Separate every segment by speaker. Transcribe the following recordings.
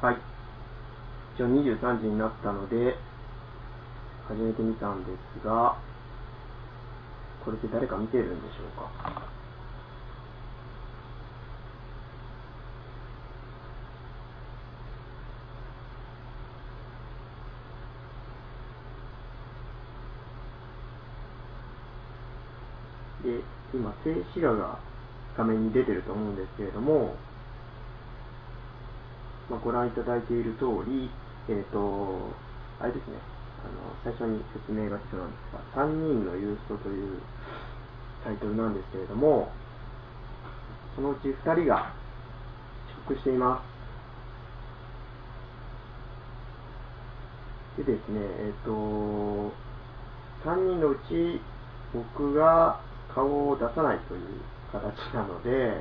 Speaker 1: はい。一応23時になったので、始めてみたんですが、これって誰か見てるんでしょうかで、今、静止画が画面に出てると思うんですけれども、まあ、ご覧いただいている通り、えっ、と、あれですね、あの、最初に説明が必要なんですが、3人のユーストというタイトルなんですけれども、そのうち2人が遅刻しています。でですね、えっ、と、3人のうち僕が顔を出さないという形なので、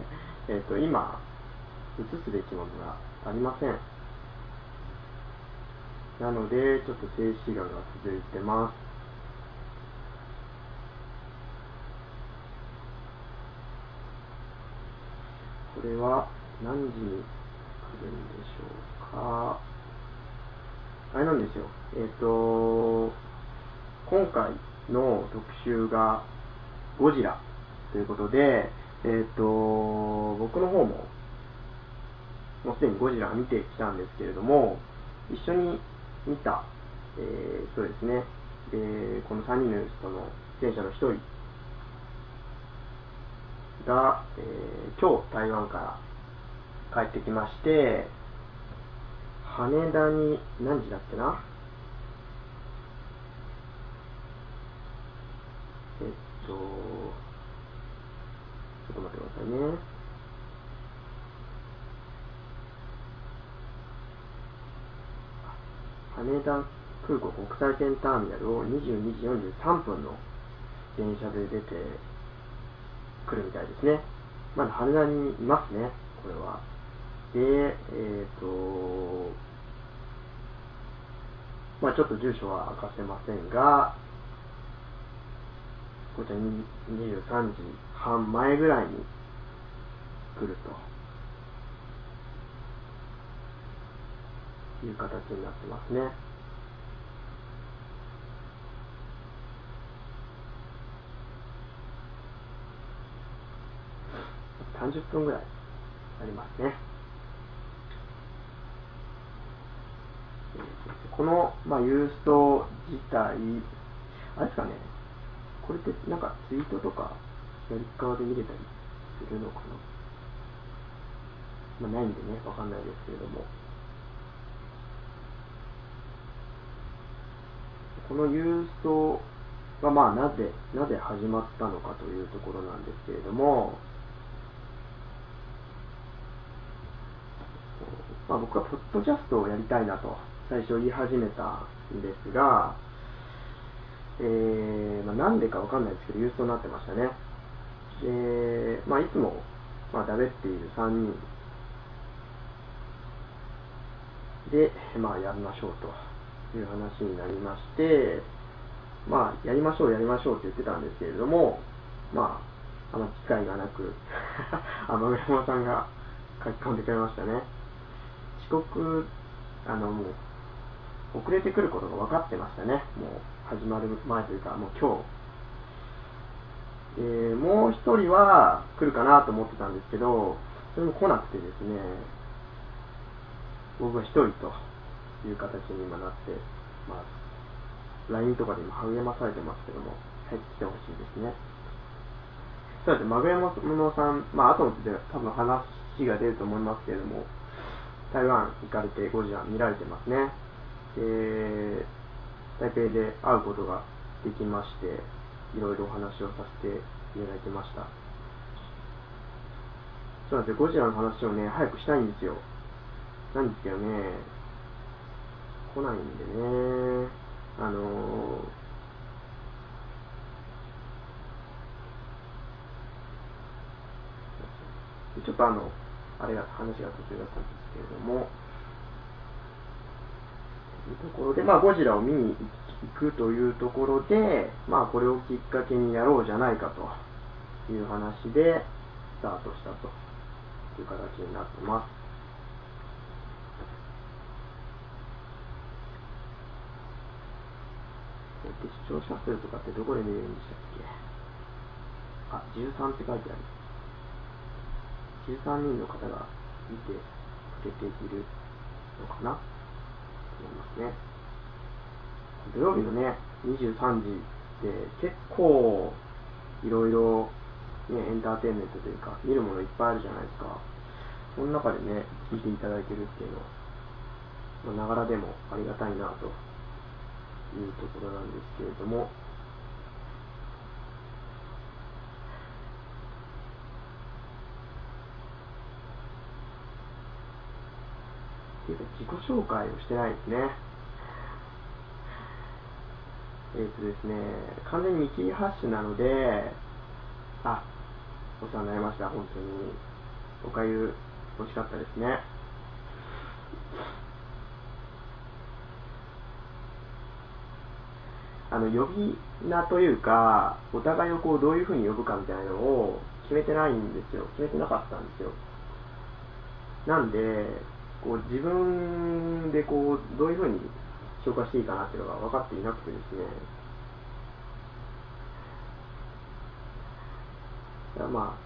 Speaker 1: えっ、と、今、映すべきものがありませんなのでちょっと静止画が続いてますこれは何時に来るんでしょうかあれなんですよえっ、と今回の特集がゴジラということでえっ、と僕の方ももうすでにゴジラ見てきたんですけれども、一緒に見た、えー、人ですね、えー、この3人の人の出演者の1人が、えー、今日台湾から帰ってきまして、羽田に何時だっけなえっと、ちょっと待ってくださいね。羽田空港国際線ターミナルを22時43分の電車で出てくるみたいですね。まだ羽田にいますね、これは。で、えっ、ー、と、まあちょっと住所は明かせませんが、こちらに23時半前ぐらいに来ると。いう形になってますね。30分ぐらいありますね。この、まあ、ユースト自体、あれですかね、これってなんかツイートとか、左側で見れたりするのかな。まあ、ないんでね、わかんないですけれども。この郵送がまあなぜ、なぜ始まったのかというところなんですけれども、まあ、僕はポッドキャストをやりたいなと最初言い始めたんですが、えー、まあ、なんでかわかんないですけど、郵送になってましたね。えー、まあ、いつも、まあ、だべっている3人で、まあ、やりましょうと。という話になりまして、まあ、やりましょう、やりましょうって言ってたんですけれども、まあ、あの機会がなく、 あの、上山さんが書き込んでくれましたね。遅刻、あの、もう、遅れてくることが分かってましたね。もう、始まる前というか、もう今日。えー、もう一人は来るかなと思ってたんですけど、それも来なくてですね、僕は一人という形に今なってます。LINE とかで今励まされてますけども、入ってきてほしいですね。そうですね、マグヤモノさん、まあ後で多分話が出ると思いますけれども、台湾行かれてゴジラ見られてますね。で、台北で会うことができまして、いろいろお話をさせていただきました。そうなんですよ、ゴジラの話をね、早くしたいんですよ。なんですけどね、来ないんでね、あのー、ちょっとあの、あれが、話が途中だったんですけれども、というところで、まあ、ゴジラを見に行くというところで、まあ、これをきっかけにやろうじゃないかという話で、スタートしたという形になってます。って視聴者数とかってどこで見れるんでしたっけあ、13って書いてある。13人の方が見てくれているのかなと思いますね。土曜日のね、23時って結構いろいろね、エンターテインメントというか、見るものいっぱいあるじゃないですか。その中でね、見ていただいてるっていうのは、まあながらでもありがたいなというところなんですけれども、っていうか自己紹介をしてないですね。えっ、とですね、完全に見切り発車なので、あ、お世話になりました、本当に。おかゆ、美味しかったですね。あの、呼び名というか、お互いをこう、どういうふうに呼ぶかみたいなのを決めてないんですよ。決めてなかったんですよ。なんで、こう自分でこうどういうふうに消化していいかなっていうのが分かっていなくてですね。だからまあ、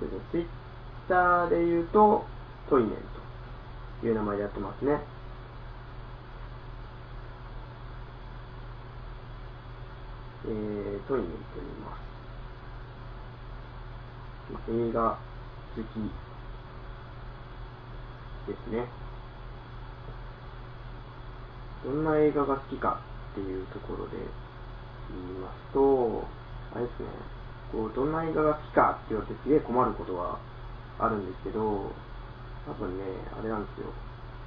Speaker 1: そうですね、ツイッターで言うと、トイネンという名前でやってますね。えー、トイネンと言います。映画好きですね。どんな映画が好きかっていうところで言いますと、あれですね、こうどんな映画が好きかって言われてすげえ困ることはあるんですけど、多分ね、あれなんですよ、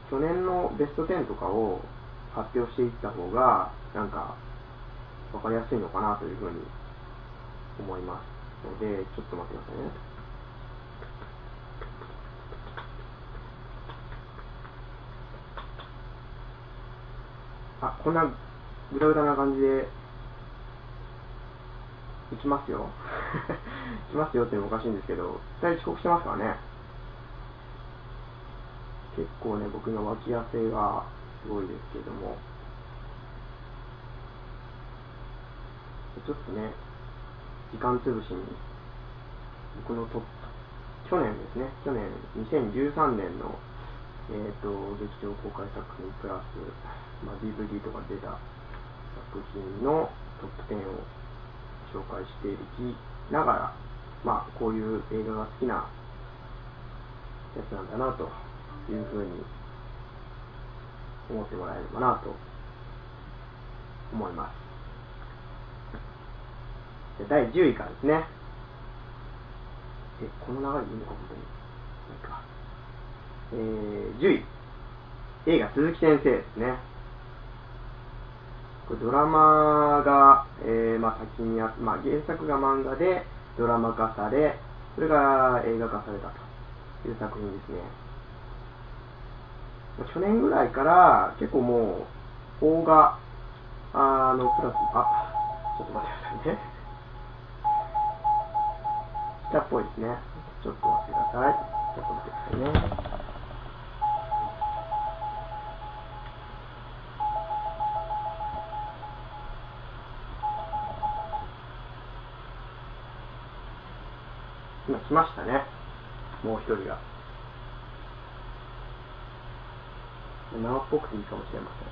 Speaker 1: 去年のベスト10とかを発表していった方が、なんか、わかりやすいのかなというふうに思いますので、ちょっと待ってくださいね。あ、こんなぐだぐだな感じで、行きますよ。 行きますよっていうのもおかしいんですけど、2人遅刻してますからね。結構ね、僕の脇汗がすごいですけども。ちょっとね、時間潰しに、僕のと、去年ですね、去年、2013年の、えっ、ー、と、劇場公開作品プラス、まあ、DVD とか出た作品のトップ10を紹介していきながら、まあ、こういう映画が好きなやつなんだなというふうに思ってもらえればなと思います。で第10位からですね。え、この流れでいいのか、本当に。まあいいか。えー、10位。映画鈴木先生ですね。ドラマが、えーまあ、先にあ、まあ、原作が漫画でドラマ化され、それが映画化されたという作品ですね。去年ぐらいから結構もう、邦画あのプラス、あ、ちょっと待ってくださいね。来たっぽいですね。ちょっと待ってください。ちょっと待ってくださいね。今来ましたね。もう一人が。生っぽくていいかもしれません。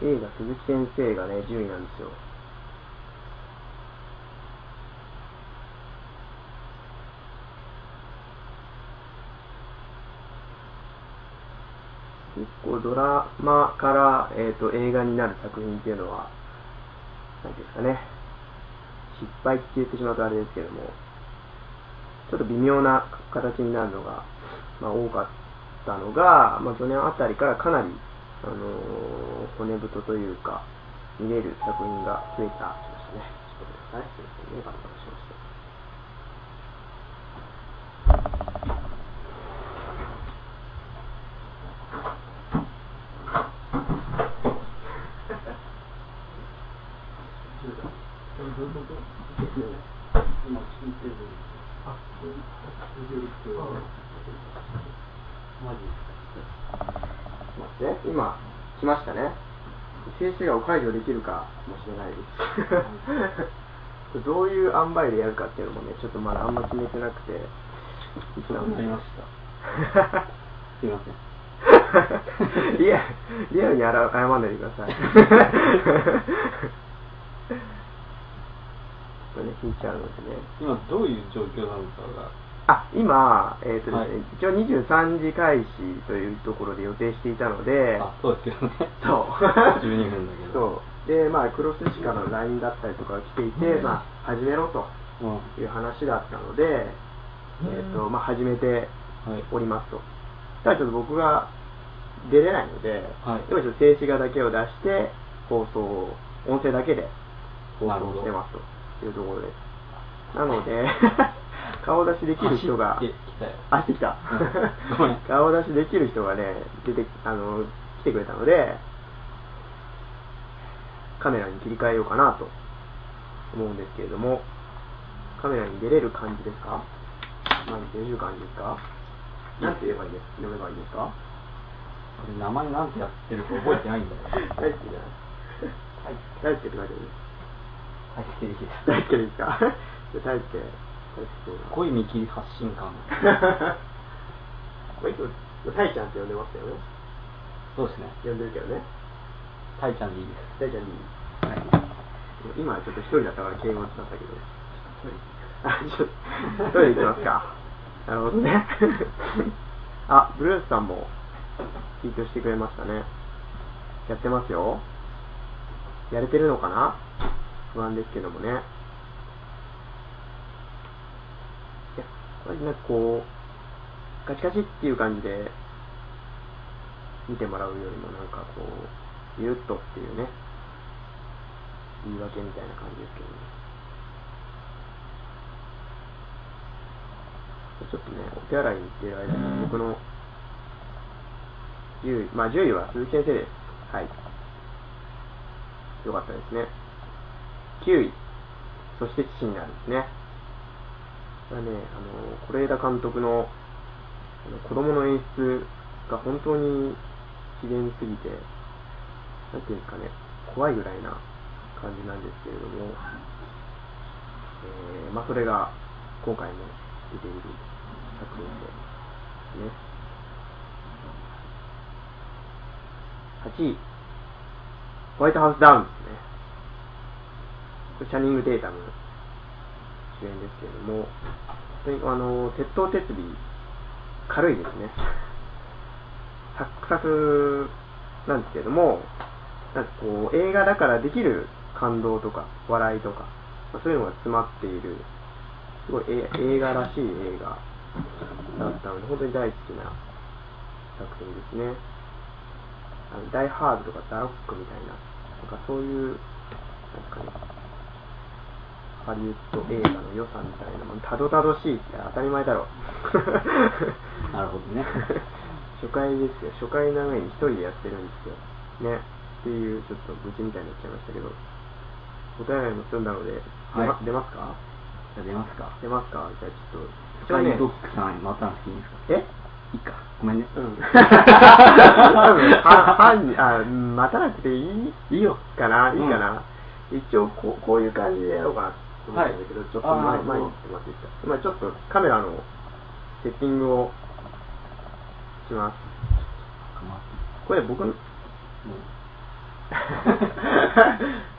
Speaker 1: 映画鈴木先生がね、10位なんですよ。結構ドラマから、えーと、と映画になる作品っていうのは、何ですかね、失敗って言ってしまうとあれですけども、ちょっと微妙な形になるのが、まあ、多かったのが、まあ、去年あたりからかなり、あのー、骨太というか、見れる作品が増えた、きましたね。ちょっと待ってください。すいませんね、バタバタしました。あ待って、今、来ましたね。静止画を解除できるかもしれないです。 どういう塩梅でやるかっていうのもね、ちょっとまだあんま決めてなくて、
Speaker 2: いつなのか。ました。すいません。
Speaker 1: リアリアルに謝らないでくださ い。とね、引いちゃうのでね。
Speaker 2: 今、どういう状況なのかが。
Speaker 1: あ、今、えっ、ー、とですね、はい、一応23時開始というところで予定していたので、
Speaker 2: あ、そうですよね。
Speaker 1: そう。
Speaker 2: 12分だけ
Speaker 1: ど。そう。で、まあ、クロス市からの LINE だったりとか来ていて、うん、まあ、始めろという話だったので、うん、えっ、ー、と、まあ、始めておりますと。はい、ただ、ちょっと僕が出れないので、はい、今ちょっと静止画だけを出して、放送を、音声だけで放送してますと。というところです。なので、 顔出しできる人が、
Speaker 2: あ、来
Speaker 1: たよ。うん、顔出しできる人がね、出て、あの、来てくれたので、カメラに切り替えようかなと思うんですけれども、カメラに出れる感じですか何、まあ、出れる感じですかなんて言えばいいです読めばいいですか
Speaker 2: 名前なんてやってるか覚えてないんだよ。
Speaker 1: 大好きじゃない。大好きって書いてある。
Speaker 2: 大輔力です。
Speaker 1: 大輔ですか。大輔。
Speaker 2: 恋見切り発信感。
Speaker 1: これいつも、タイちゃんって呼んでましたよね。
Speaker 2: そうですね。
Speaker 1: 呼んでるけどね。
Speaker 2: タイちゃんでいいです。
Speaker 1: タイちゃんでいい。はい。今ちょっと一人だったから敬語だったけど。あ、ちょっと、トイレ行きますか。なるほどね。 あ、ブルースさんも、ツイートしてくれましたね。やってますよ。やれてるのかな不安ですけどもね。いや、これなんかこう、ガチガチっていう感じで、見てもらうよりもなんかこう、ゆるっとっていうね、言い訳みたいな感じですけどね。ちょっとね、お手洗いに行ってる間に、僕の、10位、まあ10位は鈴木先生です。はい。よかったですね。9位、そして父になるんですね。これはね、あの、是枝監督のあの子供の演出が本当に自然すぎて、なんていうんですかね、怖いぐらいな感じなんですけれども、えー、まあ、それが今回も出ている作品で、ね。8位、ホワイトハウスダウンですね。シャニング・データム主演ですけれども、あの、鉄塔鉄尾、軽いですね。サクサクなんですけれども、なんかこう、映画だからできる感動とか、笑いとか、まあ、そういうのが詰まっている、すごい映画らしい映画だったので、本当に大好きな作品ですね。あのダイ・ハードとかダロックみたいな、なんかそういう、なんかね、ハリウッド映画の良さみたいなもの、たどたどしいって当たり前だろ。
Speaker 2: なるほどね。
Speaker 1: 初回ですよ。初回な上に一人でやってるんですよ。ね。っていう、ちょっと愚痴みたいになっちゃいましたけど、お便りも済んだので、はい、出ますか
Speaker 2: じゃ出ますか。
Speaker 1: 出ますかじゃあちょっと。
Speaker 2: スカイドックさん、またしていいんですか
Speaker 1: え
Speaker 2: いいか。ごめんね。うん。
Speaker 1: はん、あ、待たなくていい
Speaker 2: いいよ。
Speaker 1: かないいかな、うん、一応こう、こういう感じでやろうかな。はい、ちょっと前前に行ってもらっていいですか今ちょっとカメラのセッティングをしますこれ 僕の、うん、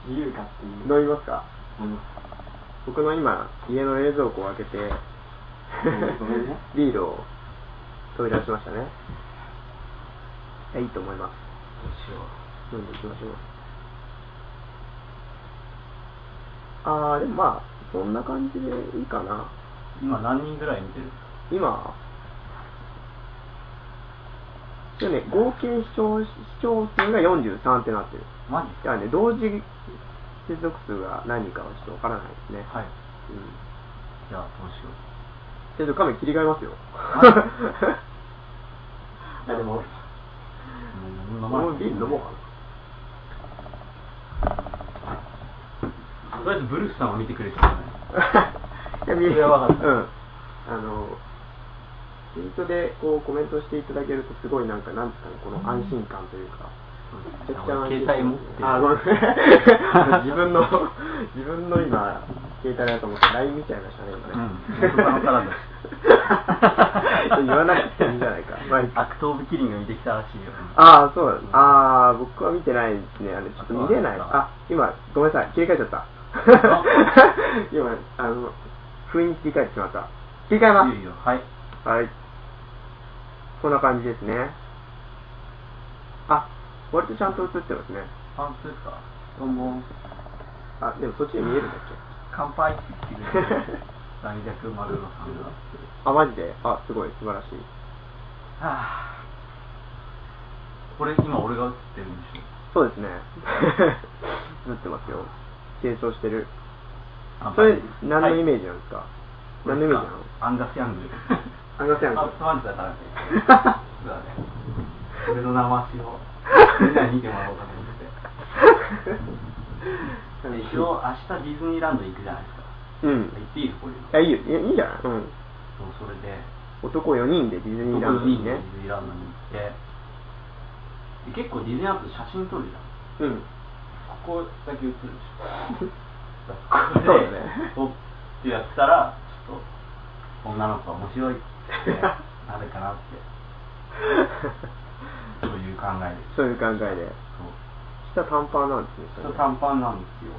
Speaker 2: 自由かっていう
Speaker 1: 飲みますか、うん、僕の今家の冷蔵庫を開けて、 ね、ビールを取り出しましたねいいと思います飲んでいきましょうあー、でもまあ、そんな感じでいいかな。
Speaker 2: 今何人ぐらい見てる
Speaker 1: 今、でね、合計視聴視聴数が43ってなってる。
Speaker 2: マジ
Speaker 1: だからね、同時接続数が何人かはちょっとわからないですね。
Speaker 2: はい。うん。じゃあ、どうしよ
Speaker 1: う。ちょっと画面切り替えますよ。 あ、でも、もうビール飲もうかな。
Speaker 2: とりあえずブルースさんは見てくれてるじゃない。
Speaker 1: いや、見えなかった。うん。あの、ツイートでこうコメントしていただけると、すごいなんか、なんですかね、この安心感というか、めちゃくちゃ安心
Speaker 2: 携帯持ってる
Speaker 1: あ、ごめん。 自分の、自分の今、携帯だと思って LINE 見ちゃいましたね、今ね。
Speaker 2: うん元々からだ
Speaker 1: 言わなくていいんじゃないか。まあいいか
Speaker 2: アクト・オブ・キリング見てきたらしいよ。
Speaker 1: ああ、そうなんです。ああ、僕は見てないですね。あれ、ちょっと見れない。あ
Speaker 2: あ、
Speaker 1: 今、ごめんなさい。切り替えちゃった。 今、あの、雰囲気切り替えてしまった。切り替えま
Speaker 2: いいよ、はい。
Speaker 1: す。はい。こんな感じですね。あ、割とちゃんと映ってますね。
Speaker 2: パンツですかどうも。
Speaker 1: あ、でもそっちで見えるんだっけ
Speaker 2: 乾杯って言ってくれて る。大弱丸のさんが。
Speaker 1: あ、マジであ、すごい、素晴らしい。
Speaker 2: はぁ。これ、今俺が映ってるんでしょ
Speaker 1: そうですね。映ってますよ。成長してる。
Speaker 2: あ
Speaker 1: それ、何のイメージ
Speaker 2: は
Speaker 1: なんですか、
Speaker 2: い
Speaker 1: 何のイメージなの
Speaker 2: アンガス・ヤング。
Speaker 1: アンガスヤング
Speaker 2: アンガス・ヤングだからね。そうだね。俺の生足を、みんなに見てもらおうかと思 って。一応、明日ディズニーランド行くじゃないですか。
Speaker 1: うん。
Speaker 2: 言っていいよ、こういうの。
Speaker 1: いや、いいよ。いやいいんじゃないうん。
Speaker 2: そうそれで、
Speaker 1: 男4人でディズニーランドにね
Speaker 2: ディ。ズニーランドに行って、で結構ディズニーランドって写真撮るじゃん。
Speaker 1: うん。
Speaker 2: ここだけ映るでしょ。
Speaker 1: そうだね
Speaker 2: 撮ってやったら、ちょっと、女の子は面白い って、なるかなって、そういう考えです。
Speaker 1: そういう考えで。
Speaker 2: そ
Speaker 1: 下
Speaker 2: う。
Speaker 1: 短パンなんですね
Speaker 2: ち
Speaker 1: そ
Speaker 2: ょっと
Speaker 1: れ。
Speaker 2: 短パンなんですよ。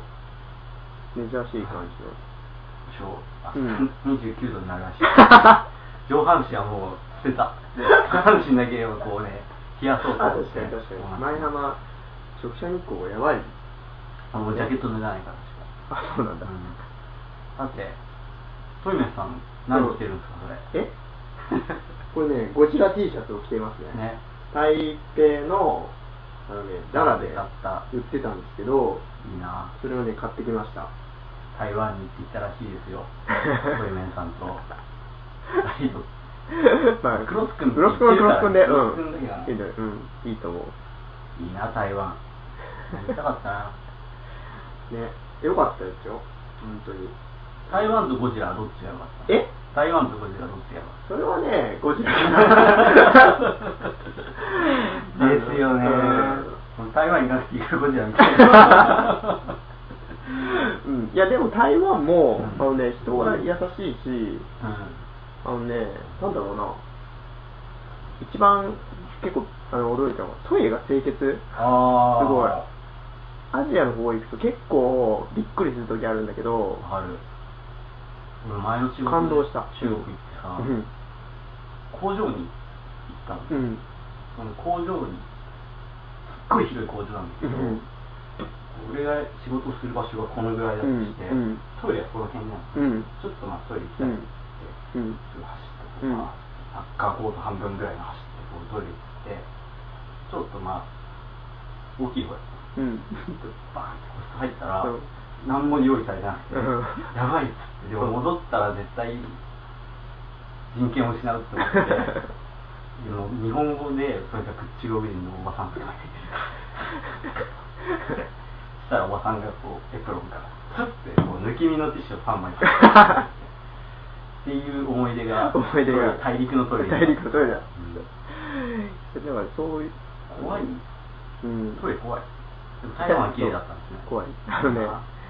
Speaker 1: 珍しい感じの。
Speaker 2: 小あ
Speaker 1: うん
Speaker 2: 29度になるらし い。上半身はもう捨てた。で下半身だけはこうね、冷やそうと
Speaker 1: あ、
Speaker 2: 思
Speaker 1: 確
Speaker 2: って。
Speaker 1: かに確かに
Speaker 2: こう。なっ
Speaker 1: 前
Speaker 2: て
Speaker 1: 浜、直射日光がやばい。
Speaker 2: あもうジャケット脱がないからしか。
Speaker 1: あ、そうなんだ。
Speaker 2: うんさて、トイメさん、何着てるんですか、それ。
Speaker 1: えこれね、ゴジラ T シャツを着ていますね。
Speaker 2: ね、
Speaker 1: 台北の、あのね、ダラで
Speaker 2: 買った、
Speaker 1: 売ってたんですけど、
Speaker 2: いいな、
Speaker 1: それをね、買ってきま した。
Speaker 2: 台湾に行ってきたらしいです よ、トイメさんと。 だいぶ
Speaker 1: ま
Speaker 2: クロス君
Speaker 1: クロス君はクロス君で、
Speaker 2: クロス君だけだな
Speaker 1: うん。いいんじゃないうん。いいと思う。
Speaker 2: いいな、台湾。行きたかったな。
Speaker 1: ね、よかったですよ、本当に。
Speaker 2: 台湾とゴジラはどっちが良かった
Speaker 1: え
Speaker 2: 台湾とゴジラはどっ ちが良かった
Speaker 1: それはね、ゴジラ。
Speaker 2: ですよね
Speaker 1: うん。
Speaker 2: もう台湾行かなくていいからゴジラみた いな。
Speaker 1: うん、いや、でも台湾も、
Speaker 2: うん
Speaker 1: あのね、人が優しいし、あ
Speaker 2: うん
Speaker 1: のね、なんだろうな、一番結構あの驚いたのは、トイレが清潔。
Speaker 2: あー
Speaker 1: すごいアジアの方行くと結構びっくりする時あるんだけど、
Speaker 2: わかる俺前の中国
Speaker 1: 感動した
Speaker 2: 中国行ってさ、
Speaker 1: うん。
Speaker 2: 工場に行ったの、
Speaker 1: うん。
Speaker 2: その工場にすっごい広い工場なんだけど、
Speaker 1: うん
Speaker 2: 俺が仕事する場所がこのぐらいだとして、
Speaker 1: うんうん
Speaker 2: トイレはこの辺なの、
Speaker 1: うん。
Speaker 2: ちょっとまあトイレ行きたいって
Speaker 1: う
Speaker 2: 言
Speaker 1: んう
Speaker 2: って、
Speaker 1: ん
Speaker 2: すぐ走ってとか、サッカーコート半分ぐらいの走ってこうトイレ行ってちょっとまあ大きい方やった
Speaker 1: うん。
Speaker 2: バーンって個室入ったら、
Speaker 1: うん
Speaker 2: 何も用意されなくて、
Speaker 1: うん
Speaker 2: やばいっつって、でも戻ったら絶対人権を失うって思って、でも日本語でそれが中国人のおばさんとかに、したらおばさんがこうエプロンから、スッてこう抜き身のティッシュを3枚っていう思い出が、
Speaker 1: 思い出が
Speaker 2: 大陸のトイレ。
Speaker 1: 大陸のトイレだ
Speaker 2: うん
Speaker 1: だからそういう、
Speaker 2: 怖い
Speaker 1: うん。
Speaker 2: トイレ怖い。でも台湾は綺麗だったんですね。
Speaker 1: 怖い。あのね、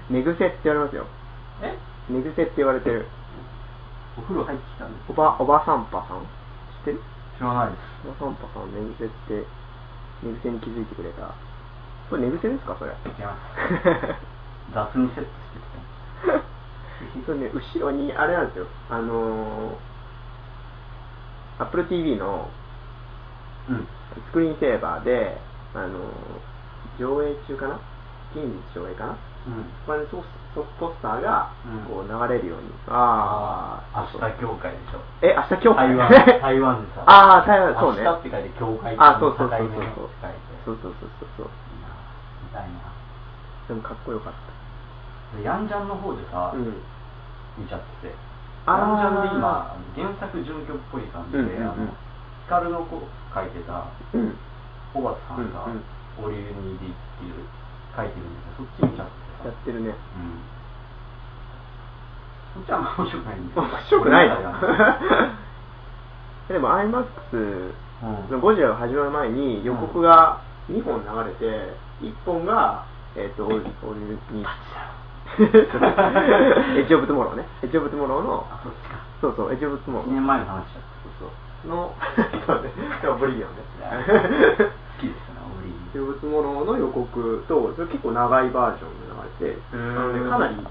Speaker 1: 寝癖って言われますよ。
Speaker 2: え
Speaker 1: 寝癖って言われてる。
Speaker 2: お風呂入ってきたんです
Speaker 1: おば、おばさんぱさん知ってる
Speaker 2: 知らないです
Speaker 1: おばさんぱさん、寝癖って、寝癖に気づいてくれた。これ寝癖ですかそれ。
Speaker 2: 違います雑にセットして き
Speaker 1: そうね、後ろにあれなんですよ、あのー、Apple TV の
Speaker 2: たうん
Speaker 1: スクリーンセーバーで、あのー、上映中かな近日上映かな
Speaker 2: うん
Speaker 1: これでポスポポスターが
Speaker 2: う
Speaker 1: こ
Speaker 2: ん
Speaker 1: う流れるように。ああ、
Speaker 2: 明日協会でしょ
Speaker 1: え、明日今日
Speaker 2: 台湾台湾でさ
Speaker 1: ああ、台湾、そうね。
Speaker 2: 明日って書いて教会
Speaker 1: あーそうそうそう
Speaker 2: 境目のって書いて
Speaker 1: そう。そうそうそうそう。
Speaker 2: みたいな
Speaker 1: でもかっこよかっ
Speaker 2: でヤンジャンの方で
Speaker 1: た。
Speaker 2: さ、
Speaker 1: うん。
Speaker 2: 見ちゃってて
Speaker 1: あー
Speaker 2: ヤンジャンで今あの原作準拠っぽい感じで、
Speaker 1: うんうんうん
Speaker 2: あの光の子書いてた
Speaker 1: うん。
Speaker 2: 小畑さんが
Speaker 1: うんうん
Speaker 2: 「オリューニーディ」っていう書いてるんだけどそっち見ちゃって
Speaker 1: や
Speaker 2: さ
Speaker 1: ってるね。
Speaker 2: うんそっちはあんま面白くないんですよ
Speaker 1: 面白くないの
Speaker 2: 俺の中では
Speaker 1: でも iMAX
Speaker 2: うん
Speaker 1: のゴジラが始まる前に予告が2本流れて1本がえっ、と俺に エッジオブトゥモローねエッジオブトゥモローの
Speaker 2: あそっちか
Speaker 1: そうそうエッジオブトゥモロー
Speaker 2: 1年前の話だ
Speaker 1: そうそうの そうねそうブリリオンね
Speaker 2: 好 きでしたねオ
Speaker 1: エ
Speaker 2: リ
Speaker 1: ッジオブトゥモローの予告とそれ結構長いバージョンで流れて
Speaker 2: へー
Speaker 1: なのでかなり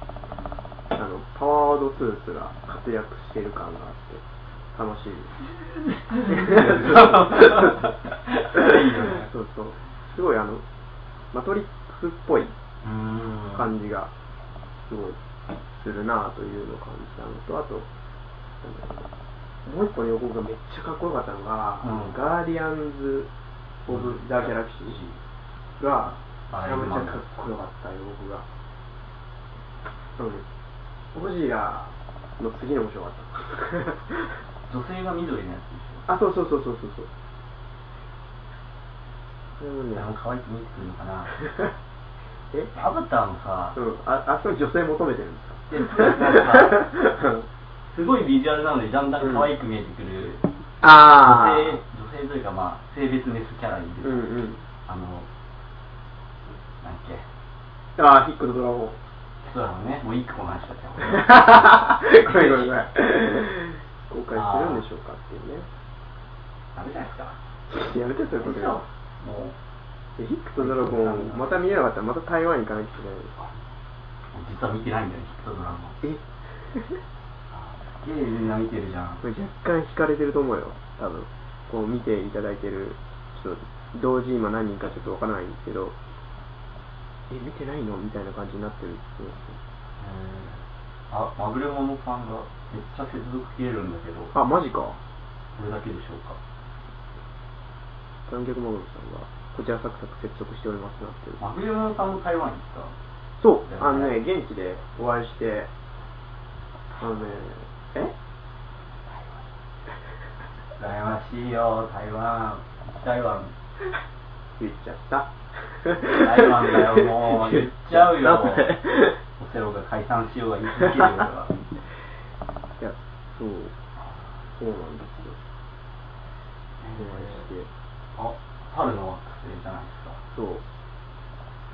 Speaker 1: あのパワーワードトゥースが活躍してる感があって楽しいです そうそう。すごいあの、マトリックスっぽい感じが、すごいするなぁというのを感じたのと、あと、なんだろうもう一個の予告がめっちゃかっこよかったのが、
Speaker 2: うん
Speaker 1: ガーディアンズ・オブ・ザ・ギャラクシーが、め
Speaker 2: あ
Speaker 1: ちゃめちゃかっこよかった予告が。なので、ゴジラの次の面白かった。
Speaker 2: 女性が緑のやつでしょ
Speaker 1: あ、そうそうそうそうそうそう。それもね、
Speaker 2: なんか可愛く見えてくるのかな
Speaker 1: え、
Speaker 2: アバターもさ
Speaker 1: うん、あ、あそこ女性求めてるんですか。
Speaker 2: でなんかすごいビジュアルなのにだんだん可愛く見えてくる
Speaker 1: あ
Speaker 2: 女性女性というかまあ性別メスキャラに出てく
Speaker 1: うんう
Speaker 2: る
Speaker 1: ん。
Speaker 2: あのなんだっけ
Speaker 1: あー、ヒックのドラゴン。
Speaker 2: そうだもんねもう一個の話だったよ
Speaker 1: ごめんごめんごめん。公開するんでしょうかっていうね。
Speaker 2: ダメじゃないですか
Speaker 1: やめてそういうことよ。
Speaker 2: もう
Speaker 1: でヒックとドラゴン、また見えなかったらまた台湾行かなきゃいけないです
Speaker 2: 実は見てないんだよねヒットドラゴン
Speaker 1: え、
Speaker 2: すげえみんな見てるじゃん
Speaker 1: これ若干惹かれてると思うよ。多分。こう見ていただいてる人、同時今何人かちょっとわからないんですけど、え、見てないのみたいな感じになってるっていう
Speaker 2: あマグレモのファンがめっちゃ接続切れるんだけどこ
Speaker 1: あ、マジか。
Speaker 2: れだけでしょうか
Speaker 1: 三脚マグロさんが、こちらサクサク接続しておりますなってる。
Speaker 2: マグレモのファンも台湾に行った
Speaker 1: そう
Speaker 2: だ、よ
Speaker 1: あの
Speaker 2: ね
Speaker 1: ね、現地でお会いして、あのね、え
Speaker 2: 羨ましいよ台湾台湾
Speaker 1: 言っちゃった。
Speaker 2: 台湾だよもう言っちゃ うよ
Speaker 1: なんで
Speaker 2: オセロが解散しようが言い続けるよ俺 はい
Speaker 1: や、そう、そうなんですよ。お会いして。
Speaker 2: あ猿の惑星じゃないですか
Speaker 1: そう。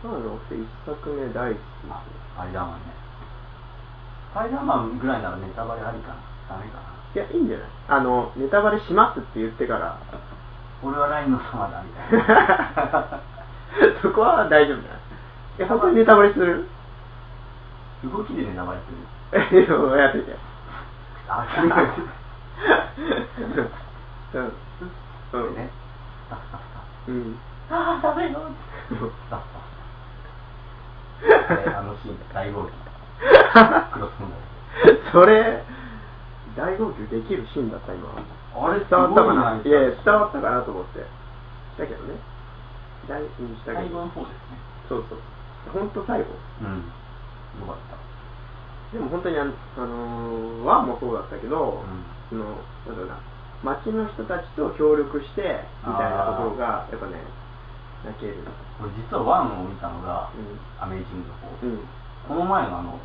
Speaker 1: まあ、あの、一作目大好きですね
Speaker 2: あスパイダーマンねスパイダーマンぐらいならネタバレありかなダメかない
Speaker 1: や、いいんじゃないあの、ネタバレしますって言ってから、
Speaker 2: 俺はラインの様だみたいな
Speaker 1: そこは大丈夫じゃないいや、本当にネタバレす る
Speaker 2: 動きでネタバレ する
Speaker 1: え、でもやってて。う
Speaker 2: あ
Speaker 1: ん
Speaker 2: すごい
Speaker 1: うん。
Speaker 2: これねスタスタス
Speaker 1: うん。
Speaker 2: タああダメよスタスタスタであのシーン大号泣クロス問題
Speaker 1: それ、大号泣できるシーンだった、今。
Speaker 2: あれす
Speaker 1: 伝わ
Speaker 2: ご
Speaker 1: っ
Speaker 2: い
Speaker 1: たかな
Speaker 2: み
Speaker 1: い
Speaker 2: た
Speaker 1: や
Speaker 2: ない
Speaker 1: や、伝わったかなと思って。だけどね。大うんしたけ
Speaker 2: 最後
Speaker 1: ど。
Speaker 2: の方ですね
Speaker 1: そうそう。本当最後。
Speaker 2: うんよかった
Speaker 1: でも本当にあの、あのーワンもそうだったけど、その、なんだろうな、街の人たちと協力して、みたいなところが、やっぱね、泣ける。
Speaker 2: これ実はワンを見たのが
Speaker 1: うん
Speaker 2: アメージングの
Speaker 1: う
Speaker 2: 方
Speaker 1: ん。
Speaker 2: この前のあの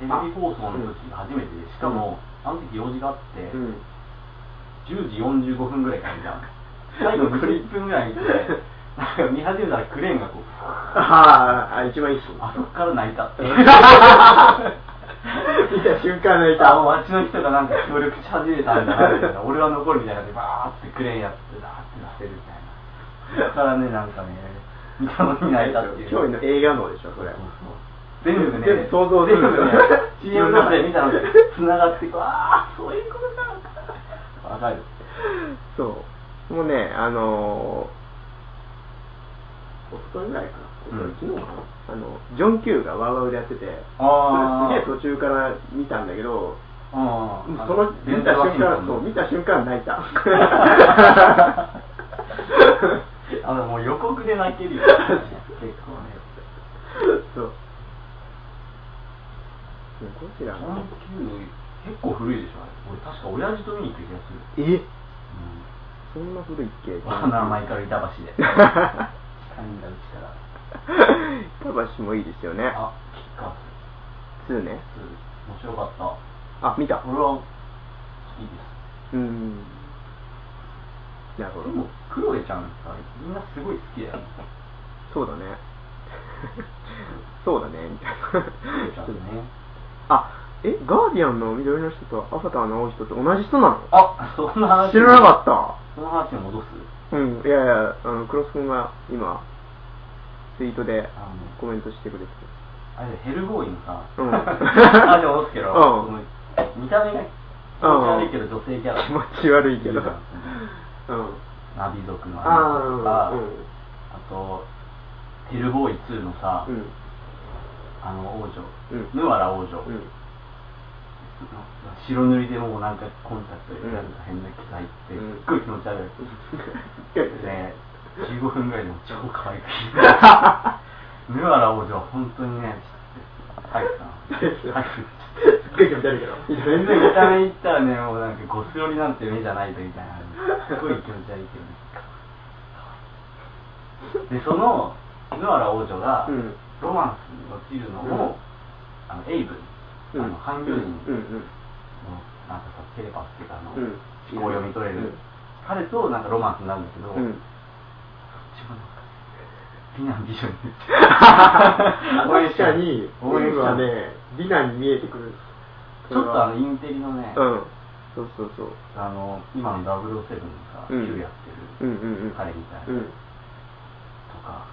Speaker 2: テレビ放送の時初めてでしかもあの時用事があって
Speaker 1: うん。
Speaker 2: 10時45分ぐらいから見たの最後20分ぐらい見てなんか見始めたらクレーンがこう
Speaker 1: ああ、一番いいっす。
Speaker 2: あそこから泣いたって。
Speaker 1: 見た瞬間泣いた
Speaker 2: あ、もう街の人がなんか協力し始めたんだなみたいな、俺は残るみたいな感じで、バーってクレーンやって、ダーって出せるみたいな。だからね、なんかね、見たのに泣いたっていう。
Speaker 1: 驚異の映画脳でしょ、それ
Speaker 2: そう。そう全部ね、
Speaker 1: 全部想像する
Speaker 2: 全部ね、CM の中で見たので、繋がっていく、ああ、そういうことか。わかる。
Speaker 1: そう。もうね、あのー、おとといぐらいかな。おととい昨日かな。あの、ジョン・キューがワウワウでやってて、そ
Speaker 2: あ
Speaker 1: れすげえ途中から見たんだけど、
Speaker 2: あ
Speaker 1: そ
Speaker 2: ー
Speaker 1: の見た瞬間、そう、見た瞬間泣い た。
Speaker 2: あのもう予告で泣けるよ、結構ね。
Speaker 1: そう。ねゴジラ
Speaker 2: の結構古いでしょ、あれ。俺、確か親父と見に行った気がする。
Speaker 1: え
Speaker 2: う
Speaker 1: そんな古いっ け
Speaker 2: ん。わかんない前から板 橋で。下にがうちから。
Speaker 1: 板橋もいいですよね。
Speaker 2: あ、キッカー
Speaker 1: 2ね。
Speaker 2: ズ。面白かった。
Speaker 1: あ、見た。
Speaker 2: 俺は、いいです。
Speaker 1: うん。なるほど
Speaker 2: で。も、クロエちゃんさ、みんなすごい好きだよね。
Speaker 1: そうだね。 そうだね、みたい
Speaker 2: クロ エちゃ。
Speaker 1: なん
Speaker 2: ね。
Speaker 1: あ、え、ガーディアンの緑の人とアバターの青い人って同じ人なの
Speaker 2: あ、そんな話。
Speaker 1: 知らなかっ
Speaker 2: その話に戻す。
Speaker 1: た。うん、いやいや、あの、クロス君が今、ツイートで
Speaker 2: あの
Speaker 1: コメントしてくれて
Speaker 2: あれヘルボーイのさ、
Speaker 1: うん
Speaker 2: あれ思うけど、
Speaker 1: うん
Speaker 2: その見た目が気持ち悪いけど女性キャ
Speaker 1: た。
Speaker 2: ラ、
Speaker 1: 気持ち悪いけど。うん
Speaker 2: いるじゃん。ナビ族の
Speaker 1: あ
Speaker 2: あ
Speaker 1: ー、う
Speaker 2: のとか、あと、ヘルボーイ2のさ、
Speaker 1: ん。うん。
Speaker 2: あの王女、
Speaker 1: うん
Speaker 2: ヌアラ王女、
Speaker 1: うん。
Speaker 2: 白塗りでもうなんかコンタクトでなんか変な機材って、
Speaker 1: うん
Speaker 2: すっごい気持ち 悪い。で、15分ぐらいでも超可愛 くて、ヌアラ王女は本当にね、入ったな。
Speaker 1: っごい気持ち悪いけど
Speaker 2: 全然見た目いったらね、もうなんかゴス寄りなんて目じゃないとみたいな、すごい気持ち悪いけどね。で、そのヌアラ王女が、
Speaker 1: うん
Speaker 2: ロマンスに落ちるの
Speaker 1: うん
Speaker 2: を、あのエイブ、あの韓流人の、
Speaker 1: うん うん
Speaker 2: なんかさ、テレパスっていうか、あの、
Speaker 1: うん
Speaker 2: 思考を読み取れる、
Speaker 1: うん
Speaker 2: 彼となんかロマンスになるんだけど、
Speaker 1: うん
Speaker 2: 自分なんか美男美女に応援
Speaker 1: 確
Speaker 2: しちゃ
Speaker 1: か
Speaker 2: う
Speaker 1: に、
Speaker 2: 応援しちゃ
Speaker 1: は
Speaker 2: う
Speaker 1: ね、美男に見えてくる。
Speaker 2: ちょっとあのインテリのね、
Speaker 1: うん。そうそうそう。
Speaker 2: あの今の007のさ、
Speaker 1: うん
Speaker 2: 旧やっ
Speaker 1: う
Speaker 2: てる、
Speaker 1: んうんうん。
Speaker 2: 彼みたいな、
Speaker 1: うん。
Speaker 2: とか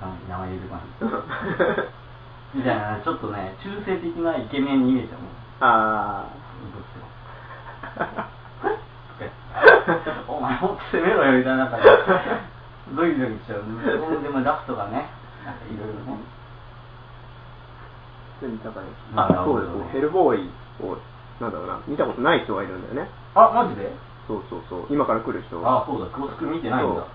Speaker 2: なんか名前出てこないみたいなちょっとね中性的なイケメンに見えちゃうもん
Speaker 1: あ
Speaker 2: どうしても
Speaker 1: あ。
Speaker 2: とか言って お前もっと攻めろよみたいな感じドキドキしちゃうねでもラストがねなんかいろいろね
Speaker 1: 何高いの
Speaker 2: なんだ
Speaker 1: あ、そうです
Speaker 2: なんだ
Speaker 1: ヘルボーイを、なんだろうな、見たことない人がいるんだよね。
Speaker 2: あマジで
Speaker 1: そうそうそう。今から来る人
Speaker 2: あそうだクロス君見てないんだ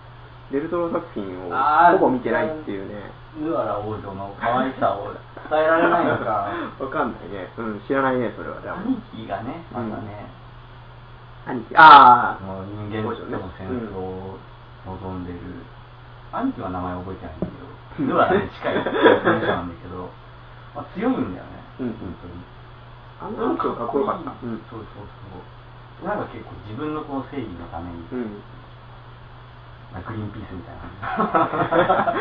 Speaker 1: デルトロ作品を
Speaker 2: あー
Speaker 1: ほぼ見てないっていうね。
Speaker 2: ヌアラ王女の可愛さを伝えられないのか
Speaker 1: わかんないね。うん、知らないね、それは。でも
Speaker 2: 兄貴がねまたね、
Speaker 1: 兄貴。ああ。
Speaker 2: もう人間との戦争を望んでる、兄貴は名前覚えてないんだけどヌアラに近い人なんだ けど、まあ、強いんだよね、
Speaker 1: うん
Speaker 2: 本当に
Speaker 1: あの人かっこよかった。
Speaker 2: うん、そうそうそうなんか結構自分のこう正義のために、
Speaker 1: うん。
Speaker 2: まあグリーンピースみたいな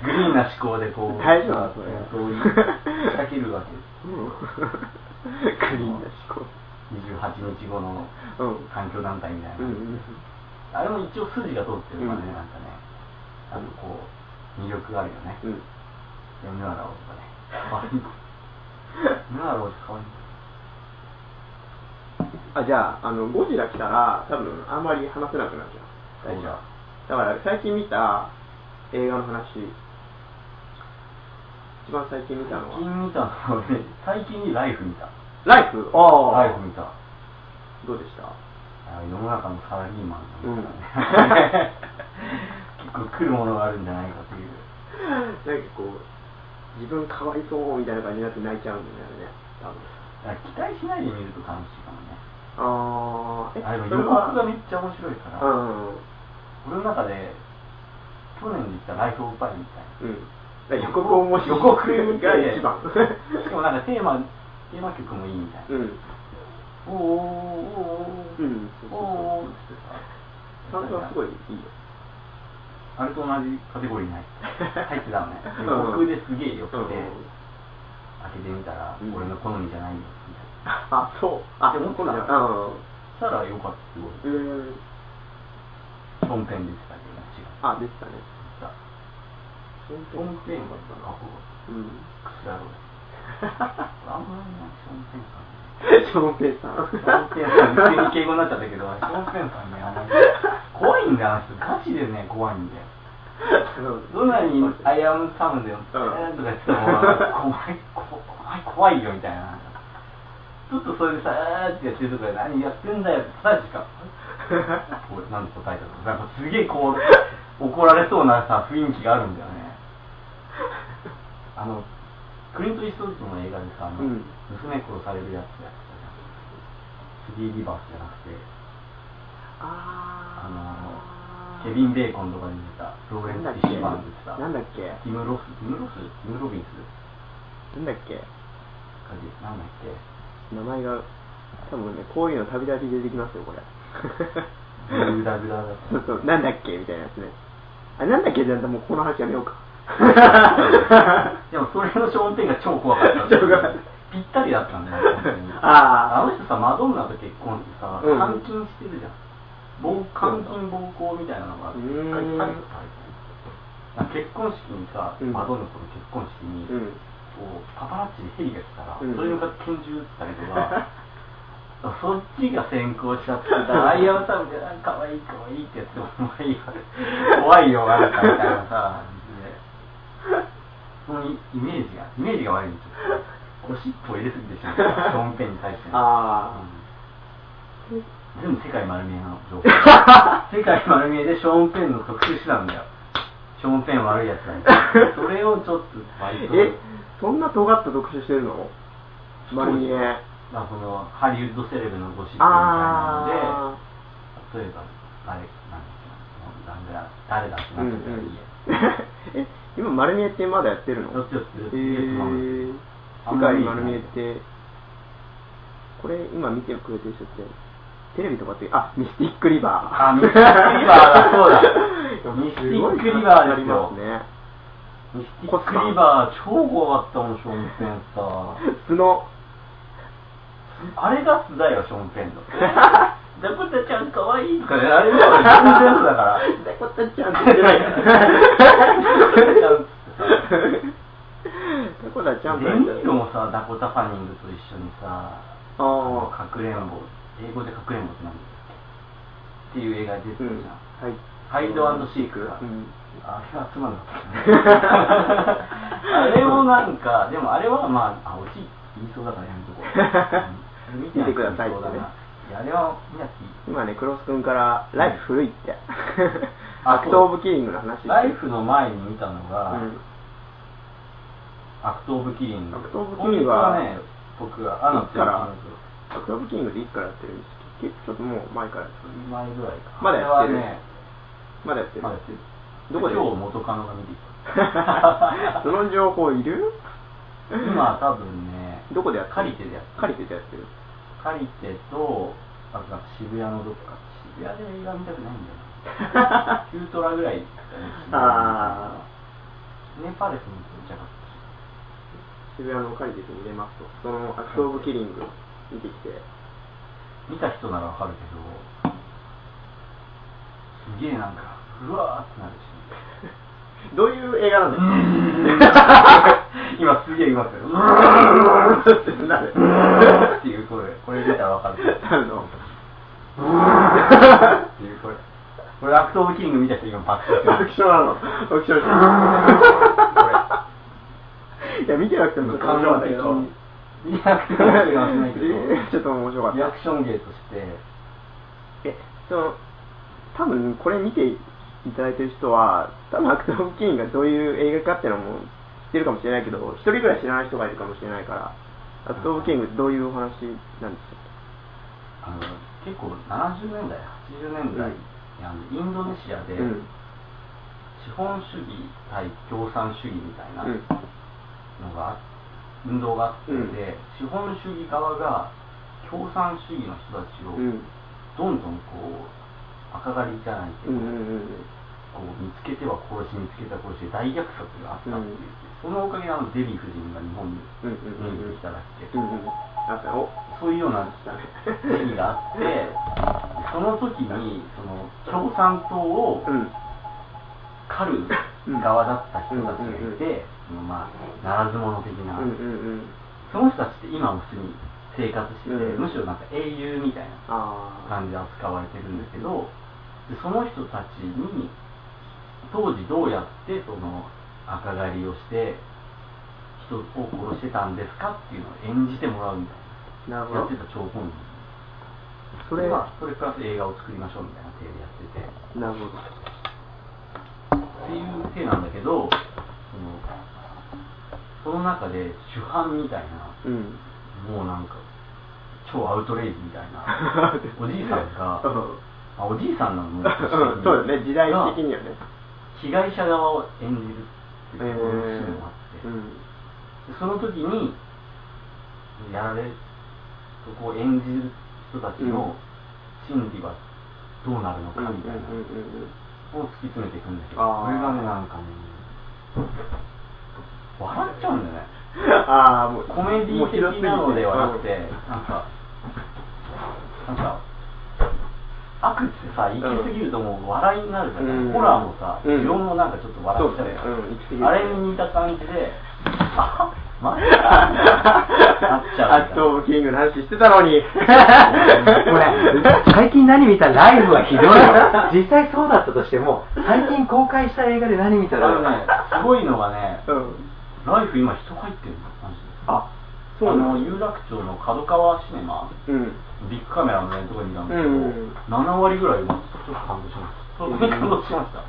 Speaker 2: グリーンな思考でこう
Speaker 1: 大丈夫なのそれ
Speaker 2: 戦争に仕掛けるわけです
Speaker 1: うん。クリーンな思考。
Speaker 2: 28日後の
Speaker 1: うん
Speaker 2: 環境団体みたいな、
Speaker 1: うんうん。
Speaker 2: あれも一応筋が通ってるからね、
Speaker 1: うん
Speaker 2: なんかねあのこう魅力があるよね、
Speaker 1: うん。
Speaker 2: でもヌアラオとかね可愛 いヌアラオって可愛い
Speaker 1: あ、じゃあ、あの、ゴジラ来たら、多分あんまり話せなくなっちゃう。
Speaker 2: そうだ
Speaker 1: だから、最近見た映画の話、一番最近見たの
Speaker 2: 最
Speaker 1: は、
Speaker 2: 近見たのはね最近にライフ見た
Speaker 1: ライフああ、
Speaker 2: ライフ見た
Speaker 1: どうでした
Speaker 2: あ世の中のサラリーマンなんだね、結構来るものがあるんじゃないかという
Speaker 1: なんかこう、自分かわいそうみたいな感じになって泣いちゃうんだよね、多分。
Speaker 2: だから期待しないで見ると楽しいかもね
Speaker 1: あー、
Speaker 2: あで
Speaker 1: そ
Speaker 2: も予
Speaker 1: れ
Speaker 2: 告
Speaker 1: は
Speaker 2: がめっちゃ面白いから、
Speaker 1: うん。
Speaker 2: 俺の中で去年で言ったライフオブパイみたい
Speaker 1: う
Speaker 2: な
Speaker 1: ん。だから予告を面白い。
Speaker 2: 予告
Speaker 1: が一番。
Speaker 2: しかもなんかテーマテーマ曲もいいみたいな、
Speaker 1: うん。
Speaker 2: おーおーおー
Speaker 1: うんそうそうそう
Speaker 2: おーおーってさ
Speaker 1: ちゃんとはすごいいいよ。
Speaker 2: あれと同じカテゴ リーに入って入ってたのねで
Speaker 1: うん
Speaker 2: 僕ですげえ良くて、
Speaker 1: うん
Speaker 2: 開けてみたら、
Speaker 1: うん
Speaker 2: 俺の好みじゃないよみたい
Speaker 1: あ、
Speaker 2: な
Speaker 1: そう。あ、
Speaker 2: でも
Speaker 1: そうだ。
Speaker 2: そうだ
Speaker 1: うん。
Speaker 2: したらよかったすごい
Speaker 1: うん。
Speaker 2: 本編でしたけど違う
Speaker 1: あ、でしたね。
Speaker 2: 本編は過
Speaker 1: う
Speaker 2: 去
Speaker 1: ん。
Speaker 2: クソ野郎あんまりないショーン・ペンさ んね
Speaker 1: ショーンペンさん。
Speaker 2: ショーン・ペンさん急に敬語になっちゃったけどショーン・ペンさんねあんまり怖いんだよあの人ガチでね怖いんだよどんなに「アイアム・サム」でも「えー」とか言っても怖いこ怖い怖いよみたいなちょっとそれでさ「えー」ってやってるとか何やってんだよってさしか俺なんて答えたのなんかすげえこう怒られそうなさ雰囲気があるんだよねあのクリント・イーストウッドの映画でさあの、
Speaker 1: うん
Speaker 2: 娘殺されるやつやってたじゃん3リバースじゃなくて
Speaker 1: あ
Speaker 2: あのケビン・ベーコンとかで出たローレンス・フィッシュマンでさ
Speaker 1: なんだっけ
Speaker 2: ティム・ロスティム・ロスティム・ロビンス
Speaker 1: なんだっけ
Speaker 2: かでなんだっけ
Speaker 1: 名前が、多分ね、こういうのたびたび出てきますよ、これ。
Speaker 2: グダグダだった
Speaker 1: そうそう、なんだっけみたいなやつね。あ、なんだっけじゃあもうこの話やめようか。
Speaker 2: でもそれのショーン・ペンが超怖かったんだよ
Speaker 1: 超怖かった
Speaker 2: ぴったりだったんだよ、本当に
Speaker 1: あー
Speaker 2: あの人さ、マドンナと結婚してさ、
Speaker 1: うん
Speaker 2: 監禁してるじゃん。暴監禁暴行みたいなのがあって、
Speaker 1: うーん
Speaker 2: 一回書いてたみたいな結婚式にさ、
Speaker 1: うん
Speaker 2: マドンナとの結婚式に、
Speaker 1: うん。
Speaker 2: こうパパラッチでヘリが来たら、
Speaker 1: うん
Speaker 2: それに向かって拳銃撃ったりとか、 そっちが先行しちゃってた、アイアンサムで、あかわいいかわいいってやっても、お前怖いよ、怖いよ、なんかみたいなさ、感じでそのイメージが、イメージが悪いんですよ。おしっぽ入れすぎてしまった、ショーンペンに対してね。
Speaker 1: あ
Speaker 2: うん全部世界丸見えの情報。世界丸見えでショーンペンの特集してたんだよ。ショーンペン悪いやつだみたいなそれをちょっと割と。
Speaker 1: え、そんな尖った特集してるの丸見え。
Speaker 2: まあ、このハリウッドセレブのゴシップみたいなの
Speaker 1: あ
Speaker 2: で、例えば、あれ、なんだっけな、なんだ誰だって
Speaker 1: ー。
Speaker 2: な
Speaker 1: う
Speaker 2: っ
Speaker 1: ん
Speaker 2: てたらいいや。
Speaker 1: うん。 え、今丸見えってまだやってるの
Speaker 2: やってるやっ
Speaker 1: え
Speaker 2: てる
Speaker 1: ー。
Speaker 2: あ
Speaker 1: 世
Speaker 2: んま
Speaker 1: 界
Speaker 2: り
Speaker 1: 丸見えって、これ今見てくれてる人って、テレビとかって、あ、ミスティックリバー。
Speaker 2: あミスティックリバーだそうだミスティックリバ
Speaker 1: すごい活躍あ
Speaker 2: ーですよ
Speaker 1: りますね。
Speaker 2: ミスティックリバー、超怖かったもん、ショーンペンさ。
Speaker 1: 素の、
Speaker 2: あれが素だよ、ショーンペンの。 ダコタちゃんかわいいとかね、あれが全然素だ から。
Speaker 1: ダコタちゃんって言ってないダコタちゃんって
Speaker 2: デ
Speaker 1: 言ってない
Speaker 2: ニーロもさ、ダコタファニングと一緒にさ、
Speaker 1: あー
Speaker 2: かくれんぼ、英語でかくれんぼって何だっけっていう映画に出て
Speaker 1: う
Speaker 2: たじゃ
Speaker 1: ん。
Speaker 2: ん
Speaker 1: はい。
Speaker 2: ハイドアンドシークが。
Speaker 1: うん
Speaker 2: あれはつまんなかったね。あれもなん か、でもあれはまあ、あ、落ち言いそうだからやめとこう。う ん
Speaker 1: 見てくださいってね
Speaker 2: 見そうだないや、あれは見なくていい。
Speaker 1: 今ね、クロス君から、ライフ古いって。
Speaker 2: あ
Speaker 1: アクトオブキリングの話。
Speaker 2: ライフの前に見たのが、
Speaker 1: うん
Speaker 2: アクト・オブ・キリング。
Speaker 1: アクトオブキリングは
Speaker 2: 本日ね、僕が、あの、
Speaker 1: いつから
Speaker 2: の
Speaker 1: アクトオブキリングでいつからやってるんですけど、結構ちょっともう前からですね
Speaker 2: 前ぐらいか。
Speaker 1: まだやってる
Speaker 2: あれはね、
Speaker 1: まだやってる。
Speaker 2: まだやってる。
Speaker 1: どこで
Speaker 2: 今日元カノが見てきた。
Speaker 1: その情報いる
Speaker 2: 今、多分ね、
Speaker 1: どこでやってる
Speaker 2: カリテでやってる
Speaker 1: カリテでや ってる。
Speaker 2: カリテと、あとなんか渋谷のどっか、渋谷で映画見たくないんだよな。キュートラぐらいだね
Speaker 1: あ
Speaker 2: ネパレスも見ちゃかったし。
Speaker 1: 渋谷のカリテで見れますと。そのアクトオブキリング見てきて。
Speaker 2: 見た人ならわかるけど、すげえなんか、うわーってなるし。
Speaker 1: どういう映画なの
Speaker 2: 今すげえ言いますよ。う
Speaker 1: うーんってなる
Speaker 2: ーんっていう声。これ見たらわかる。
Speaker 1: なるの
Speaker 2: うーんっていう声。これアクトオブキング見た人今爆笑し
Speaker 1: 爆
Speaker 2: てる。
Speaker 1: 笑なの爆笑してるいや見てなくても
Speaker 2: 感
Speaker 1: 面白か
Speaker 2: 情
Speaker 1: った
Speaker 2: 的
Speaker 1: けど
Speaker 2: に。リアクションゲーはしないけど、
Speaker 1: ちょっと面白かった
Speaker 2: リアクションゲーとして、
Speaker 1: えその多分これ見ていただいてる人は多分アクトオブキリングがどういう映画かっていうのも知ってるかもしれないけど一人ぐらい知らない人がいるかもしれないからアクトオブキングどういうお話なんですか
Speaker 2: あの結構70年代、80年代、あのインドネシアで、
Speaker 1: うん
Speaker 2: 資本主義対共産主義みたいな
Speaker 1: うん
Speaker 2: のが、運動があって、
Speaker 1: うん
Speaker 2: 資本主義側が共産主義の人たち
Speaker 1: う
Speaker 2: をど
Speaker 1: ん
Speaker 2: んどんこう赤狩りじゃないけ
Speaker 1: う
Speaker 2: ど、
Speaker 1: んうんうん
Speaker 2: こう見つけては殺し見つけては殺しで大虐殺があったっていう、
Speaker 1: うん
Speaker 2: そのおかげであのデヴィ夫人が日本に
Speaker 1: うんうんう
Speaker 2: 見
Speaker 1: ん
Speaker 2: に来たらしくて、
Speaker 1: うんうんあったお
Speaker 2: そういうような意義があってその時にその共産党を、
Speaker 1: うん
Speaker 2: 狩る側だった人たちがいて、そのまあ、ならず者的な、
Speaker 1: うんうんうん
Speaker 2: その人たちって今も普通に生活して
Speaker 1: うん
Speaker 2: て、むしろなんか英雄みたいな
Speaker 1: あ
Speaker 2: 感じで扱われてるんだけど、でその人たちに、当時どうやってその赤狩りをして、人を殺してたんですかっていうのを演じてもらうみたい
Speaker 1: あなるほ
Speaker 2: な、やっ
Speaker 1: ど
Speaker 2: てた張本人。
Speaker 1: それは
Speaker 2: はそれプラス映画を作りましょうみたいな手でやってて。
Speaker 1: なるほど
Speaker 2: っていう手なんだけどそのその中で主犯みたいな
Speaker 1: うん
Speaker 2: もうなんか超アウトレイジみたいな お
Speaker 1: お
Speaker 2: じいさんがあおじいさんなの
Speaker 1: う
Speaker 2: も
Speaker 1: んそうだね時代的にはね
Speaker 2: 被害者側を演じるって
Speaker 1: え
Speaker 2: いうシーンもあって、
Speaker 1: ーうん
Speaker 2: でその時にやられそこを演じる人たちの心理はどうなるのかみたいな
Speaker 1: うんうんうんうん
Speaker 2: を突き詰めていくんだけど、
Speaker 1: あー
Speaker 2: それがね、なんかね、笑っちゃうんだよね。
Speaker 1: ああ、もう、
Speaker 2: コメディ
Speaker 1: もうひどすぎて
Speaker 2: 的なのではなくて、なんか、なんか、悪ってさ、行き過ぎるともう笑いになるから、
Speaker 1: うん
Speaker 2: ホラーもさ、
Speaker 1: うん
Speaker 2: 自分もなんかちょっと笑っちゃうじゃ
Speaker 1: そ
Speaker 2: ん
Speaker 1: うだねうん行き過ぎる
Speaker 2: あれに似た感じで、あマジかなっちゃう
Speaker 1: アットオブキングの話してたの に。
Speaker 3: これ、最近何見たライブはひどいよ。実際そうだったとしても、最近公開した映画で何見た
Speaker 2: あの
Speaker 3: ら
Speaker 2: ね、すごいのがね、
Speaker 1: うん。
Speaker 2: ライフ今人入ってるの、マジで。
Speaker 1: あ、そ
Speaker 2: あ
Speaker 1: うな
Speaker 2: の
Speaker 1: の
Speaker 2: 有楽町の角川シネマ、
Speaker 1: うん。
Speaker 2: ビッグカメラのね、とこにいたんですけ
Speaker 1: う
Speaker 2: ど、
Speaker 1: んうんうん
Speaker 2: 7割ぐらい、ちょっと感動しました。そこに感動しました。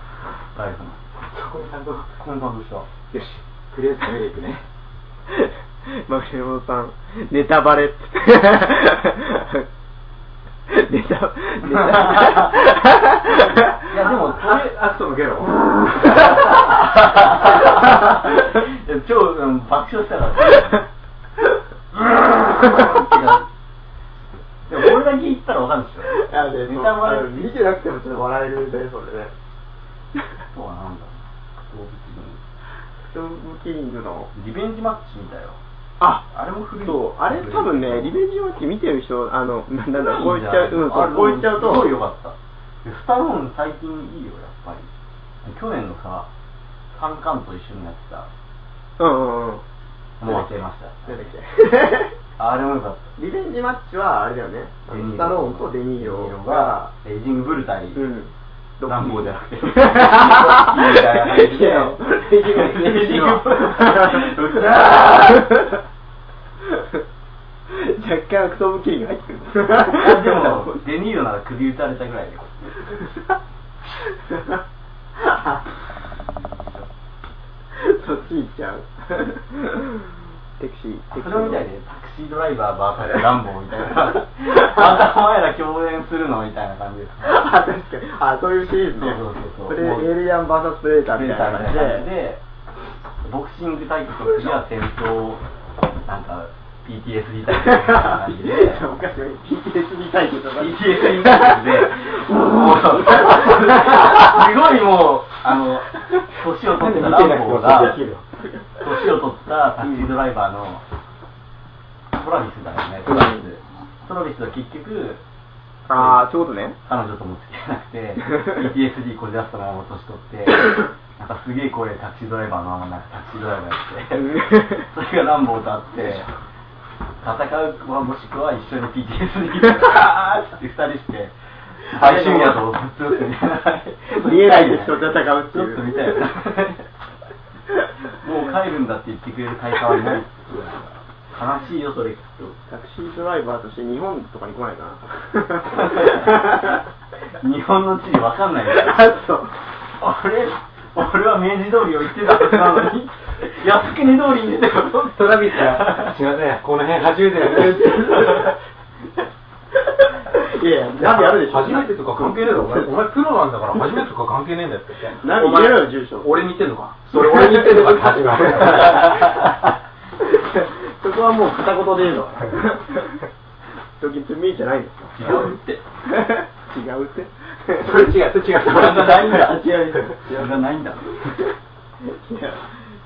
Speaker 2: ライフの。
Speaker 3: そこに感動。よ
Speaker 2: ここに感動した。
Speaker 3: し、とりあえず見に行くね。
Speaker 1: マグネモさん、ネタバレって。ネタ、ネタ。
Speaker 2: いや、でも、それ、
Speaker 3: アクトの ゲロ。
Speaker 2: いや超、うん、爆笑したから。でも、これだけ言ったらわかるでしょ。ネタバレ
Speaker 1: 見てなくてもちょっと笑えるね、それね。
Speaker 2: あとはなんだろう。動物に。
Speaker 1: ストーブキングの。
Speaker 2: リベンジマッチみたいよ。
Speaker 1: あ
Speaker 2: あれも古い。
Speaker 1: そう、あれ多分ね、リベンジマッチ見てる人、あの、ななんだろう、こう言っちゃう、うん、
Speaker 2: あ
Speaker 1: そう
Speaker 2: れ
Speaker 1: こう言っちゃうと、
Speaker 2: すごい良かった。でスタローン最近いいよ、やっぱり。去年のさ、三冠と一緒にやってた、
Speaker 1: うんうんうん。
Speaker 2: もう忘れました。
Speaker 1: なんだっけ
Speaker 2: あれも良かった。
Speaker 1: リベンジマッチは、あれだよね、あのスタローンとデニー
Speaker 2: デニ
Speaker 1: ロ
Speaker 2: ーロ
Speaker 1: が
Speaker 2: が、、エイジングブル対、
Speaker 1: うん。
Speaker 2: 乱暴じゃなくて。
Speaker 1: いやレイジングレイジング 若干アクトブキング入って くる。
Speaker 2: でも、デニーロなら首打たれたぐらいで。
Speaker 1: そっち行っちゃう。 テクシー、
Speaker 2: そ
Speaker 1: テクシー。
Speaker 2: れみたいで、タクシードライバーバーサスランボーみたい な。またお前ら共演するのみたいな感じです。
Speaker 1: あ、確かに。あ、そういうシリーズね。
Speaker 2: そうそうそうそう
Speaker 1: プレエイリアン VS プレーターみ
Speaker 2: み
Speaker 1: た
Speaker 2: た
Speaker 1: い
Speaker 2: い
Speaker 1: な
Speaker 2: な
Speaker 1: 感
Speaker 2: 感
Speaker 1: じ
Speaker 2: じ
Speaker 1: で。
Speaker 2: で、ボクシング対決と次は戦闘、なんか PTSD 対決みたいな感 じで、
Speaker 1: おかしい。PTSD 対決とか。
Speaker 2: PTSD 対決で、もう、すごいもう、あの、年を取ったランボーが、年を取ったタクシードライバーの、トラビスだよね、トラビス。トラビスは結局、
Speaker 1: あー、ちょうどね。
Speaker 2: 彼女とも付き合えな くて、PTSD こじらせたまま年取って、なんかすげえ声でタクシードライバーのままなんかタクシードライバーやって、 それがランボーとあって、戦うはもしくは一緒に PTSD で、あーって二人して、最終やと、ずっとみたいな
Speaker 1: 見えない敵と戦うっていう
Speaker 2: ちょっと見たい よね。もう帰るんだって言ってくれる会社はいないっていう悲しいよ、それきっ と。
Speaker 1: タクシードライバーとして日本とかに来ないかな。
Speaker 2: 日本の地理わかんないから。
Speaker 1: あ、 そう。
Speaker 2: 俺、俺は明治通りを行ってたはずなのに、靖国通りに出てこそ
Speaker 3: トラビスが、すいません、この辺初めてやる。
Speaker 1: いやいや、ナビあるでしょ。
Speaker 3: 初めてとか関係ねえだろ、お前。お前プロなんだから、初めてとか関係ねえんだよ って。
Speaker 1: ナビ入れろよ、住所。
Speaker 3: 俺に言ってんのかそれ俺に言ってんのかって 始まる。
Speaker 1: そこはもう片言で言うの。 ドキッとミーじゃないんですか。
Speaker 2: 違うって。
Speaker 1: 違うって。
Speaker 3: そ れ違う、それ違う。
Speaker 2: それがないんだ。
Speaker 1: 違う違う
Speaker 2: それがないんだ。
Speaker 1: いや、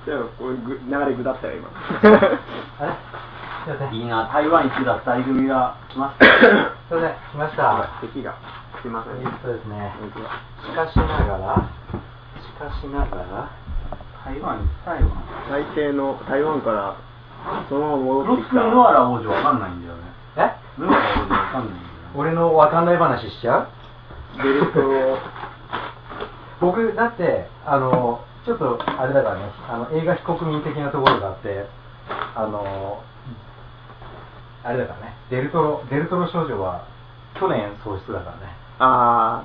Speaker 1: じゃあ、これぐ流れ下ったよ、今。
Speaker 3: あれすいません、
Speaker 2: いいな、台湾行ってた二人組が来ました。
Speaker 3: すいません、来ました。
Speaker 1: 敵が。すいません。
Speaker 3: えっとですね、
Speaker 1: 本当だ
Speaker 3: しかしながら、しかしながら、
Speaker 2: 台湾行ったよな。
Speaker 1: 最低の台湾から、そのまま戻
Speaker 2: ロ
Speaker 1: って
Speaker 2: ス
Speaker 1: きた。
Speaker 2: ヌアラ王女わかんないんだよね。
Speaker 3: え
Speaker 2: ヌアラ王女わかんないんだよね。
Speaker 3: 俺のわかんない話しちゃう
Speaker 1: ベルトを。
Speaker 3: 僕、だって、あの、ちょっと、あれだからね、あの映画非国民的なところがあって、あの、あれだからね、デルトロ、デルトロ少女は去年喪失だからね。
Speaker 1: あ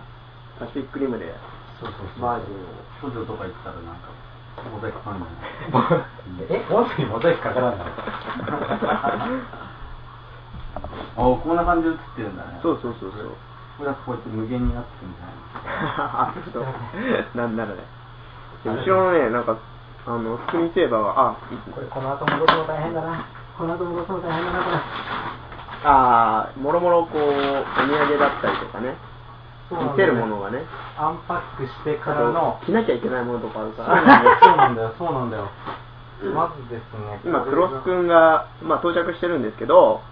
Speaker 1: ー、パシフィックリムで、
Speaker 3: そうそうそう。
Speaker 1: マージンを。
Speaker 2: 少女とか行ったらなんか、モザイ クかかんない。
Speaker 3: え、音声にモザイクかからんの
Speaker 2: あこんな感じで映ってるんだね。
Speaker 1: そうそうそうそう。
Speaker 2: これなんかこうやって無限になってるみたいな。
Speaker 1: あ、ちょっと、なんならね。で後ろのね、なんか、あの、スクリーンセーバーは、あ、
Speaker 3: これこの後戻すの大変だな。この後戻すの大変だな、これ。
Speaker 1: ああ、もろもろこう、お土産だったりとかね、見せるものがね、
Speaker 3: アンパックしてからの
Speaker 1: あと着なきゃいけないものとかあるか
Speaker 3: そう
Speaker 1: ら、
Speaker 3: なんだよそうなんだよそうなんだよまずですね
Speaker 1: 今、クロス
Speaker 3: ん
Speaker 1: 君が、まあ、到着してるんですけど、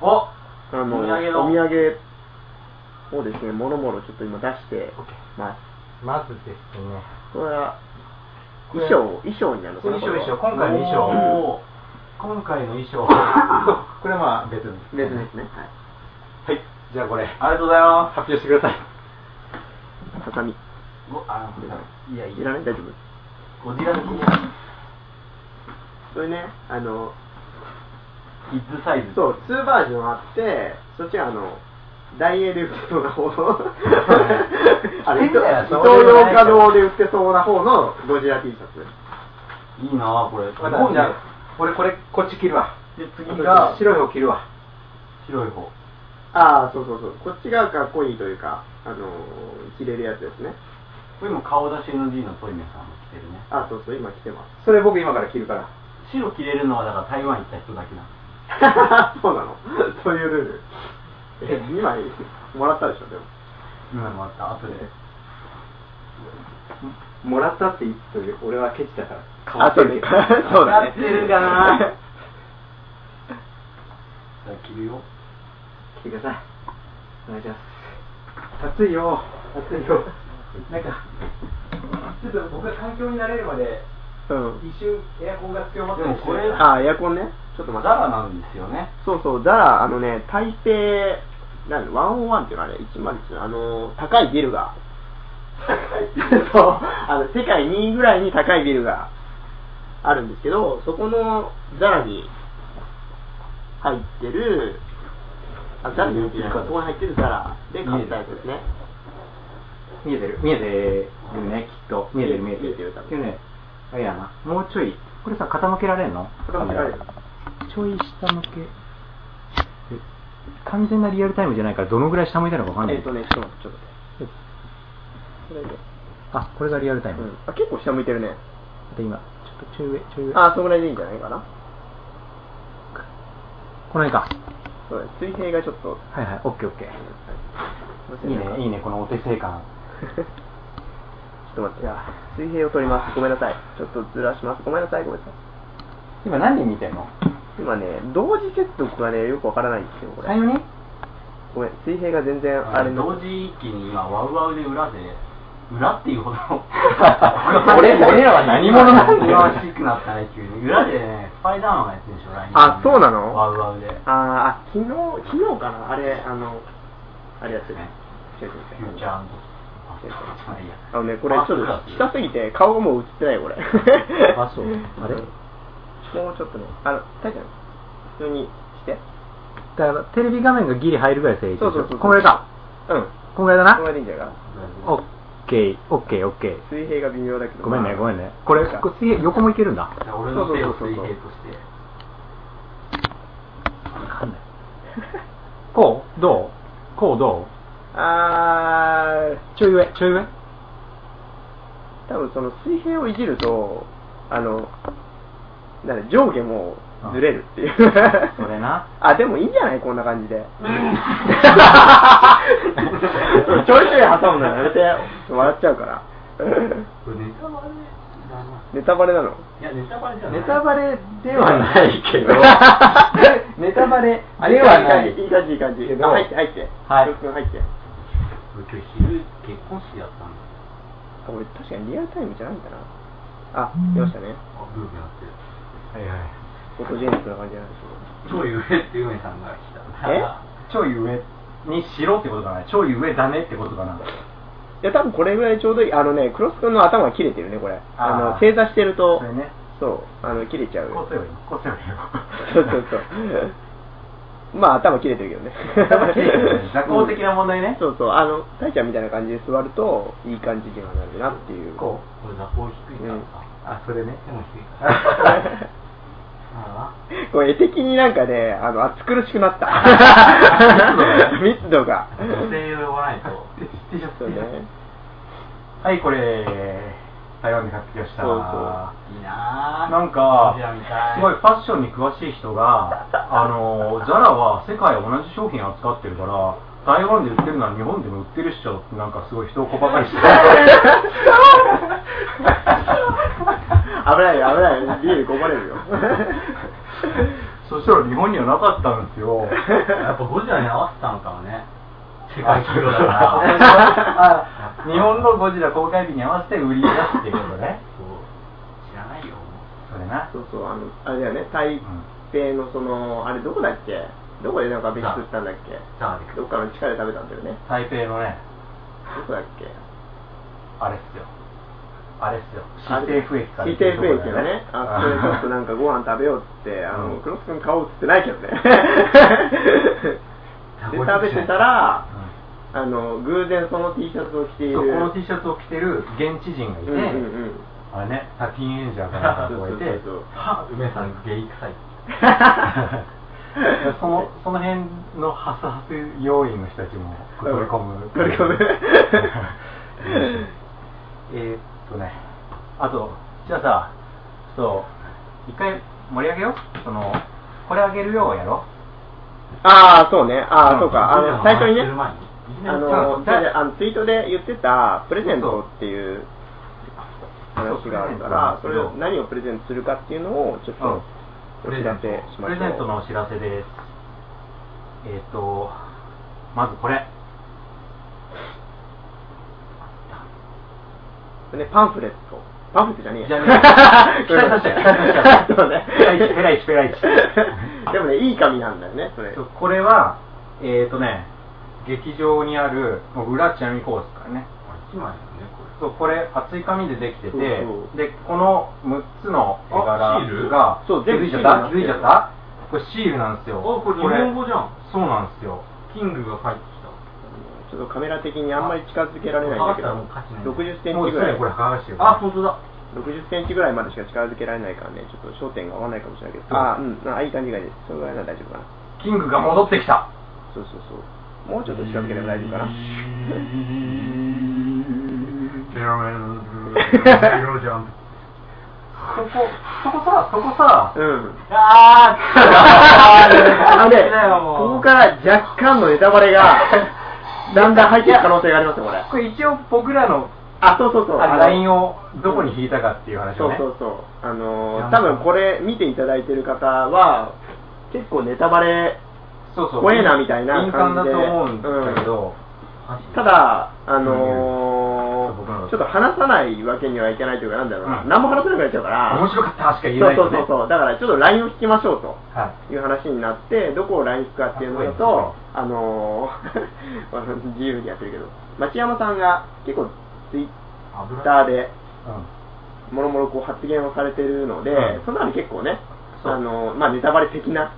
Speaker 2: お
Speaker 1: あの
Speaker 2: お土産の
Speaker 1: お土産をですね、もろもろちょっと今出してます。
Speaker 3: まずですね
Speaker 1: これは
Speaker 3: これ
Speaker 1: 衣装、衣装になるのかな
Speaker 3: 衣装衣装
Speaker 1: これは
Speaker 3: 今回の衣装
Speaker 2: おー
Speaker 3: 今回の衣装これはまあ別に
Speaker 1: 別ですね。はい。
Speaker 3: はいじゃあこれ
Speaker 2: ありがとうございます。
Speaker 3: 発表してください
Speaker 1: ハサミ。
Speaker 2: うわあのいやい
Speaker 1: い
Speaker 2: や、
Speaker 1: らない大丈夫。
Speaker 2: ゴジラ的な
Speaker 1: それね、あの、
Speaker 2: キッズサイズ。
Speaker 1: そう、2バージョンあって、そっちはあの、ダイエル売ってそうな方の、 あれ、伊
Speaker 2: 変
Speaker 1: 藤
Speaker 2: だよ
Speaker 1: 洋華堂で売ってそうな方のゴジラ T シャツ。
Speaker 2: いいなあこれ。
Speaker 3: まだじゃあ俺これこっち着るわ
Speaker 2: で次が
Speaker 3: 白い方着るわ
Speaker 2: 白い方。
Speaker 1: ああ、そうそうそう。こっち側かっこいいというか、あのー、着れるやつですね。
Speaker 2: これも顔出し NG のトイメさんも着てるね。
Speaker 1: あそうそう、今着てます。
Speaker 3: それ僕今から着るから
Speaker 2: 白着れるのはだから台湾行った人だけな の。
Speaker 1: そうなのそういうルール。え、2枚もらったでしょ、でも。
Speaker 2: 今もあった後で。
Speaker 3: もらったって言って俺はケチだから
Speaker 1: あそうだね。
Speaker 2: 買ってるかな じゃあ着るよ。
Speaker 3: 来てくださいお願いします暑いよ暑いよなんかちょっと僕が環境に慣れるまで
Speaker 1: うん。
Speaker 3: 一瞬エアコンが強まって
Speaker 2: でもこれ
Speaker 1: あエアコンね。ちょっと
Speaker 2: ザ
Speaker 1: 待って。
Speaker 2: ラなんですよ ね。
Speaker 1: そうそう、ザラ、あのね、台北、なん101っていうのあれ、101の、あのー、高いビルが、そう、あの、世界2位ぐらいに高いビルがあるんですけど、そこのザラに入ってる、あ、ザラに入ってるか、そこに入ってるザラで買ったやつですね。
Speaker 3: 見えてる見えてるねきっと見えてる見えて
Speaker 1: 見えてる
Speaker 3: る
Speaker 1: 多分
Speaker 3: けどねあれやなもうちょいこれさ傾けられんの
Speaker 1: 傾けられる
Speaker 3: カメラちょい下向けえ完全なリアルタイムじゃないからどのぐらい下向いたのかわかんない、
Speaker 1: えっとね、ちょっと待って、ちょっと待って。これで
Speaker 3: あこれがリアルタイム、
Speaker 1: うん、あ結構下向いてるね。
Speaker 3: で今ちょっと中上中上
Speaker 1: あ、そのぐらいでいいんじゃないかな。
Speaker 3: この辺か
Speaker 1: そうだね水平がちょっと。
Speaker 3: はいはいオッケーオッケ
Speaker 1: はい
Speaker 3: ーいいねいい ねこのお手製感
Speaker 1: ちょっと待って、水平を取ります。ごめんなさい。ちょっとずらします。ごめんなさい、ごめんなさい。
Speaker 3: 今何人見てんの
Speaker 1: 今ね、同時接続がね、よくわからないんですよ、これ。
Speaker 3: 34人
Speaker 1: ごめん、水平が全然あ
Speaker 2: あ
Speaker 1: れ
Speaker 2: れ
Speaker 1: の。
Speaker 2: 同時一気に今ワウワウで裏で裏っ ていうほど
Speaker 3: 俺俺らは何者なんだよ
Speaker 2: ワウワウしくなったね急に裏でねスパイダーマンがやってるでしょ来年
Speaker 1: あそうなの
Speaker 2: ワウワウで
Speaker 1: あーあ、昨日、昨日かなあれ、あの、あれやってる。違う違う
Speaker 2: フュー
Speaker 1: 違
Speaker 2: チ
Speaker 1: う
Speaker 2: ャーあそうまあいいや
Speaker 1: あのね、これちょっ
Speaker 2: マ
Speaker 1: と
Speaker 2: スク
Speaker 1: 近
Speaker 2: だ
Speaker 1: すぎて顔がもう映ってないこれ。
Speaker 3: あそうあれ
Speaker 1: もうちょっとね、あの、大丈夫普通にして。
Speaker 3: だからテレビ画面がギリ入るぐらい正義
Speaker 1: そうそうそう
Speaker 3: こんぐらいか
Speaker 1: うん。
Speaker 3: こんぐらいだ
Speaker 1: こ
Speaker 3: な
Speaker 1: れでいいんじゃないかな。
Speaker 3: オッケーオッケーオッケー
Speaker 1: 水平が微妙だけど。
Speaker 3: ごめんねごめん
Speaker 1: ね。
Speaker 3: ねこれこれすげえ横もいけるんだ
Speaker 2: じゃあ俺の手を水平として
Speaker 3: わかんないこうどうこうど
Speaker 1: あー。
Speaker 3: うちょい上ちょい上
Speaker 1: 多分その水平をいじると、あの、なんだ上下もずれるっていう。
Speaker 3: それな
Speaker 1: あ、でもいいんじゃないこんな感じで。ちょいちょい挟むのやめて。笑っちゃうから。
Speaker 2: これネタバレだな
Speaker 1: ネタバレなの
Speaker 2: いやネタバレじゃない
Speaker 3: ネタバレではないけ どネタバレ
Speaker 1: あ
Speaker 3: ではない
Speaker 1: い感じ、いい感じ、いい
Speaker 3: け
Speaker 1: 感じ。
Speaker 3: ど
Speaker 1: あ、入って、入って。
Speaker 3: はい
Speaker 1: よく君入って。
Speaker 2: 俺今日昼結婚式やったんだよ
Speaker 1: あ、俺確かにリアルタイムじゃないんだな。あ、出ましたね。
Speaker 2: あブーブーなってる
Speaker 3: はいはい
Speaker 1: フォトジェニックな感じなんですけど。
Speaker 2: 超上って梅さんが来た
Speaker 1: え
Speaker 3: ちょい上にしろってことかなちょい上だねってことかない
Speaker 1: や、多分これぐらいちょうどいい。あのね、クロス君の頭が切れてるね、これ。
Speaker 3: あー
Speaker 1: あの、正座してると
Speaker 3: そ、れね
Speaker 1: そう、あの、切れちゃう。
Speaker 3: こうすればいいのこうすればいいの
Speaker 1: そうそうそう。 まあ、頭切れてるけどね。
Speaker 3: 頭切れて るね座高的な問題ね
Speaker 1: そうそう、あの、大ちゃんみたいな感じで座ると、いい感じにはなるなっていう。
Speaker 3: こ
Speaker 2: 俺座高低いからさ
Speaker 3: うあそれね
Speaker 2: でも低いから
Speaker 3: あ
Speaker 2: ああ
Speaker 1: これ、絵的になんかね、あの、暑苦しくなった。密度が。
Speaker 2: 女性を呼ばないと
Speaker 1: そうね。
Speaker 3: はいこれ
Speaker 2: 台湾で買ってきました。
Speaker 1: そう
Speaker 4: いいなぁ。
Speaker 2: なんか
Speaker 4: アジアみた、
Speaker 2: すごいファッションに詳しい人が、あの、ザラは世界同じ商品扱ってるから、台湾で売ってるなら日本でも売ってるっしょってなんかすごい人を小バカにして
Speaker 1: 危ないよ危ないよビールこぼれるよ
Speaker 2: そしたら日本にはなかったんですよ。
Speaker 4: やっぱゴジラに合わせたのかもね。世界規模だ から。
Speaker 2: あ
Speaker 4: 日本のゴジラ公開日に合わせて売り出すっていうことね。知らないよ。
Speaker 2: それな。
Speaker 1: そうそうあのあれだよね台北のそのあれどこだっけどこでなんか別室したんだっけ
Speaker 4: ザーで
Speaker 1: どっかの地下で食べたんだよね
Speaker 4: 台北のね、
Speaker 1: どこだっけ
Speaker 4: あれっすよ。あれっすよ。
Speaker 1: あれ
Speaker 4: CTF 駅から。
Speaker 1: シテーフ駅のねあそこでちょっとなんかご飯食べようってあの、クロス君顔映ってないけどねで食べてたらあの偶然その T シャツを着ている
Speaker 2: そうこの T シャツを着てる現地人がいて、
Speaker 1: うんうんうん
Speaker 2: あれね、タティーンエイジャーかなんかがいて、
Speaker 1: そうそうそう
Speaker 4: は梅さん、ゲイ臭い。
Speaker 2: そのその辺のハスハス要員の人たちも取り込む。
Speaker 1: 取り込 む
Speaker 2: えーっとね、あと、じゃあさ、そう、一回盛り上げよう。その、これあげるようやろ。
Speaker 1: ああ、そうね。ああ、そうか。あの、最初にね、
Speaker 4: ゴジラ話する前に
Speaker 1: あの、だあのツイートで言ってた、プレゼントっていう話があるから、そ
Speaker 2: そう
Speaker 1: れ
Speaker 2: そう
Speaker 1: を、何をプレゼントするかっていうのを、ちょっ
Speaker 2: うん
Speaker 1: と、お知らせし
Speaker 2: プ
Speaker 1: ましょう。
Speaker 2: レゼントのお知らせです。えーっと、まずこれ。
Speaker 1: ね、パンフレット。パンフレットじゃねえ
Speaker 2: じゃ
Speaker 1: や
Speaker 2: ね え期待させて期待させて
Speaker 1: そうね。
Speaker 2: ペライチペライチペライチ
Speaker 1: でもね、いい紙なんだよね、それ。
Speaker 2: そうこれは、えーっとね、劇場にある、もう裏ちなみにこうですからね。
Speaker 4: 一枚だよね、
Speaker 2: そ
Speaker 4: これ。
Speaker 2: うこれ厚い紙でできてて
Speaker 1: そうそう
Speaker 2: でこの6つの絵
Speaker 4: あ
Speaker 2: 柄
Speaker 4: シール
Speaker 2: が
Speaker 1: そう全部
Speaker 2: 気づいちゃった
Speaker 1: シール
Speaker 2: 気づ
Speaker 1: に
Speaker 2: いち
Speaker 1: な
Speaker 2: ゃ
Speaker 1: ってる
Speaker 2: ったこれシールなんですよ
Speaker 4: あこれ日本語じゃん
Speaker 2: そうなんですよ
Speaker 4: キングが入ってきた。
Speaker 1: ちょっとカメラ的にあんまり近づけられないんだけど、
Speaker 4: ああったらもう勝ち
Speaker 1: 60セン
Speaker 2: もう
Speaker 1: チ
Speaker 2: す
Speaker 1: ぐ
Speaker 2: で
Speaker 1: らい
Speaker 2: にこ。れ剥がしてる
Speaker 4: あ、本当だ。
Speaker 1: 60センチぐらいまでしか近づけられないからね、ちょっと焦点が合わないかもしれないけど、ああ、うん、あいい感じがいいです。それぐらいなら大丈夫かな。
Speaker 2: キングが戻ってきた
Speaker 1: そうそうそう。もうちょっと近づければ大丈夫かな。
Speaker 2: ベロメロベロジャンそこそこさそこさ
Speaker 1: うん。
Speaker 4: あ
Speaker 1: あのね、ここ
Speaker 4: こ
Speaker 1: から若干のネタバレが、だんだん入っていく可能性がありますよ、これ。
Speaker 2: これ一応僕らの
Speaker 1: あ、そうそうそう。
Speaker 2: あ
Speaker 1: の
Speaker 2: ラインをどこに引いたかっていう話
Speaker 1: そ
Speaker 2: を
Speaker 1: う
Speaker 2: ね
Speaker 1: そうそう。あのー、多分これ見ていただいてる方は、結構ネタバレ、
Speaker 2: そうそう
Speaker 1: 怖えなみたいな感じで
Speaker 2: 敏感だと思うんだけど、
Speaker 1: ただ、あの
Speaker 2: うんうん
Speaker 1: ー、ちょっと話さないわけにはいけないというか、なんだろうな、
Speaker 2: うん
Speaker 1: 何も話せなくなっちゃうから、
Speaker 2: 面白かったしか言えない
Speaker 1: そ
Speaker 2: よ
Speaker 1: う
Speaker 2: ね
Speaker 1: そうそうそう、だからちょっと LINE を引きましょうと。
Speaker 2: はい
Speaker 1: いう話になって、どこを LINE 引くかっていうのと、あのー、 自由にやってるけど、町山さんが結構ツイッターで、
Speaker 2: うん
Speaker 1: もろもろこう発言をされてるので、
Speaker 2: うん
Speaker 1: その中で結構ね、
Speaker 2: そう
Speaker 1: あのーまあ、ネタバレ的な、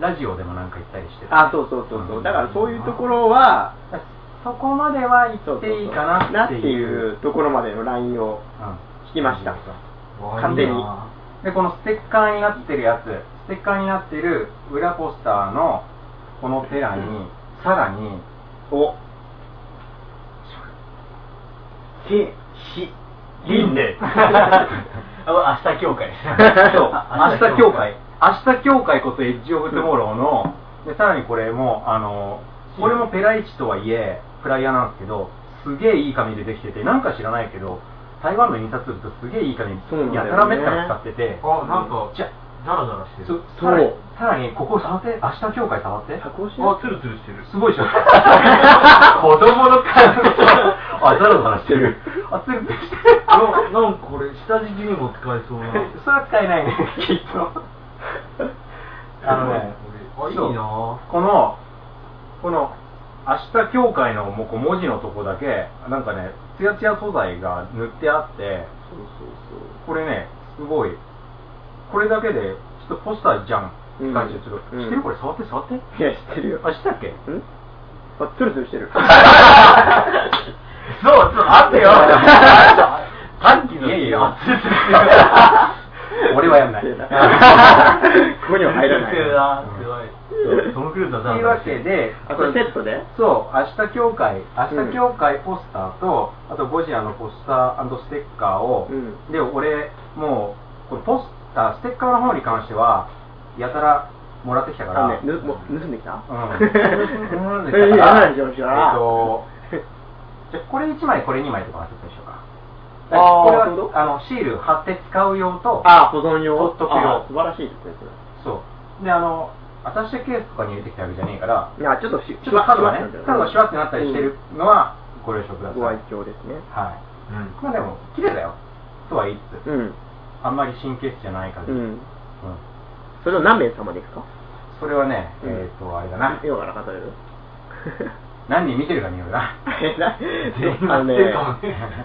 Speaker 2: ラジオでもなんか言ったりして
Speaker 1: あ、そうそうそうそう、だからそういうところは、
Speaker 2: そこまでは言
Speaker 1: そうそうそ
Speaker 2: っ
Speaker 1: う
Speaker 2: ていいかな
Speaker 1: な
Speaker 2: っ
Speaker 1: ってて
Speaker 2: いう
Speaker 1: いうところまでの LINE を
Speaker 2: うん
Speaker 1: 引きました。
Speaker 4: 完
Speaker 1: 完
Speaker 4: 全
Speaker 1: 全
Speaker 4: に
Speaker 1: に。
Speaker 2: でこのステッカーになってるやつステッカーになってる裏ポスターのこのペラにさらに
Speaker 1: おせしりん で
Speaker 4: あ明日協会。
Speaker 2: そう
Speaker 4: あ
Speaker 2: 明日協会。明日協会ことエッジオブトゥモローのでさらにこれもあのこれもペライチとはいえフライヤーなんですけどすげえいい紙でできててなんか知らないけど台湾の印刷物とすげえいい紙
Speaker 1: そうなんだよね
Speaker 2: やたらめったら使ってて
Speaker 4: あ、なんか、
Speaker 2: じゃ
Speaker 4: ダラダラして
Speaker 2: そ
Speaker 4: る。
Speaker 2: さらに
Speaker 1: そう
Speaker 2: さらにここ触って明日協会触って
Speaker 1: 箱押し
Speaker 4: あ、ツルツルしてる。
Speaker 2: すごい でしょ子供の感想あザラザラしてるあつるつるしてる
Speaker 4: ななんかこれ、下敷きにも使えそうな。
Speaker 2: それは使えないねきっと あのね
Speaker 4: あ、いいなぁ。
Speaker 2: このこの明日協会のもうこう文字のとこだけなんかねツヤツヤ素材が塗ってあって
Speaker 1: そうそうそう
Speaker 2: これねすごいこれだけでちょっとポスターじゃんって感じでちょっ
Speaker 1: う
Speaker 2: と
Speaker 1: ん
Speaker 2: 知ってるこれ触って触って
Speaker 1: いや、知ってるよ。
Speaker 2: あ知ったっけ
Speaker 1: んあ、ツルツル してる。
Speaker 4: そう、ちょっと待ってよ。短期の。
Speaker 2: いやい や
Speaker 4: あツルツルしてる
Speaker 2: 俺はやんない
Speaker 1: ここには入らない
Speaker 4: ツルツルだすごい。
Speaker 2: そうトム・クルーズは
Speaker 4: というわけで、
Speaker 1: あ、これセットで
Speaker 2: そう、明日協会、明日協会ポスターと、あとゴジラのポスターステッカーを、
Speaker 1: うん
Speaker 2: で、俺、もう、このポスター、ステッカーの方に関しては、やたらもらってきたから、
Speaker 1: あね、ぬも盗んできた
Speaker 2: うん
Speaker 1: う
Speaker 2: ん
Speaker 1: ん。え、や らないでしょ、じゃ
Speaker 2: えっ
Speaker 1: あ。
Speaker 2: と、じゃあこれ1枚、これ2枚とかなってたでしょうか。
Speaker 1: あー
Speaker 2: これ
Speaker 1: なるほ
Speaker 2: は
Speaker 1: ど
Speaker 2: あのシール貼って使う用と、
Speaker 1: あ、保存用。
Speaker 2: ほっとく用
Speaker 1: あ素晴らしいですね、それ。
Speaker 2: そう。で、あの、アタッシェケースとかに入れてきたわけじゃねえから、
Speaker 1: いや、ちょっとし、
Speaker 2: ちょっと角がね、
Speaker 1: シ
Speaker 2: 角
Speaker 1: ワ
Speaker 2: がシュワってなったりしてるのは、ご了承くだ
Speaker 1: ご
Speaker 2: さ
Speaker 1: 愛。
Speaker 2: い
Speaker 1: 嬌ですね。
Speaker 2: はい。
Speaker 4: うん
Speaker 2: まあでも、綺麗だよ。とは言いつつ、
Speaker 1: うん。
Speaker 2: あんまり神経質じゃない感じ。
Speaker 1: う
Speaker 2: うん
Speaker 1: ん。それを何名様ですか
Speaker 2: それはね、
Speaker 1: うん
Speaker 2: えっと、あれだな。
Speaker 1: 今から数える
Speaker 2: 何人見てるかによるな。
Speaker 1: え、な、あのね、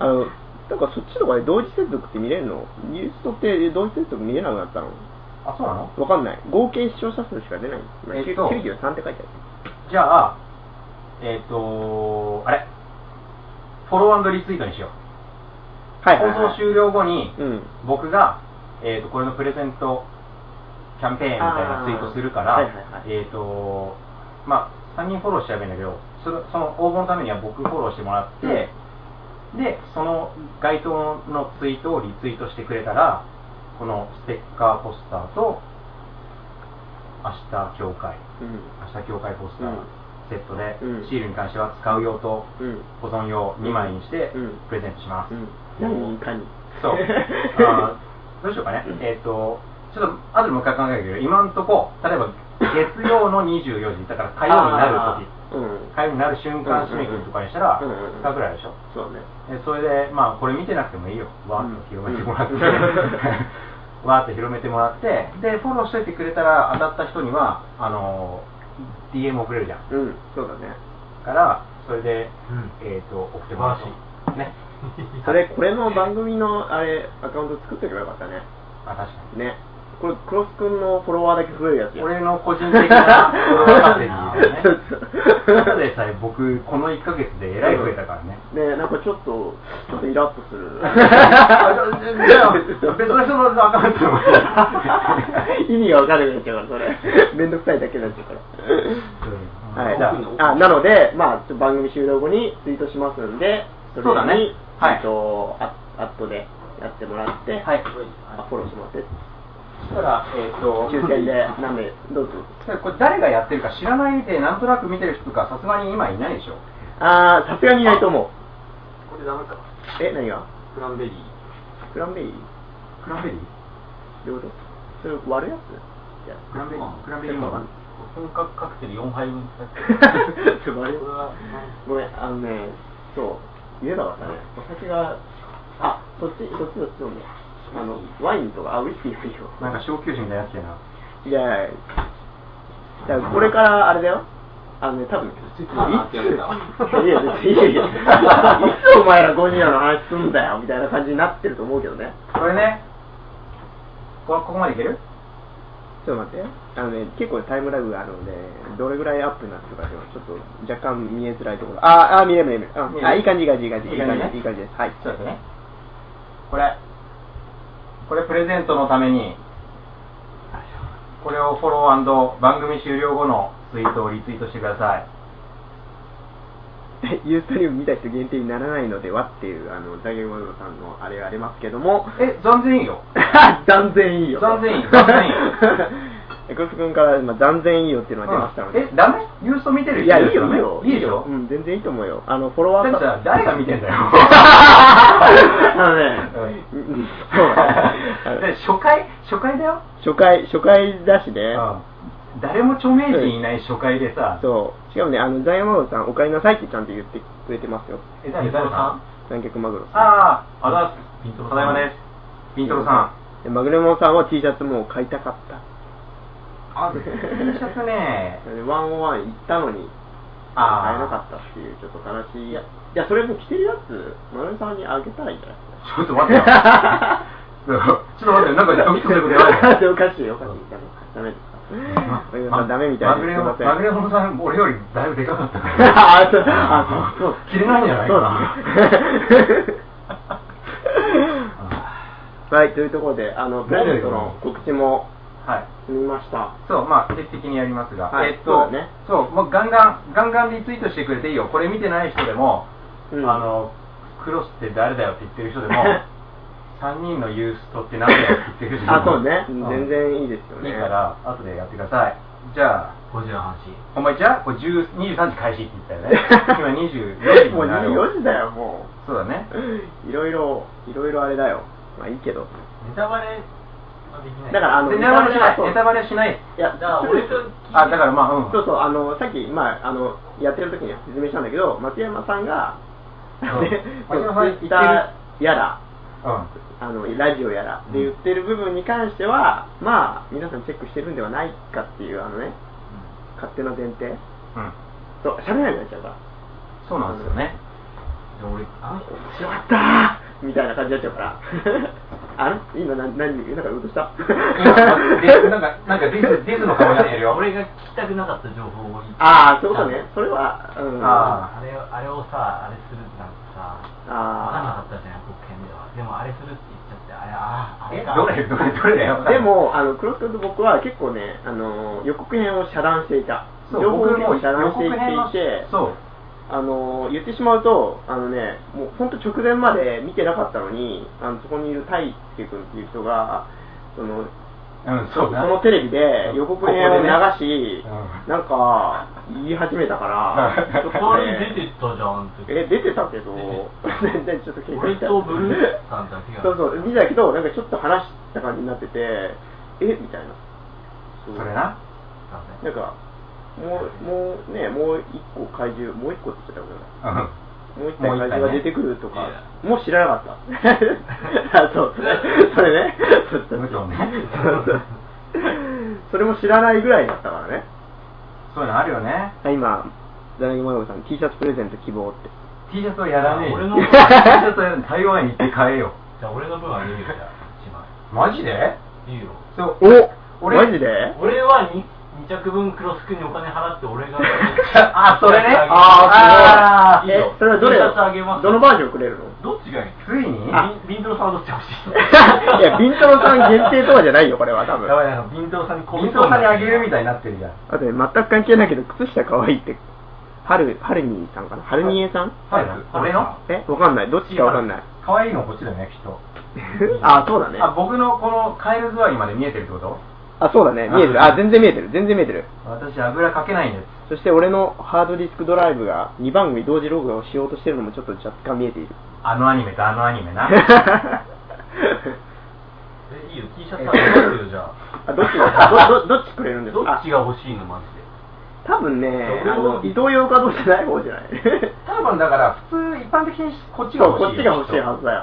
Speaker 1: あの、なんかそっちの方がね、同時接続って見れるのニュースとって同時接続見れなくなったの
Speaker 2: あ、そうなの
Speaker 1: わかんない。合計視聴者数しか出ない。今
Speaker 2: えっと
Speaker 1: 93って書いてあ
Speaker 2: じゃあ、えっと、あれ。フォローリツイートにしよう。
Speaker 1: る。はいはい、はい。
Speaker 2: 放送終了後に、
Speaker 1: うん。
Speaker 2: 僕が、えっと、これのプレゼントキャンペーンみたいなツイートするか
Speaker 1: あ
Speaker 2: ら
Speaker 1: ーはいはいはい、
Speaker 2: えっと、まあ、3人フォローしてやればいいんだけど、そのその応募のためには僕フォローしてもらって、で、その該当のツイートをリツイートしてくれたら、このステッカーポスターと、明日協会、
Speaker 1: うん。
Speaker 2: 明日協会ポスタ
Speaker 1: うん
Speaker 2: ーセットで、
Speaker 1: うん
Speaker 2: シールに関しては使う用と
Speaker 1: うん。
Speaker 2: 保存用2枚にして
Speaker 1: うん
Speaker 2: プレゼントします。
Speaker 1: うん。何かに。
Speaker 2: そう。あーどうしようかね。えっ、と、ちょっと、後でもう一回考えるけど、今んとこ、例えば、月曜の24時、だから火曜になる時
Speaker 1: うん。
Speaker 2: 火曜になる瞬間締め切りとかにしたら、
Speaker 1: うんうんうん
Speaker 2: 2日ぐらいでしょ。
Speaker 1: そうね。
Speaker 2: えそれで、まあ、これ見てなくても いいよ。わーっと広めてもらって、
Speaker 1: うん
Speaker 2: わーっと広めてもらって、で、フォローしといてくれたら、当たった人には、あのー DM 送れるじゃん。
Speaker 1: うん。そうだね。
Speaker 2: から、それで、
Speaker 4: うん
Speaker 2: えっ、と、送ってもらうし。ね。
Speaker 1: それ、これの番組の、あれ、アカウント作っておけばよかったね。
Speaker 2: あ、確かに。
Speaker 1: ね。これ、クロス君のフォロワーだけ増えるやつや。
Speaker 2: 俺の個人的 な稼ぎね
Speaker 1: そうそう
Speaker 2: ただでさえ僕この1ヶ月でえらい増えたからね
Speaker 1: ねなんかちょっと、ちょっとイラッとす る。
Speaker 2: じゃあ別の人のアカウントでもいい
Speaker 1: 意味が分からなくなっちゃうから、そ れ。めんどくさいだけになっちゃうから。はい、
Speaker 2: じゃ
Speaker 1: あなので、まあ、ちょっと番組終了後にツイートしますんで、れに
Speaker 2: そうだねはい
Speaker 1: えっと、アッアットでやってもらって、
Speaker 2: あはい
Speaker 1: あフォローしてもらって、
Speaker 2: そしたらえっ、と
Speaker 1: 抽選で何名、どうぞ。
Speaker 2: これ誰がやってるか知らないでなんとなく見てる人とかさすがに今いないでしょ
Speaker 1: あー、さすがにいないと思う。
Speaker 4: これダメか。
Speaker 1: え、何が
Speaker 4: クランベリー。
Speaker 1: クランベリー
Speaker 2: クランベリー
Speaker 1: どういうことそれ割るやつ いや
Speaker 2: クランベリークランベリー
Speaker 1: そうか
Speaker 4: 本格カクテル4杯分使っ
Speaker 1: そ
Speaker 4: て
Speaker 1: れ割る
Speaker 4: これは、
Speaker 1: ごめん、あのね、そう、家だからね、お酒が、あ、そっち、そっち、そっち飲んで。あの、ワインとか、あ、ウイスキーもいいよ。
Speaker 2: なんか小休止みたいなやつやない
Speaker 1: やいやいやこれからあれだよあのね多分いつい
Speaker 4: まあなんてやるんだ
Speaker 1: や別にいやいやいつお前らゴジラの話すんだよみたいな感じになってると思うけどね
Speaker 2: これねこここまでいける
Speaker 1: ちょっと待ってあのね結構タイムラグがあるのでどれぐらいアップになってるかっていうのはちょっと若干見えづらいところあーあー見える見えるあ
Speaker 2: 見える
Speaker 1: あいい感じいい感じいい感じ
Speaker 2: い
Speaker 1: いい
Speaker 2: い感
Speaker 1: 感
Speaker 2: じね
Speaker 1: じいい感じですはい
Speaker 2: ちょっとね。これ。これプレゼントのために、これをフォロー番組終了後のツイートをリツイートしてください。
Speaker 1: ユーストリーム見た人限定にならないのではっていうあのダイヤモンドさんのあれがありますけども
Speaker 2: え、残然いいよ。
Speaker 1: 断然いいよ
Speaker 2: 断然いい断然いい
Speaker 1: エクス君から今断然いいよっていうの
Speaker 2: うん
Speaker 1: が出ましたので、
Speaker 2: え、ダメユースト見てる人
Speaker 1: いやいいよいいよ
Speaker 2: いいでしょ
Speaker 1: うん全然いいと思うよあのフォロワー
Speaker 2: だって
Speaker 1: さん
Speaker 2: さ誰が見てんだよ。
Speaker 1: あのね、
Speaker 2: う
Speaker 1: うんそうだね
Speaker 2: で初回、初回だよ。
Speaker 1: 初回初回だしね、
Speaker 2: うん誰も著名人いない初回でさ、
Speaker 1: そうしかもねあのダイヤモンドさんお帰りなさいってちゃんと言ってくれてますよ
Speaker 2: え、誰誰さん
Speaker 1: 南極マグロさん
Speaker 2: ああ、
Speaker 4: あざ
Speaker 2: す。
Speaker 4: ピントロ
Speaker 2: ただいまです。ビントロさん。
Speaker 1: でマグレモンさんは T シャツもう買いたかった
Speaker 2: あ、T シャツね。
Speaker 1: でワンオワン行ったのに買えな
Speaker 2: あ
Speaker 1: かったっていうちょっと悲しいいやいやそれも着てるやつマグレモンさんにあげたらいいんじゃない
Speaker 2: あ。ちょっ と待ってよ。ちょっと待ってよ。なんかドキッとすることやばいね。
Speaker 1: おかしいおかしいダメですかダメみたい
Speaker 2: マ
Speaker 1: です
Speaker 2: グレ
Speaker 1: すい
Speaker 2: モ
Speaker 1: ません
Speaker 2: マグレモさん、俺よりだいぶでかかったから
Speaker 1: あそうあそうそう
Speaker 2: 切れないんじゃないかな。
Speaker 1: そう だねはいというところであのプレゼントの告知も
Speaker 4: はい。
Speaker 1: 済みました。
Speaker 4: そう、まあ、定期的にやりますが、
Speaker 1: はい
Speaker 4: えっ
Speaker 1: そ
Speaker 4: と、
Speaker 1: うだね
Speaker 4: そうもうガンガン、ガンガンリツイートしてくれていいよ。これ見てない人でも、
Speaker 1: うん
Speaker 4: あの、クロスって誰だよって言ってる 人でも、3人のユーストって何だよって言ってる人でも
Speaker 1: あ、そうね。
Speaker 4: ん
Speaker 1: 全然いいですよね。
Speaker 4: いいから、後でやってください。じゃあ、
Speaker 2: 5時の話
Speaker 4: お前じゃあ、これ10 23時開始って言ったよ ね。今24時
Speaker 1: もう
Speaker 4: になるわ
Speaker 1: 24時だよ、も
Speaker 4: そうだね。
Speaker 1: う。いろいろ、いろいろあれだよ。まあいいけど。
Speaker 2: ネタバレはできない
Speaker 1: だから、あの、
Speaker 4: でネタバレしない。
Speaker 1: そう
Speaker 4: ネタバレしない。
Speaker 1: いや、
Speaker 2: だから俺と聞いて
Speaker 4: あ、だからまあ、うん。
Speaker 1: そうそう、あの、さっき、まあ、あの、やってる時には説明したんだけど、松山さんが、
Speaker 4: うん
Speaker 1: で
Speaker 4: 松山さん言ってる
Speaker 1: ツイッターやら、
Speaker 4: うん。
Speaker 1: あの、ラジオやら、で言ってる部分に関しては、まあ、皆さんチェックしてるんではないかっていう、あのね、勝手な前提。
Speaker 4: うん。
Speaker 1: そう、喋らなくなっちゃうから。
Speaker 4: そうなんですよね。
Speaker 2: で俺あの人
Speaker 1: しまったーみたいな感じになっちゃうから。 あれ今何、何、なんか言おうとした
Speaker 4: 今、でなんか、なんかディズ、ディズの顔になってるよ。
Speaker 2: 俺が聞きたくなかった情報を言って
Speaker 1: ああ、そういうことね。それは、うん。
Speaker 4: あ
Speaker 2: あれをあれをさあれするなんてさ分かんな
Speaker 1: あ
Speaker 2: かったじゃん国権ではでもあれするって言っちゃってあれあああ
Speaker 4: え
Speaker 2: れか
Speaker 4: どれどれどれだよ。
Speaker 1: ーで、も、あの、クロス君と僕は結構ね、あのー、予告編を遮断していた。
Speaker 4: そう
Speaker 1: 情報
Speaker 4: 僕も
Speaker 1: を遮断してい
Speaker 4: 予告編の
Speaker 1: っていて、
Speaker 4: そう。
Speaker 1: あのー、言ってしまうと、あのね、もう本当直前まで見てなかったのに、あの、そこにいる大輔君っていう人が、その、
Speaker 4: うん、
Speaker 1: そ
Speaker 4: そうう
Speaker 1: そ
Speaker 4: だ。
Speaker 1: のテレビで予告編を流し、
Speaker 4: ここでね
Speaker 1: なんか言い始めたから、
Speaker 4: うん
Speaker 2: そこに出てったじゃんって
Speaker 1: え、出てたけど
Speaker 2: 出て、
Speaker 1: 全然ちょっと警戒
Speaker 2: 俺
Speaker 1: しちゃ
Speaker 2: と
Speaker 1: う
Speaker 2: ブルーさんだけが
Speaker 1: そうそう、見てたけど、なんかちょっと話した感じになってて、えみたいな。
Speaker 4: それな。
Speaker 2: だね
Speaker 1: なんか、もう、もうね、もう一個怪獣、もう一個って言っちゃったけど、
Speaker 4: うん。
Speaker 1: もう一体怪獣が出てくると
Speaker 2: もう
Speaker 1: か
Speaker 2: 一体
Speaker 1: も
Speaker 2: ね、
Speaker 1: う知らなかった。あ、そう。それね。そうそう
Speaker 4: 嘘ね
Speaker 1: そうそうそれも知らないぐらいだったからね。
Speaker 4: そういうのあるよね。
Speaker 1: あ今、柳マヨさん、T シャツプレゼント希望って。
Speaker 4: T シャツはやらねえよ。
Speaker 2: 俺の
Speaker 4: T シャツはやらねえ台湾に行って買えよ。
Speaker 2: じゃあ俺の分あげるよじゃあ一枚
Speaker 4: マジで
Speaker 2: いいよ
Speaker 4: そう。
Speaker 1: お
Speaker 4: 俺
Speaker 1: マジで
Speaker 2: 俺は 2, 二着分クロス君にお金払って 俺が
Speaker 4: あそれね
Speaker 2: あ
Speaker 4: あ
Speaker 2: あ
Speaker 4: ー
Speaker 2: いいよ
Speaker 1: え、それはどれ
Speaker 2: T シャツあげます
Speaker 1: どのバージョンく れるの
Speaker 2: どっちがいい
Speaker 4: ついに
Speaker 1: あ
Speaker 2: ビンビンドロさんはどっちが欲しい
Speaker 1: いや、ビントロさん限定とかじゃないよ、これは、多分。
Speaker 2: やば
Speaker 1: あ
Speaker 2: いなんかビンドロさんに
Speaker 4: ビントさんにあげるみたい
Speaker 2: い
Speaker 4: になってるじゃん。
Speaker 1: とね、全く関係ないけど、靴下可愛いって、はる、はるにーさんかなはるにえさん
Speaker 4: はい
Speaker 2: はい、
Speaker 4: 俺の
Speaker 1: え、わかんない。どっちかわかん ない。
Speaker 4: 可愛いのこっちだよね、きっと。
Speaker 1: あ、そうだね。
Speaker 4: あ、僕のこのカエル座りまで見えてるってこと
Speaker 1: あ、そうだね。見えてる。あ、全然見えてる。全然見えてる。
Speaker 4: 私、油かけないんです。
Speaker 1: そして俺のハードディスクドライブが2番組同時録画をしようとしてるのもちょっと若干見えている。
Speaker 4: あのアニメとあのアニ メな。
Speaker 2: えいいよ T シャツあげますよじゃあ
Speaker 1: あどっちがどどどっちくれるんです
Speaker 2: ど
Speaker 1: か
Speaker 2: っちが欲しいのマジで
Speaker 1: 多分ね、あの、伊藤洋華堂じゃない方じゃない
Speaker 4: 多分だから、普通、一般的にこっち が
Speaker 1: そう、
Speaker 4: 欲し
Speaker 1: こっち
Speaker 4: いよ。
Speaker 1: が欲しいは
Speaker 4: きっ
Speaker 1: ずだよ。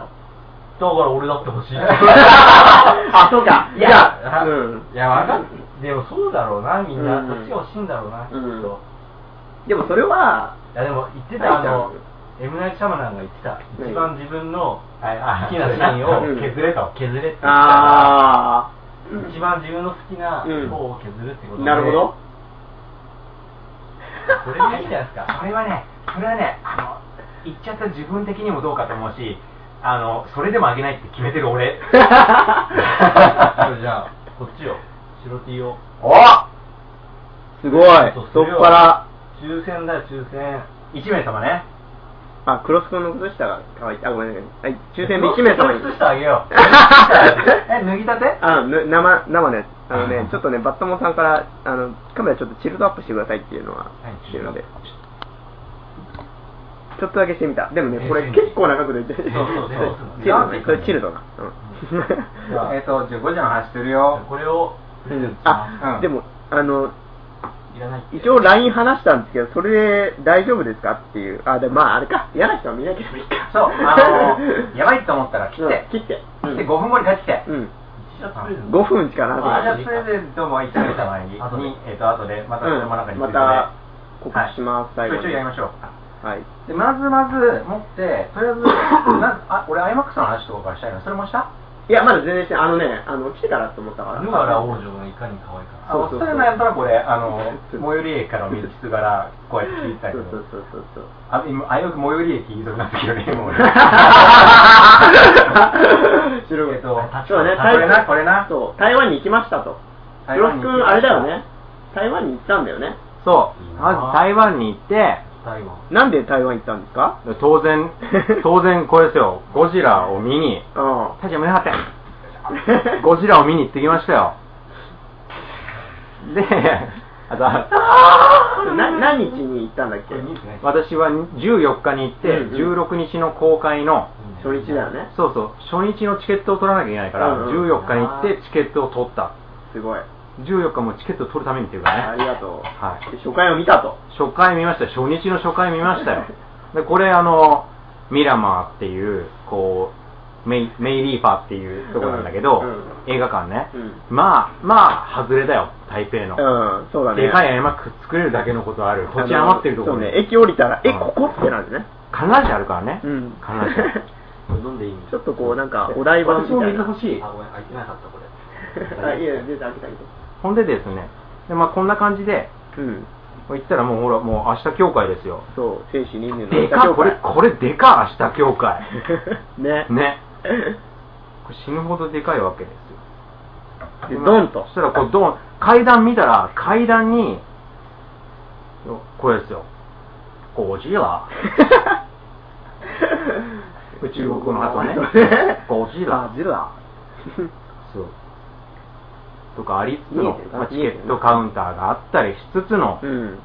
Speaker 2: だから俺だって欲し い
Speaker 1: あ、そうか。
Speaker 2: いや
Speaker 1: じゃあ
Speaker 2: う
Speaker 1: うん。
Speaker 2: いやわかんでもそうだろうなみんな
Speaker 1: うん
Speaker 2: そっちが欲しいんだろうなきっ
Speaker 1: うん
Speaker 2: と
Speaker 1: でもそれは、
Speaker 2: いやでも言って
Speaker 1: は
Speaker 2: たあ
Speaker 1: いじゃあ
Speaker 2: の M ナイトシャマランが言ってた
Speaker 1: 何
Speaker 2: 一番自分の
Speaker 4: とはいあ
Speaker 2: 好きなシーンを
Speaker 1: うん
Speaker 2: 削れと削れって言ったら
Speaker 1: あー。
Speaker 2: 一番自分の好きな方を削るってことで
Speaker 1: なるほど。
Speaker 2: これがいいんじゃないですか
Speaker 4: それはね、それはね、あの、言っちゃった自分的にもどうかと思うし、あの、それでもあげないって決めて る俺。
Speaker 2: それじゃあこっちよ白 T を
Speaker 4: お
Speaker 1: すごい。太っ腹。
Speaker 2: 抽選だよ抽選
Speaker 4: 一名様ね。
Speaker 1: あ、クロス君の靴下が可愛い。あ、ごめんなさい。はい、抽選で1名様 に。
Speaker 2: ちょっとしてあげ よう
Speaker 4: え、脱ぎたて
Speaker 1: あぬ生生のやつあの
Speaker 4: う
Speaker 1: ね
Speaker 4: ん
Speaker 1: ちょっとねバッタモンさんからあのカメラちょっとチルドアップしてくださいっていうのは来てるのでちょっとだけしてみたでもねこれ
Speaker 2: えー
Speaker 1: 結構な角度でチル
Speaker 2: う
Speaker 1: ド
Speaker 2: そうそう
Speaker 1: だねこれチルドだ
Speaker 2: うん
Speaker 4: えっと、15時の話してるよ。
Speaker 2: これをプ
Speaker 1: う
Speaker 2: レゼン
Speaker 1: ん
Speaker 2: トします
Speaker 1: あ
Speaker 4: うん
Speaker 1: でもあの
Speaker 2: いらないって
Speaker 1: 一応 LINE 話したんですけどそれで大丈夫ですかっていうあでもまああれか嫌な人は見なければいいか
Speaker 4: そう、あ の、やばいと思ったら切って
Speaker 1: うん、切ってう
Speaker 4: 切
Speaker 1: ん
Speaker 4: って5分後に帰ってきて。
Speaker 1: うん
Speaker 2: シャツプレゼント
Speaker 1: 5分しかな
Speaker 4: あじゃあ
Speaker 1: と
Speaker 4: プレゼントも一名様に、
Speaker 2: 後で
Speaker 4: にえっと後でまた
Speaker 1: う
Speaker 4: 車
Speaker 1: ん
Speaker 4: の中に
Speaker 1: また告知します
Speaker 4: は
Speaker 1: 最
Speaker 4: い、
Speaker 1: 後
Speaker 4: ちょ
Speaker 1: に
Speaker 4: いちょいやりましょう。
Speaker 1: はい
Speaker 4: でまずまず持って、とりあえず、なあ俺、IMAX の話とかからしたいの、それもした
Speaker 1: いや、まだ全然してないあのね、あの、来てからって思ったから。
Speaker 2: 野原王女がいかに可愛いか
Speaker 4: あ
Speaker 1: そう
Speaker 4: お
Speaker 1: そうそう
Speaker 4: すすめのやったら、これ、あの、最寄り駅から水筒から、こうやって聞いてた
Speaker 1: そ
Speaker 4: けど
Speaker 1: う、そうそうそう そう。
Speaker 4: あ今、あよく最寄り駅言いそうになったけどね、もう 俺。
Speaker 1: 白い
Speaker 4: えっと
Speaker 1: そうね、
Speaker 4: これな、これな。
Speaker 1: そう、台湾に行きましたと。ヒロシ君、あれだよね。台湾に行ったんだよね。
Speaker 2: そう。まず台湾に行って、
Speaker 4: 台湾
Speaker 1: なんで台湾行ったんです か
Speaker 2: 当然、 当然これですよ。ゴジラを見に、
Speaker 1: うん。
Speaker 2: 大将胸張って、ゴジラを見に行ってきましたよ。で、あと
Speaker 1: な何日に行ったんだっけ
Speaker 5: これいいですね。
Speaker 2: 私は14日に行って、
Speaker 1: うん
Speaker 2: 16日の公開の、
Speaker 1: 初日だよね。
Speaker 2: そうそう、初日のチケットを取らなきゃいけないから、
Speaker 1: うんうん
Speaker 2: 14日に行ってチケットを取った。
Speaker 1: すごい。
Speaker 2: 14日もチケットを取るためにっていうかね。
Speaker 1: ありがとう。
Speaker 2: はい
Speaker 1: で初回を見たと。
Speaker 2: 初回見ましたよ初日の初回見まし たよでこれあのミラマーっていうこうメイメイリーファーっていうとこなんだけど、
Speaker 1: う
Speaker 2: 映画館ね、
Speaker 1: う
Speaker 2: まあまあ外れだよ台北の、
Speaker 1: うん、そうだね。
Speaker 2: でかい山作れるだけのことある土地余ってるところ
Speaker 1: そう
Speaker 2: に、
Speaker 1: ね、駅降りたら、え、
Speaker 2: うん
Speaker 1: ここってなんでね。
Speaker 2: 観覧車あるからね、
Speaker 1: うん
Speaker 2: 観覧車
Speaker 5: 飲んでいいんで
Speaker 1: ちょっとこう、なんか、お台場み
Speaker 2: 私も
Speaker 1: たい
Speaker 2: 水
Speaker 1: な。
Speaker 2: 欲しい
Speaker 5: あ、ごめん、開いてなかった、これ。
Speaker 1: あ、いや、出てあげてあげて。
Speaker 2: ほんでですねで、まあ、こんな感じで
Speaker 1: うん。
Speaker 2: 行ったらもうほらもう明日協会ですよ
Speaker 1: そう、生死人間の
Speaker 2: でかこれこれでか明日協会
Speaker 1: ね。
Speaker 2: ねこれ死ぬほどでかいわけですよ
Speaker 1: で、ドンと
Speaker 2: そし。たらこうドン階段見たら階段にこれですよゴジラ 中国語 の後ねゴジラ
Speaker 1: ゴジ ラ。
Speaker 2: そうとかありつつ
Speaker 1: 見え
Speaker 2: の
Speaker 1: てる、かな
Speaker 2: まあチケットカウンターがあったりしつつの、
Speaker 1: うん。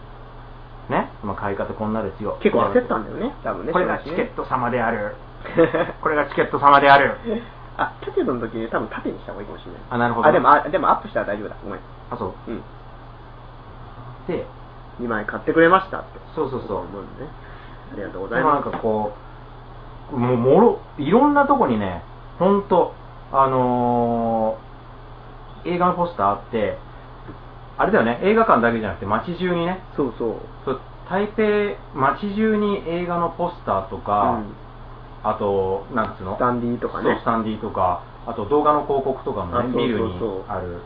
Speaker 2: ね、まあ、買い方こんなですよ
Speaker 1: 結構焦ったんだよね、多分ね。
Speaker 2: これがチ
Speaker 1: 正
Speaker 2: ケ
Speaker 1: 直ね
Speaker 2: ット様であるこれがチケット様である
Speaker 1: あ、縦の時に多分縦にした方がいいかもしれない。
Speaker 2: あなるほど
Speaker 1: あ、でも、あでもアップしたら大丈夫だ。ごめん。
Speaker 2: あそう
Speaker 1: うん。
Speaker 2: で
Speaker 1: 2枚買ってくれましたって。
Speaker 2: そうそうそう
Speaker 1: 思うのね。ありがとうご
Speaker 2: で
Speaker 1: ざい
Speaker 2: もな
Speaker 1: ま
Speaker 2: ん
Speaker 1: す。
Speaker 2: かこう、もうもろ、いろんなとこにね、ほんと、あのー映画のポスターあって、あれだよね、映画館だけじゃなくて街中にね、
Speaker 1: そうそう。
Speaker 2: そう台北、街中に映画のポスターとか、
Speaker 1: うん
Speaker 2: あと、なんつうの
Speaker 1: スタンディーとかね
Speaker 2: そうスタンディーとか、あと動画の広告とかも
Speaker 1: あそ
Speaker 2: ね、
Speaker 1: うそうそう
Speaker 2: ビルにある、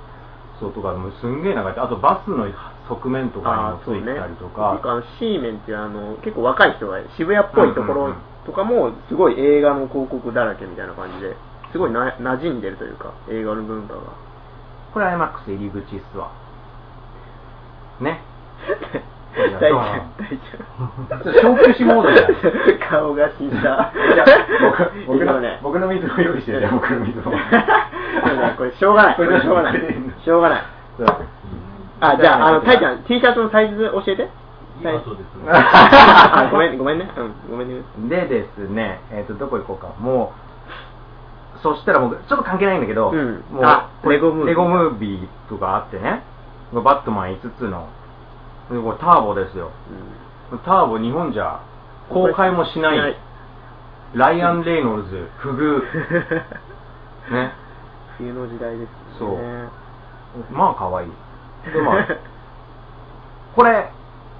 Speaker 2: そうとか、もうすんげえ長い。あとバスの側面とかにもついてたりと
Speaker 1: あ
Speaker 2: か、
Speaker 1: のシーメンっていうあの結構若い人が渋谷っぽいところとかもすごい映画の広告だらけみたいな感じですごいな馴染んでるというか映画の文化が
Speaker 2: これ IMAX 入り口っすわ。 ね。
Speaker 1: 大
Speaker 2: や
Speaker 1: 丈夫
Speaker 2: どうなの
Speaker 1: 大丈
Speaker 2: 小休止モードじゃん。
Speaker 1: 夫顔が死んだ
Speaker 4: いや僕僕
Speaker 1: の
Speaker 4: の
Speaker 1: ね
Speaker 4: 僕の水を用意してるじゃん僕の 水を
Speaker 1: これしょうがないこれしょうがないしょうがない
Speaker 2: そう
Speaker 1: あじゃああのタイちゃん T シャツのサイズ教えて
Speaker 5: 今そうですね。
Speaker 1: あ ごめんごめんねうんごめんね
Speaker 2: でですね、えっとどこ行こうか、もう、そしたら僕、ちょっと関係ないんだけど、
Speaker 1: うん
Speaker 2: もう
Speaker 1: あ
Speaker 2: これ
Speaker 1: レゴムービー
Speaker 2: レゴムービーとかあってね、バットマン5つの、でこれターボですよ、ターボ、日本じゃ公開もしない、ライアン・レイノルズ、不遇、ね、
Speaker 1: 冬の時 代ですね
Speaker 2: そうまあ可愛いでも、これ、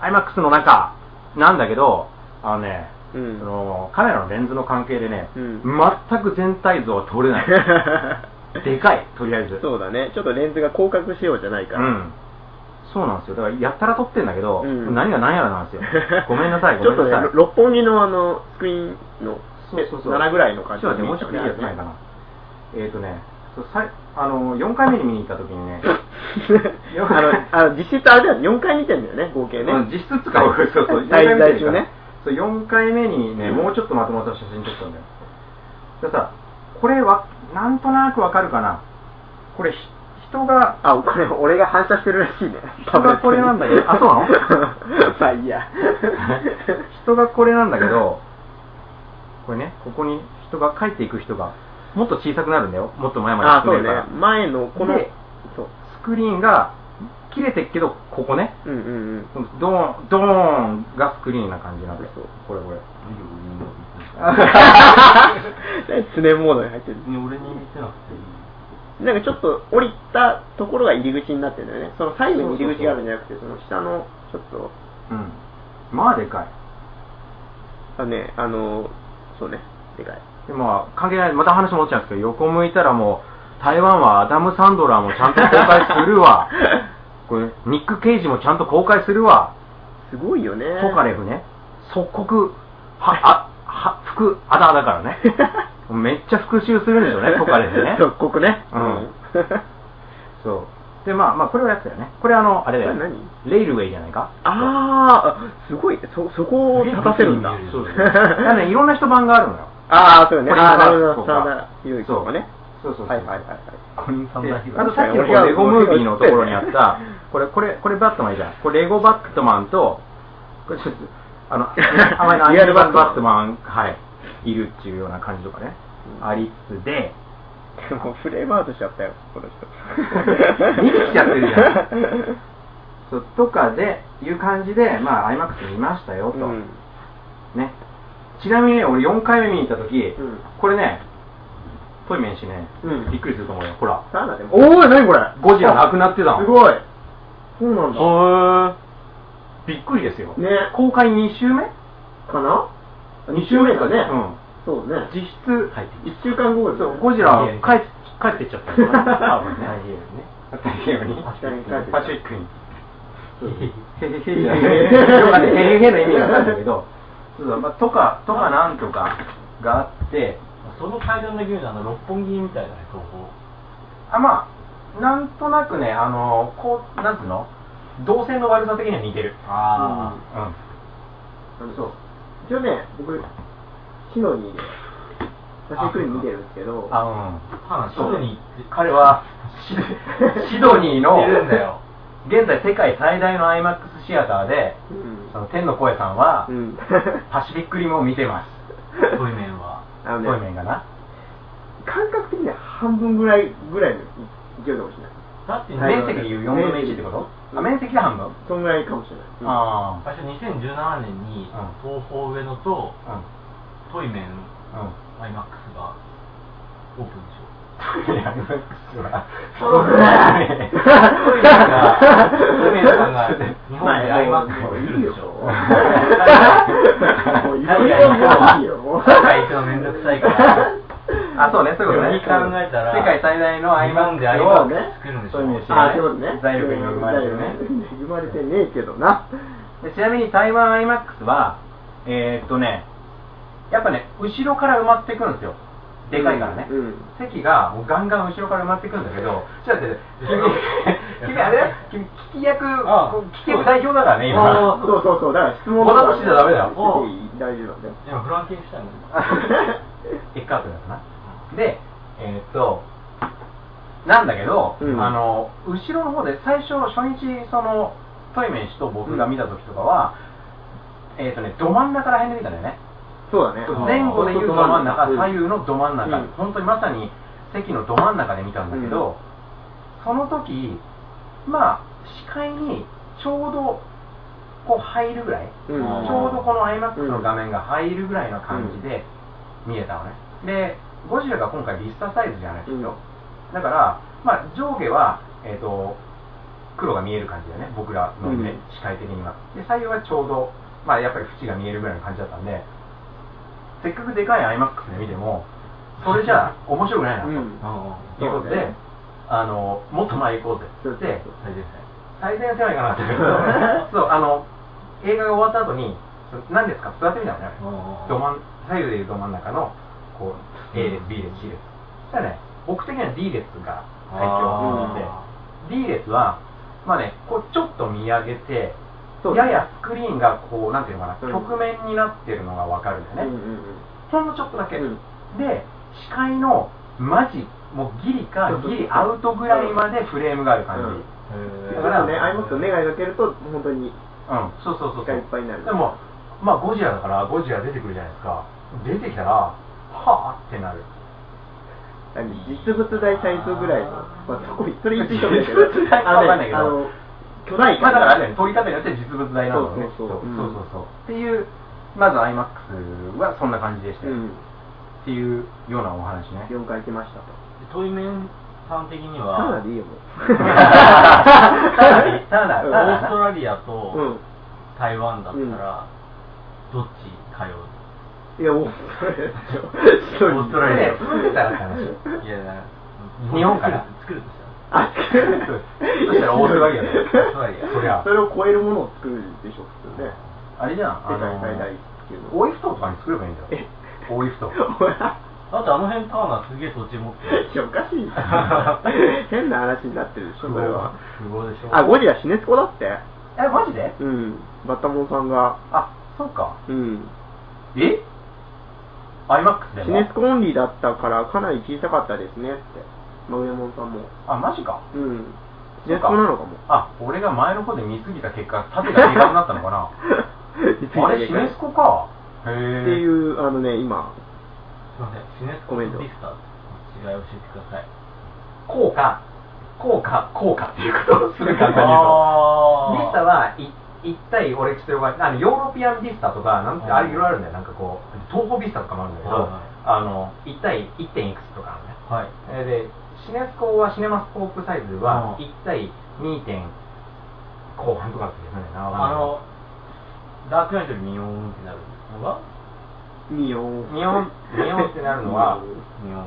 Speaker 2: IMAX の中なんだけど、あのね、
Speaker 1: うん
Speaker 2: そのカメラのレンズの関係でね、
Speaker 1: うん
Speaker 2: 全く全体像は撮れ ない。でかい、とりあえず。
Speaker 1: そうだねちょっとレンズが広角仕様じゃないか
Speaker 2: う
Speaker 1: ら、
Speaker 2: ん。そうなんですよ。だから、やったら撮ってんだけど、
Speaker 1: うん
Speaker 2: 何が何やらなん ですよ。ごめんなさい、
Speaker 1: ち
Speaker 2: ご
Speaker 1: ょ
Speaker 2: め
Speaker 1: っと
Speaker 2: んな
Speaker 1: ね
Speaker 2: さい。
Speaker 1: 六本木のあのスクリーンの
Speaker 2: そうそうそう。
Speaker 1: 7ぐらいの感じ
Speaker 2: ちょっと待ってもうちょっといいやつないかな。えっ、ー、とね、そうさいあの、4回目に見に行った 時にね、
Speaker 1: あのあの実質あれだよ4回見てんだよね合計ね、
Speaker 2: うん実質使う。そうそう。
Speaker 1: 滞
Speaker 2: 4回目
Speaker 1: 在中ね
Speaker 2: そう、4回目にね、もうちょっとまとまった写真撮ったんだよ。でさ、これは、なんとなくわかるかな。これ、ひ人 が、
Speaker 1: あこれ俺が反射してるらしいね
Speaker 2: 人がこれなんだけど、あ、そうなの
Speaker 1: まあいいや
Speaker 2: 人がこれなんだけど、これね、ここに人が帰っていく人が、もっと小さくなるんだよ。もっと前ま
Speaker 1: あ
Speaker 2: で
Speaker 1: そ
Speaker 2: 進
Speaker 1: うん
Speaker 2: で
Speaker 1: ね
Speaker 2: るから。
Speaker 1: 前のこの
Speaker 2: で
Speaker 1: そう
Speaker 2: スクリーンが切れてっけど、ここね。
Speaker 1: うんうんうん
Speaker 2: ドーン、ドーンがスクリーンな感じなんだよ。これこれ。
Speaker 1: 常モードに入ってる
Speaker 5: 別に俺に見せなくていい。
Speaker 1: なんかちょっと降りたところが入り口になってるんだよね。その左右に入り口があるんじゃなくて、その下の、ちょっと、
Speaker 2: うん。まあでかい。
Speaker 1: あね、あの、そうね、でかい。
Speaker 2: でまあ、関係ない、また話戻っちゃうんですけど、横向いたらもう、台湾はアダム・サンドラーもちゃんと公開す るわ。これ、ニック・ケイジもちゃんと公開するわ。
Speaker 1: すごいよね。
Speaker 2: ト カレフね、即刻、は、あ、は、服、あだあだか らね。めっちゃ復讐するんでしょうね、トカレフね。
Speaker 1: 即刻ね。
Speaker 2: うん
Speaker 1: う
Speaker 2: そう。
Speaker 4: で、まあ、まあ、これはやつだよね。これあの、あれだよ。
Speaker 1: これ何
Speaker 4: レイルウェイじゃないか
Speaker 1: あー、すごい、そ、そこを立たせるんだ。
Speaker 4: そうそう。だからね、いろんな人版があるのよ。
Speaker 1: あー、そうね。
Speaker 4: これ
Speaker 1: あー、なるほど。
Speaker 4: そうか
Speaker 1: 沢田裕一とかね。
Speaker 4: そうそうそう。
Speaker 1: はいはいはいはい。
Speaker 2: コリンさん
Speaker 4: で
Speaker 2: だ
Speaker 4: あ
Speaker 2: け
Speaker 4: とさっきのこうレゴムービーのところにあった、これ、これ、これバットマンじゃん。これレゴバットマンと、これちょっと、あ の、あまりアニメ版バットマン、はい、いるっていうような感じとかね、ありつつで、
Speaker 1: でもフレーバーとしちゃったよ、この人。
Speaker 4: 見てきちゃってるじゃんそうとかで、いう感じで、まあ、IMAX 見ましたよと。
Speaker 1: うん。
Speaker 4: ね。ちなみにね、俺4回目見に行った時、
Speaker 1: うん
Speaker 4: これね、トイメンしね、
Speaker 1: うん
Speaker 4: びっくりすると思うよ。ほら、
Speaker 1: サウナでも。
Speaker 4: おい、何これゴジラなくなってたの。
Speaker 1: すごい。そうなんだ。
Speaker 4: へーびっくりですよ。
Speaker 1: ね
Speaker 4: 公開2週目
Speaker 1: かな
Speaker 4: 二週目かね
Speaker 1: うん。そうね。
Speaker 4: 実質、
Speaker 1: 一週間後です
Speaker 4: そ
Speaker 1: よ
Speaker 4: う
Speaker 1: ね
Speaker 4: ゴジラ帰っ帰ってっちゃったのか
Speaker 2: 多
Speaker 4: な。
Speaker 2: 分ね。
Speaker 4: 太平洋に。
Speaker 1: 確かに帰ってきた
Speaker 4: パシフィックに。
Speaker 1: へへへ
Speaker 4: へへへへへへへの意味があったんだけど、そうだまあとか、とかなんとかがあって、
Speaker 2: その階段だけ見るとあの六本木みたいなね、東宝。
Speaker 4: あ、まあ、なんとなくね、あの、こう、なんつうの動線の悪さ的には似てる。
Speaker 2: あ
Speaker 4: うん。
Speaker 1: そう。一応ね、僕、シノニーで、写真クリーン見てるんですけど、
Speaker 4: あ、
Speaker 2: あ。は
Speaker 4: そう
Speaker 2: に行って。
Speaker 4: 彼は シシドニーの
Speaker 2: いるんだ よ
Speaker 4: 現在世界最大の IMAX シアターで
Speaker 1: うん
Speaker 4: その天の声さんは、
Speaker 1: うん。
Speaker 4: パシフィックリムを見てます
Speaker 2: トイメンは。
Speaker 1: あ
Speaker 4: そうい
Speaker 1: の
Speaker 4: う
Speaker 1: ね、
Speaker 4: 面がな
Speaker 1: 感覚的には半分ぐらい、ぐらいの勢いかもしれない。
Speaker 2: だってね
Speaker 1: はい
Speaker 4: 面積でいう4分の1ってこと
Speaker 1: うん
Speaker 4: あ面積で半分
Speaker 1: そんぐらいかもしれない。うん
Speaker 4: あ
Speaker 2: 最初2017年に
Speaker 4: うん
Speaker 2: 東宝上野と
Speaker 4: あうん
Speaker 2: トイメン
Speaker 4: うん
Speaker 2: アイマックスがオープンでしょ
Speaker 4: トイレ IMAX は
Speaker 2: そのぐらいねトイメンがトイメンさんが日本でアイマックスを作るでし ょ
Speaker 1: もういいよ、もういいよ、もう。
Speaker 2: 世界一のめんどくさいから
Speaker 4: あそうねそういうことね
Speaker 2: よく考えたら
Speaker 4: 世界最大の
Speaker 2: 日本で
Speaker 4: IMAX
Speaker 2: アイ
Speaker 4: を
Speaker 2: マックス作るんでしょ
Speaker 4: そういう意味で
Speaker 1: あ、そういうことね。
Speaker 4: 財力に恵まれてるね
Speaker 1: 恵まれてねえけどな。
Speaker 4: でちなみに台湾 IMAX は、えーっとね、やっぱね、後ろから埋まっていくんですよ。でかいからね。
Speaker 1: うんうん
Speaker 4: 席がもうガンガン後ろから埋まっていくんだけど、ちょっと待って、 君、君あれだよ君、聞き役、
Speaker 2: ああ
Speaker 4: こう聞き役代表だからね、
Speaker 1: あ
Speaker 4: 今。
Speaker 1: ーそうそうそう、だから質問
Speaker 4: ボタン押しちゃダメだよ
Speaker 1: おー大丈夫だね。
Speaker 2: 今フランケンシュタインだよ
Speaker 4: エッカートだったな。で、えーっと、なんだけど、
Speaker 1: うん
Speaker 4: あの、後ろの方で最初、初日、その、トイメン氏と僕が見た時とかは、えーっとね、ど真ん中ら辺で見たんだよね。
Speaker 1: そうだね。
Speaker 4: 前後でいうど真ん中、
Speaker 1: うん
Speaker 4: 左右のど真ん中、
Speaker 1: うん
Speaker 4: 本当にまさに席のど真ん中で見たんだけど、その時まあ視界にちょうどこう入るぐらい、
Speaker 1: うん
Speaker 4: ちょうどこの iMAX の画面が入るぐらいの感じで見えたのね、でゴジラが今回ビスタサイズじゃないですよ、だから、まあ、上下は、えー、と黒が見える感じだよね僕らの、ね
Speaker 1: うん
Speaker 4: 視界的にはで左右はちょうど、まあ、やっぱり縁が見えるぐらいの感じだったんでせっかくでかい iMAX で見てもそれじゃあ面白くないなと、
Speaker 1: うん
Speaker 4: いうことで、
Speaker 1: そうね
Speaker 4: あのもっと前行こうぜ
Speaker 1: そう
Speaker 4: って言って
Speaker 2: 最前線
Speaker 4: 最前線は いかなかったけどそうあの映画が終わった後に「何ですか?」座ってみたのねど真ん左右でいうど真ん中のこう A 列 B 列 C 列そしたらね僕的には D 列が最強で
Speaker 2: あ
Speaker 4: D 列はまあねこうちょっと見上げて
Speaker 1: そう
Speaker 4: ややスクリーンがこうなんていうのかな、
Speaker 1: うん
Speaker 4: 曲面になってるのが分かるんだ
Speaker 1: うん
Speaker 4: よ
Speaker 1: う
Speaker 4: ね、
Speaker 1: んうん
Speaker 4: ほんのちょっとだけ、
Speaker 1: うん
Speaker 4: で視界のマジもうギリか
Speaker 1: そうそう
Speaker 4: ギリアウトぐらいまでフレームがある感じ、
Speaker 1: うん
Speaker 2: へ
Speaker 1: だ
Speaker 2: ー
Speaker 1: からね、アイマスと目が描けると、本当に
Speaker 4: うん、そうそうそう
Speaker 1: 視
Speaker 4: そう
Speaker 1: 界いっぱいになる
Speaker 4: でもまあゴジラだからゴジラ出てくるじゃないですか出てきたらはあってなる
Speaker 1: 何実物大サイズぐらいの、まあ、そこ、それ言ってたんだけ
Speaker 4: 実物大
Speaker 1: ど、
Speaker 4: かわかんないけど
Speaker 1: あの、巨大
Speaker 4: まあ
Speaker 1: 感
Speaker 4: だからあれだよね撮り方によって実物大なのね
Speaker 1: そうそうそううん
Speaker 4: そうそうそうっていうまず IMAX はそんな感じでした
Speaker 1: う
Speaker 4: よ、
Speaker 1: ん、
Speaker 4: っていうようなお話ね
Speaker 1: 4回来ましたと。
Speaker 2: トイメンさん的に
Speaker 1: サウナ
Speaker 2: は
Speaker 1: でいいよ、 もう。
Speaker 4: ただ ねただ
Speaker 1: う
Speaker 4: た
Speaker 1: ん
Speaker 2: オ
Speaker 4: だ
Speaker 2: ーストラリア
Speaker 1: う
Speaker 2: と
Speaker 1: ん。
Speaker 2: 台湾だったらどっち 通う
Speaker 1: い や、オーストラリアでしょ。一人
Speaker 2: オーストラリア
Speaker 4: ね住んでたらって話
Speaker 2: いやだ
Speaker 4: 日本から
Speaker 2: 作るとしたら
Speaker 1: あ、作る
Speaker 4: そしたらオーストラリアだよそりゃ
Speaker 1: それを超えるものを作るでしょ、普通ね。
Speaker 4: あれじゃん
Speaker 1: 世界最大級の。
Speaker 4: 大井ふ頭とかに作ればいいんだよ大井ふ頭
Speaker 1: お
Speaker 2: だってあの辺ターナーすげえ土地持ってる。
Speaker 1: いや、おかしい。 変な話になってるでしょ、これは。
Speaker 2: すごいでしょ。
Speaker 1: あ、ゴジラ死ねつこだって。
Speaker 4: え、マジで
Speaker 1: うん。バッタモンさんが。
Speaker 4: あ、そうか。
Speaker 1: うん。
Speaker 4: えアイマックスで
Speaker 1: シネ
Speaker 4: も
Speaker 1: スコオンリーだったからかなり小さかったですねって。マグヤモンさんも。
Speaker 4: あ、マジか。
Speaker 1: うん。シネスコなのかも。
Speaker 4: あ、俺が前の方で見すぎた結果、縦がでかくなったの かなあれ、シネスコか。へ
Speaker 1: っ
Speaker 4: え。
Speaker 1: ていう、あのね、今、
Speaker 2: すいません、シネス
Speaker 1: コ
Speaker 2: コ
Speaker 1: メン
Speaker 2: メン
Speaker 1: ト
Speaker 2: ト。ディスターズの違いを教えてください。こうか、こうか、こうかっていうことをする簡単に言うと。
Speaker 3: ディスタはい一対オレキシと呼ばれてあのヨーロピアンディスタとかなんてあれいろいろあるんだよなんかこう東方ビスタとかもあるんだけど、
Speaker 2: はいはい
Speaker 3: あの1対1点いくつとかあるね
Speaker 2: はい。
Speaker 3: えーでシネスコはシネマスコープサイズは
Speaker 2: うん
Speaker 3: 1対2点後半とかって言うんだよな
Speaker 2: あの、ダークナイトでミヨーンってなるのが、
Speaker 1: ミヨン。
Speaker 3: ミヨンミヨンってなるのは
Speaker 2: ミヨーン。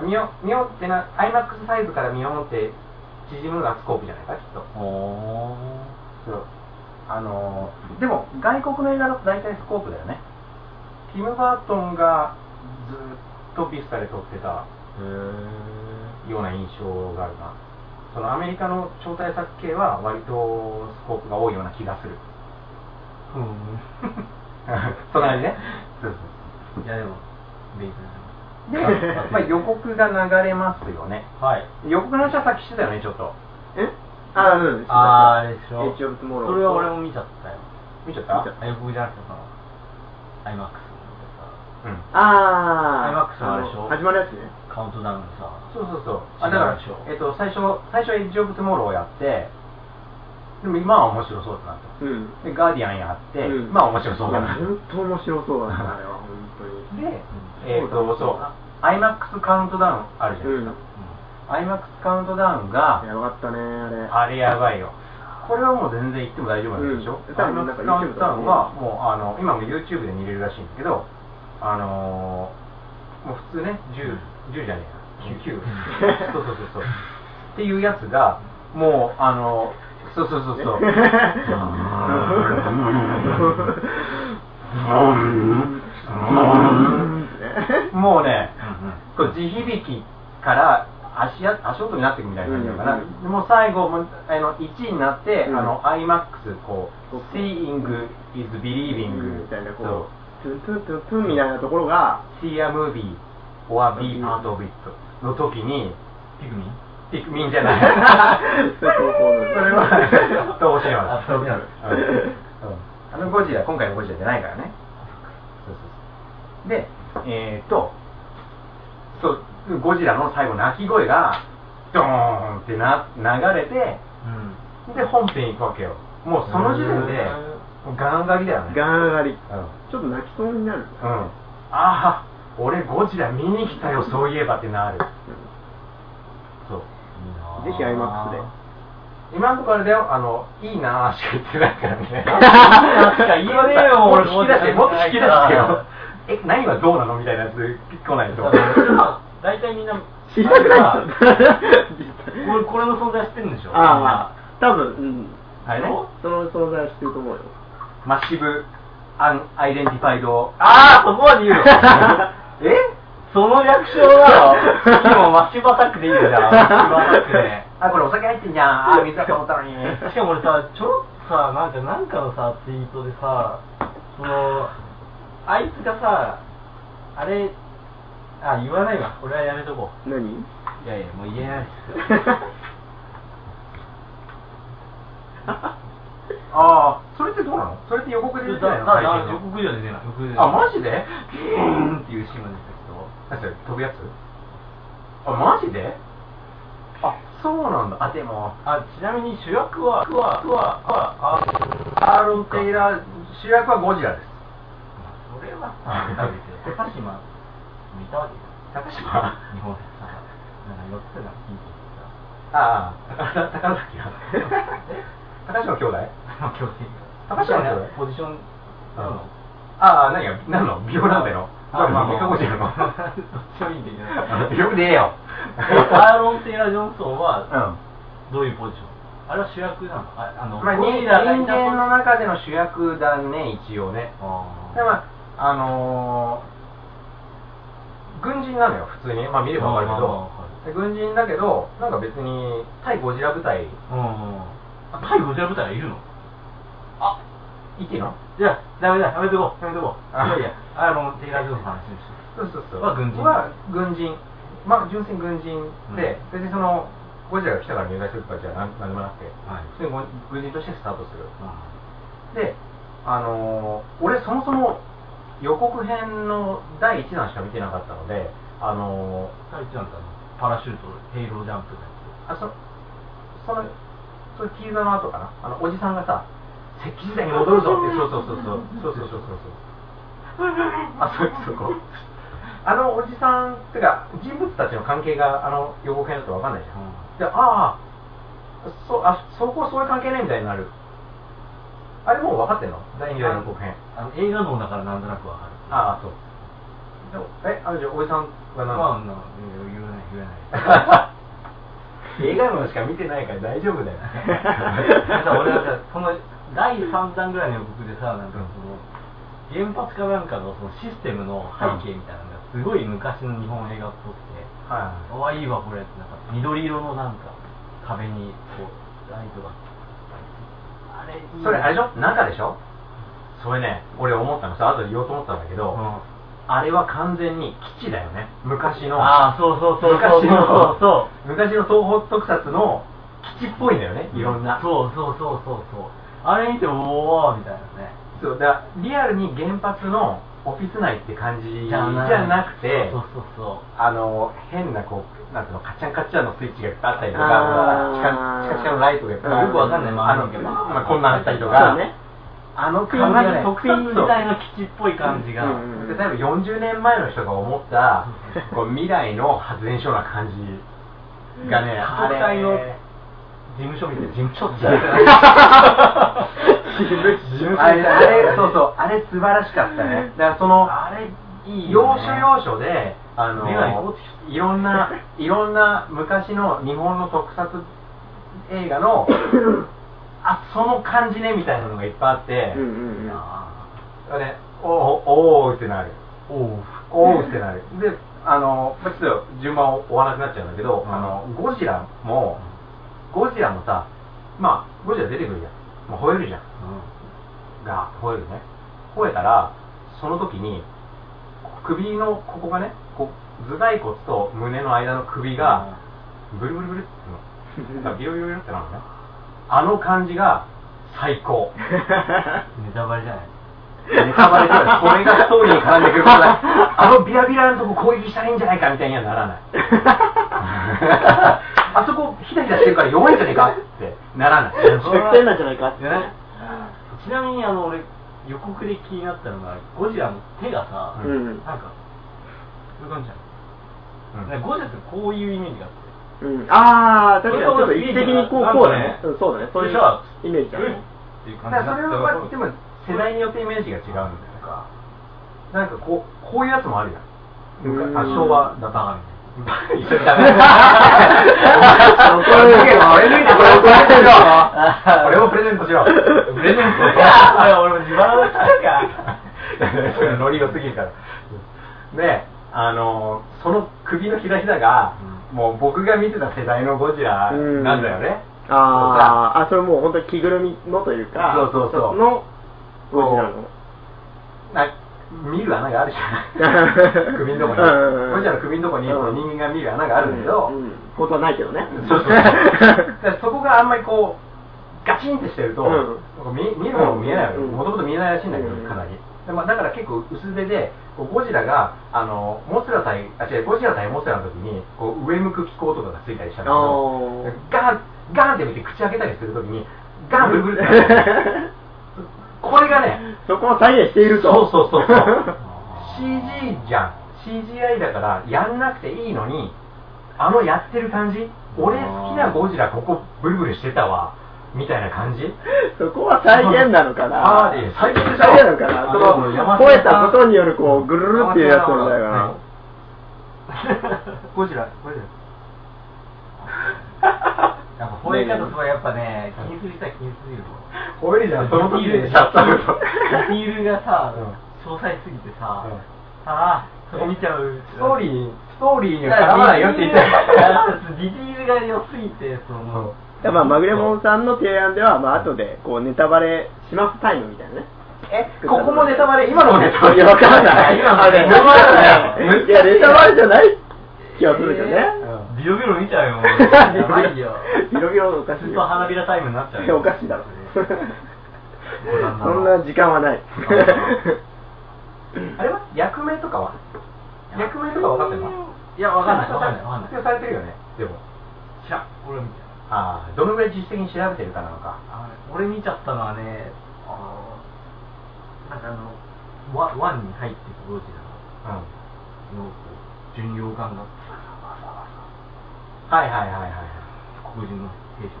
Speaker 3: あミヨミヨンってなアイマックスサイズからミヨンって縮むのがスコープじゃないかきっと
Speaker 2: お
Speaker 3: そう
Speaker 4: あのーでも外国の映画だと大体スコープだよねティム・バートンがずっとビスタで撮ってたような印象があるなそのアメリカの超大作系は割とスコープが多いような気がする
Speaker 2: ー。 う
Speaker 4: そんなにね
Speaker 2: ん。いや、でも、勉強になり
Speaker 4: で、まあ、予告が流れますよね
Speaker 2: ます。はい。
Speaker 4: 予告の話はさっきしてたよねちょっと
Speaker 1: えあ、うん。
Speaker 2: あーあれでしょ。
Speaker 1: エッジオブトゥモロー
Speaker 2: それは俺も見ちゃったよ。
Speaker 4: 見ちゃった
Speaker 2: あ、予告じゃなくてさ、アイマックス
Speaker 4: うん
Speaker 1: あー。
Speaker 2: IMAX のあれでしょ
Speaker 1: の始まるやつね。
Speaker 2: さ、カウントダウンでさ、
Speaker 4: そうそうそう。
Speaker 2: 違
Speaker 4: あ
Speaker 2: う
Speaker 4: だから
Speaker 2: でしょ、
Speaker 4: えっと、最初、最初はエッジ・オブ・トゥモローをやって、でも今は面白そうだな
Speaker 1: う
Speaker 4: と。
Speaker 1: ん。
Speaker 4: で、ガーディアンやって、
Speaker 1: うん
Speaker 4: まあ面白そうだな。
Speaker 1: いや本当面白そうだった、あれは、本当に。
Speaker 4: で、えっと、そう、IMAX カウントダウンあるじゃないですか。IMAX カウントダウン
Speaker 1: いや
Speaker 4: が、
Speaker 1: よかったね、あれ。
Speaker 4: あれやばいよ。これはもう全然言っても大丈夫なんでしょ、
Speaker 1: うん多分なんか
Speaker 4: ?IMAX カウン
Speaker 1: YouTube
Speaker 4: ト
Speaker 1: と
Speaker 4: ダ
Speaker 1: かね
Speaker 4: ウンは、もう、あの、今も YouTube で見れるらしいんだけど、あのーもう普通ね、10、10じゃねえや、9、9。そうそうそうそう。っていうやつが、もう、あの、そうそ うそうそう。もうね、こう地響きから足や足音になっていくみたいな感じなのかな、
Speaker 1: うんうん
Speaker 4: でもう最後もあの1位になって、
Speaker 1: うん
Speaker 4: あの IMAX こう
Speaker 1: そう
Speaker 4: 「Seeing is Believing」
Speaker 1: みたいな、
Speaker 4: そう
Speaker 1: こう、トゥントゥントゥントゥンみたいなところが、
Speaker 4: 「See a movie or be part of it」の時に
Speaker 2: ピグミン
Speaker 4: ピクミンじゃない
Speaker 1: そうそうこう
Speaker 4: それはどうしよう
Speaker 2: あそうなの
Speaker 4: うんあのゴジラ今回のゴジラじゃないからねそうそうそうでえー、っとそうゴジラの最後鳴き声がドーンってな流れて
Speaker 2: うん。
Speaker 4: で本編行くわけよもうその時点でもうガンガリだよね
Speaker 1: ガン上がり。
Speaker 4: うん、うん、
Speaker 1: ちょっと泣きそうになる。
Speaker 4: ああ俺ゴジラ見に来たよそういえばってなるそう
Speaker 1: ぜひ IMAX で。
Speaker 4: 今のところあれだよ、あの、いいなぁしか言ってないから ね。
Speaker 2: 確かに言わねえよ
Speaker 4: もっと引き 出して、
Speaker 2: 俺
Speaker 4: も
Speaker 2: も
Speaker 4: っと引き出してよ。 え、何はどうなのみたいなやつ来ない と。
Speaker 2: 大体みんな、
Speaker 1: 知りたくない
Speaker 2: あ
Speaker 1: 人
Speaker 2: これこれの存在知ってるんでしょ
Speaker 1: ああ、多分、うん。
Speaker 4: あれね、
Speaker 1: その存在は知ってると思うよ。
Speaker 4: マッシブ、アン、アイデンティファイド。
Speaker 2: ああ、そこまで 言うよ。
Speaker 4: え
Speaker 2: その略称は、でもマッシュバタックでいいよじ ゃん。マッシュバタックで。
Speaker 4: あ、これお酒入ってんじゃん。あー、水だと思った のに。
Speaker 2: しかも俺さ、ちょろっとさ、なんか、なんかのさ、ツイートでさ、その、あいつがさ、あれ、あ、言わないわ。俺はやめとこ
Speaker 1: 何
Speaker 2: う。いやいや、もう言えないですよ。
Speaker 4: あー、それってどうなのそれって予告で言ってないの最近の
Speaker 2: 予告じゃ出てない。予告じゃ出てない
Speaker 4: あ、マジで
Speaker 2: ピーンっていうシーンが出てたけど。
Speaker 4: 何それ飛ぶやつあ、マジであ、そうなんだ。あ、でも、
Speaker 2: あ、ちなみに主役は、は、は、は、
Speaker 4: アーロン・テイラー、主役はゴジラです。
Speaker 2: それ はさ、だって高島もいたわけじゃん。
Speaker 4: 高島
Speaker 2: 日本でさ、なんか寄ってたの聞いてさ、
Speaker 4: ああ、高崎が。高島 兄弟
Speaker 2: まあ強制
Speaker 4: 高島さん
Speaker 2: ポジション、なの
Speaker 4: ああ、何が、何のビオランテの
Speaker 2: あまあ
Speaker 4: メカゴジラの。
Speaker 2: どっちもいいんだけど。
Speaker 4: よくねえよ。
Speaker 2: アーロン・テイラー・ジョンソン
Speaker 4: うん。
Speaker 2: は、
Speaker 4: ま
Speaker 2: どういうポジションあれは主役なのああの、
Speaker 4: あ、人
Speaker 2: ゴジラがい
Speaker 4: 人
Speaker 2: たポジショ
Speaker 4: 間
Speaker 2: ン
Speaker 4: の中での主役だね、一応ね。
Speaker 2: あー
Speaker 4: でまああのー軍人なのよ普通にまあ見ればわかるけどで軍人だけどなんか別に対ゴジラ部隊
Speaker 2: うん対ゴジラ部隊はいるの
Speaker 4: あいてな
Speaker 2: じゃあダメだやめとこうやめとこういやいやあのテイラーズの話にして
Speaker 4: そうそうそう
Speaker 2: は軍人
Speaker 4: は軍人まあ純粋に軍人で、別にそのゴジラが来たから入隊するとかじゃなんなんでもなくて
Speaker 2: はい
Speaker 4: 普通に軍人としてスタートするであのー俺そもそも予告編の第1弾しか見てなかったのであのー
Speaker 2: 大ちゃんだパラシュートヘイロージャンプのやつ
Speaker 4: あそそのそのキーザーの後かなあのおじさんがさ石器時代に戻るぞってそうそうそうそうそうそうそうそうそうあそうそこあのおじさんってか人物たちの関係があの予告編だと分かんないじゃん、でああそあそこそういう関係ないみたいになるあれもう分かってんの第2弾の予告編
Speaker 2: あの映画のだからなんとなくわかる
Speaker 4: ああそうでもえあれじゃあおじさん
Speaker 2: ま
Speaker 4: が何
Speaker 2: あ、な言わない言わない
Speaker 4: 映画のしか見てないから大丈夫だよ
Speaker 2: さ俺はさその第3弾ぐらいの予告でさなんかその原発かなんかのそのシステムの背景みたいなのがすごい昔の日本映画っぽくて、
Speaker 4: はい
Speaker 2: ああいいわこれってなんか緑色のなんか壁にこうライトがあれいいな
Speaker 4: それあれでしょ中でしょそれね俺思ったのさ後で言おうと思ったんだけど、
Speaker 2: うん
Speaker 4: あれは完全に基地だよね昔の
Speaker 2: ああそうそうそうそう
Speaker 4: 昔の
Speaker 2: そうそう
Speaker 4: 昔の東宝特撮の基地っぽいんだよねいろんな、
Speaker 2: そうそうそうそうそうあれ見ておおみたいなね
Speaker 4: そうだからリアルに原発のオフィス内って感じじゃなく
Speaker 2: そ
Speaker 4: て
Speaker 2: うそうそう
Speaker 4: あの変なこうなんていうのカチャンカチャンのスイッチがいっぱいあったりと
Speaker 1: あー
Speaker 4: かチカチカチカのライトがいっぱいあ
Speaker 2: よ
Speaker 4: る
Speaker 2: くわかんない
Speaker 4: あの
Speaker 2: 周りの
Speaker 4: まあこんなんあったりと
Speaker 1: そう
Speaker 4: か、
Speaker 1: ね
Speaker 4: あの
Speaker 2: か
Speaker 4: 感
Speaker 2: な
Speaker 4: じが
Speaker 2: り
Speaker 4: ね
Speaker 2: 特撮時代の基地っぽい感じが、
Speaker 1: うんうん
Speaker 4: 例えば40年前の人が思 ったこう未来の発電所な感じがね、あれ
Speaker 2: 特の 事務所みたいな事務所って言われて
Speaker 4: あれあれそうそうあれ素晴らしかったねだからその
Speaker 2: あれいい
Speaker 4: 要
Speaker 2: よ、
Speaker 4: 所
Speaker 2: ね、
Speaker 4: 要所であの
Speaker 2: 目が行こうって
Speaker 4: いろんないろんな昔の日本の特撮映 画のあその感じねみたいなのがいっぱいあって、
Speaker 1: うんうんうん
Speaker 4: ね、おーおーおーってなる
Speaker 2: おお
Speaker 4: おーってなるであのまあちょっと順番を追わなくなっちゃうんだけど、あのゴジラもゴジラもさまあゴジラ出てくるじゃん、まあ、吠えるじゃんが吠えるね吠えたらその時に首のここがねこう頭蓋骨と胸の間の首がブルブルブルっていうのなんかビロビロビロってなるのねあの感じが最高
Speaker 2: ネタバレじゃない
Speaker 4: ネタバレ ではこれがストーリーに絡んでくることないあのビラビラのとこ攻撃したらいいんじゃないかみたいにはならない あそこヒダヒダしてるから弱いんじゃねえかってならない
Speaker 1: 絶対なんじゃないかって
Speaker 2: でねちなみにあの俺予告で気になったのがゴジラの手がさ、
Speaker 1: うんうん
Speaker 2: なんか動かんじゃん、
Speaker 4: うん
Speaker 2: なんかゴジラってこういうイメージがあって
Speaker 1: うん、ああ、確かにちょっと一的にこう、こうだね。
Speaker 2: な
Speaker 1: うん
Speaker 2: かね
Speaker 1: ん、そうだね。そういう
Speaker 2: でしょ
Speaker 1: イメージだ
Speaker 2: うん
Speaker 1: ね。
Speaker 2: っていう感
Speaker 4: だか
Speaker 2: じ
Speaker 4: らそれはでも世代によってイメージが違うんだよねなんかこうこういうやつもあるやん
Speaker 1: うん
Speaker 4: 昔あ昭和
Speaker 2: バ
Speaker 4: だった
Speaker 2: カみたいな
Speaker 4: 一緒にダメ
Speaker 1: 怒
Speaker 4: だ
Speaker 1: られるよ
Speaker 4: 俺抜いてこれ怒られてるよこれをプレゼントしろプレゼント
Speaker 2: いや俺も自腹だったか
Speaker 4: それノリが過ぎるからであのその首のひらひらが、もう僕が見てた世代のゴジラなんだよね、
Speaker 1: あーあ、それもう本当に着ぐるみのというか、
Speaker 4: そうそうそう
Speaker 1: の、ゴジラの。
Speaker 4: な見る穴があるじゃ ん首のとこに
Speaker 1: うん
Speaker 4: ゴジラの首のとこにこの人間が見る穴があるんだけど、
Speaker 1: うん、ことはないけど ね。
Speaker 4: そうそうそうだ からそこがあんまりこうガチンってしてると、
Speaker 1: うん
Speaker 4: なんか見見るものも見えない
Speaker 1: うん
Speaker 4: もともと見えないらしいんだけど
Speaker 1: うん
Speaker 4: かなり、でまあ、だから結構薄手でこうゴジラがあのモスラ対あ違うゴジラ対モスラの時にこう上向く機構とかがついたりしたんだけど
Speaker 1: あー
Speaker 4: ガンガンって見て口開けたりする時にガンブルブルって なるこれがね
Speaker 1: そこを再現していると。
Speaker 4: そうそうそうそう
Speaker 2: ら
Speaker 4: CG じゃん CGI だからやんなくていいのにあのやってる感じ俺好きなゴジラここブルブルしてたわみたいな感じ
Speaker 1: そこは再現なのかな。
Speaker 4: あーいや再現でしょ
Speaker 1: 再現なのかな。
Speaker 4: あ
Speaker 1: そ
Speaker 4: の
Speaker 1: の
Speaker 4: 山、下さん
Speaker 1: 超えたことによる、こう、ぐるるっていうやつなんだよな。
Speaker 4: ゴジラゴジ
Speaker 2: や
Speaker 4: ラ
Speaker 2: っぱ吠え方とかやっぱね気にする人は気にするよ
Speaker 4: 吠えるじゃんその時
Speaker 2: ディール
Speaker 4: でシャッター
Speaker 2: ディールがさ
Speaker 4: うん
Speaker 2: 詳細すぎてさ
Speaker 4: うん
Speaker 2: ああ
Speaker 6: そこ見ちゃう。
Speaker 3: ストーリー、ストーリーに
Speaker 6: だ
Speaker 3: は
Speaker 6: か
Speaker 3: 絡まないよっ
Speaker 6: ら
Speaker 3: て言っ てた。
Speaker 6: ディティールが良すぎて、その、
Speaker 1: だからまあ、まぐれもんさんの提案では、まあ後でこうネタバレしますタイムみたいなね。
Speaker 3: え、ここもネタバレ、今のも ネタバレ。
Speaker 1: いや、わからない。
Speaker 3: 今の
Speaker 1: あれ
Speaker 3: ネタバレだ よ。
Speaker 1: いや、ネタバレじゃない気がするけどね。
Speaker 6: ビロビロ見ちゃうよ、もう。やばいよ。
Speaker 1: ビロビロおかし
Speaker 6: ず
Speaker 1: い
Speaker 6: っ
Speaker 1: よ
Speaker 6: と。花びらタイムになっちゃう
Speaker 1: いや
Speaker 6: よ。
Speaker 1: おかしいだ ろ。そ
Speaker 6: んなん
Speaker 1: な時間はな い。
Speaker 4: あれは役名とかは役名とか分かってます
Speaker 6: いや、わかんない、わかんない、わかんない
Speaker 4: 発。表されてるよね、でも。
Speaker 6: 知らん、俺みたいな。
Speaker 4: ああ、どのぐらい実質的に調べてるかなのか。
Speaker 6: あ俺見ちゃったのはね、あの、なんかあの、ワワンに入ってく同時な
Speaker 4: うん。
Speaker 6: の、のこう巡洋艦が、
Speaker 4: はいはいはいはい。
Speaker 6: 黒人の兵士です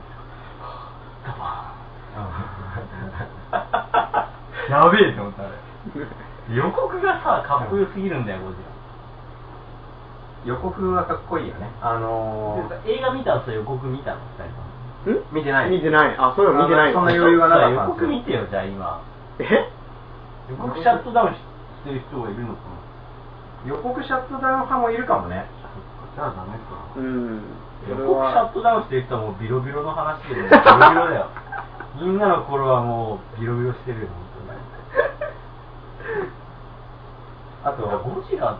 Speaker 6: よ。ガバーン。やべえって思った、あれ。予告がさ、かっこよすぎるんだよ、ゴジラ。
Speaker 4: 予告はかっこいいよね。あのー、
Speaker 6: 映画見た後予告見たの、二人と
Speaker 1: ん
Speaker 6: も。
Speaker 4: 見てない
Speaker 1: 見てない。あ、そういうの見てない。
Speaker 4: あそんな余裕はなかったんですよ
Speaker 6: 予告見てよ、じゃあ今。
Speaker 1: え
Speaker 6: 予告シャットダウンしてる人がいるのかな。
Speaker 4: 予告シャットダウン派もいるかもね。
Speaker 6: じゃあダメか。
Speaker 1: うん。
Speaker 6: 予
Speaker 1: それ
Speaker 6: 告シャ
Speaker 1: は
Speaker 6: ットダウンしてる人はもうビロビロの話で、ビロビロだよ。 みんなの頃はもうビロビロしてるよ、本当に。
Speaker 4: あ
Speaker 6: だから
Speaker 4: と、
Speaker 6: ゴジラ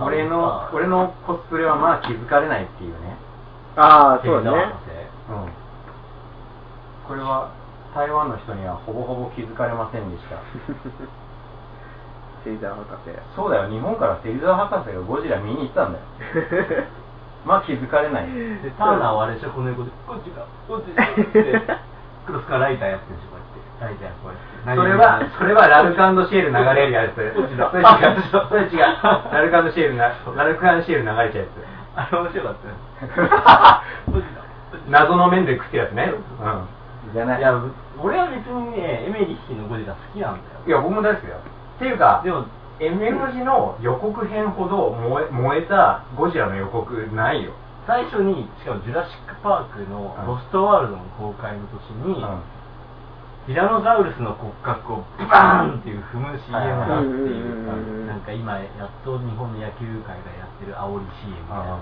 Speaker 4: 俺の、俺のコスプレはまあ気づかれないっていうね。
Speaker 1: ああ、そうだね。
Speaker 4: うん。これは、台湾の人にはほぼほぼ気づかれませんでした。
Speaker 1: セイザー 博士。
Speaker 4: そうだよ、日本から芹沢博士がゴジラ見に行ったんだよ。まあ気づかれない。
Speaker 6: で、ターナーはあれでしょ、この横で、ゴジラ、ゴジラって、クロスからライターやってるでしょ、こうやって。ライターこうやって。
Speaker 4: それは、それはラルカンドシエル流れるやつ。
Speaker 6: ゴジラ
Speaker 4: それ違う、それ違う。ラルカンドシエルな、ラルカンドシエル流れちゃうや
Speaker 6: あれ面白かったよ。
Speaker 4: つ。
Speaker 6: ゴジラ。
Speaker 4: 謎の面で食ってやつね。うん。じゃないい。
Speaker 6: や、俺は別にね、エメリッヒのゴジラ好きなんだよ。
Speaker 4: いや、僕も大好きだよ。っていうか、
Speaker 6: でも、
Speaker 4: MM 字の予告編ほど燃え燃えたゴジラの予告ないよ。
Speaker 6: 最初に、しかもジュラシック・パークの
Speaker 4: うん
Speaker 6: ロストワールドの公開の年
Speaker 4: う
Speaker 6: に、
Speaker 4: ん
Speaker 6: ティラノザウルスの骨格をバーンっていう踏む CM だっていう
Speaker 1: はいはいはい
Speaker 6: なんか今やっと日本の野球界がやってる煽り CM みたいな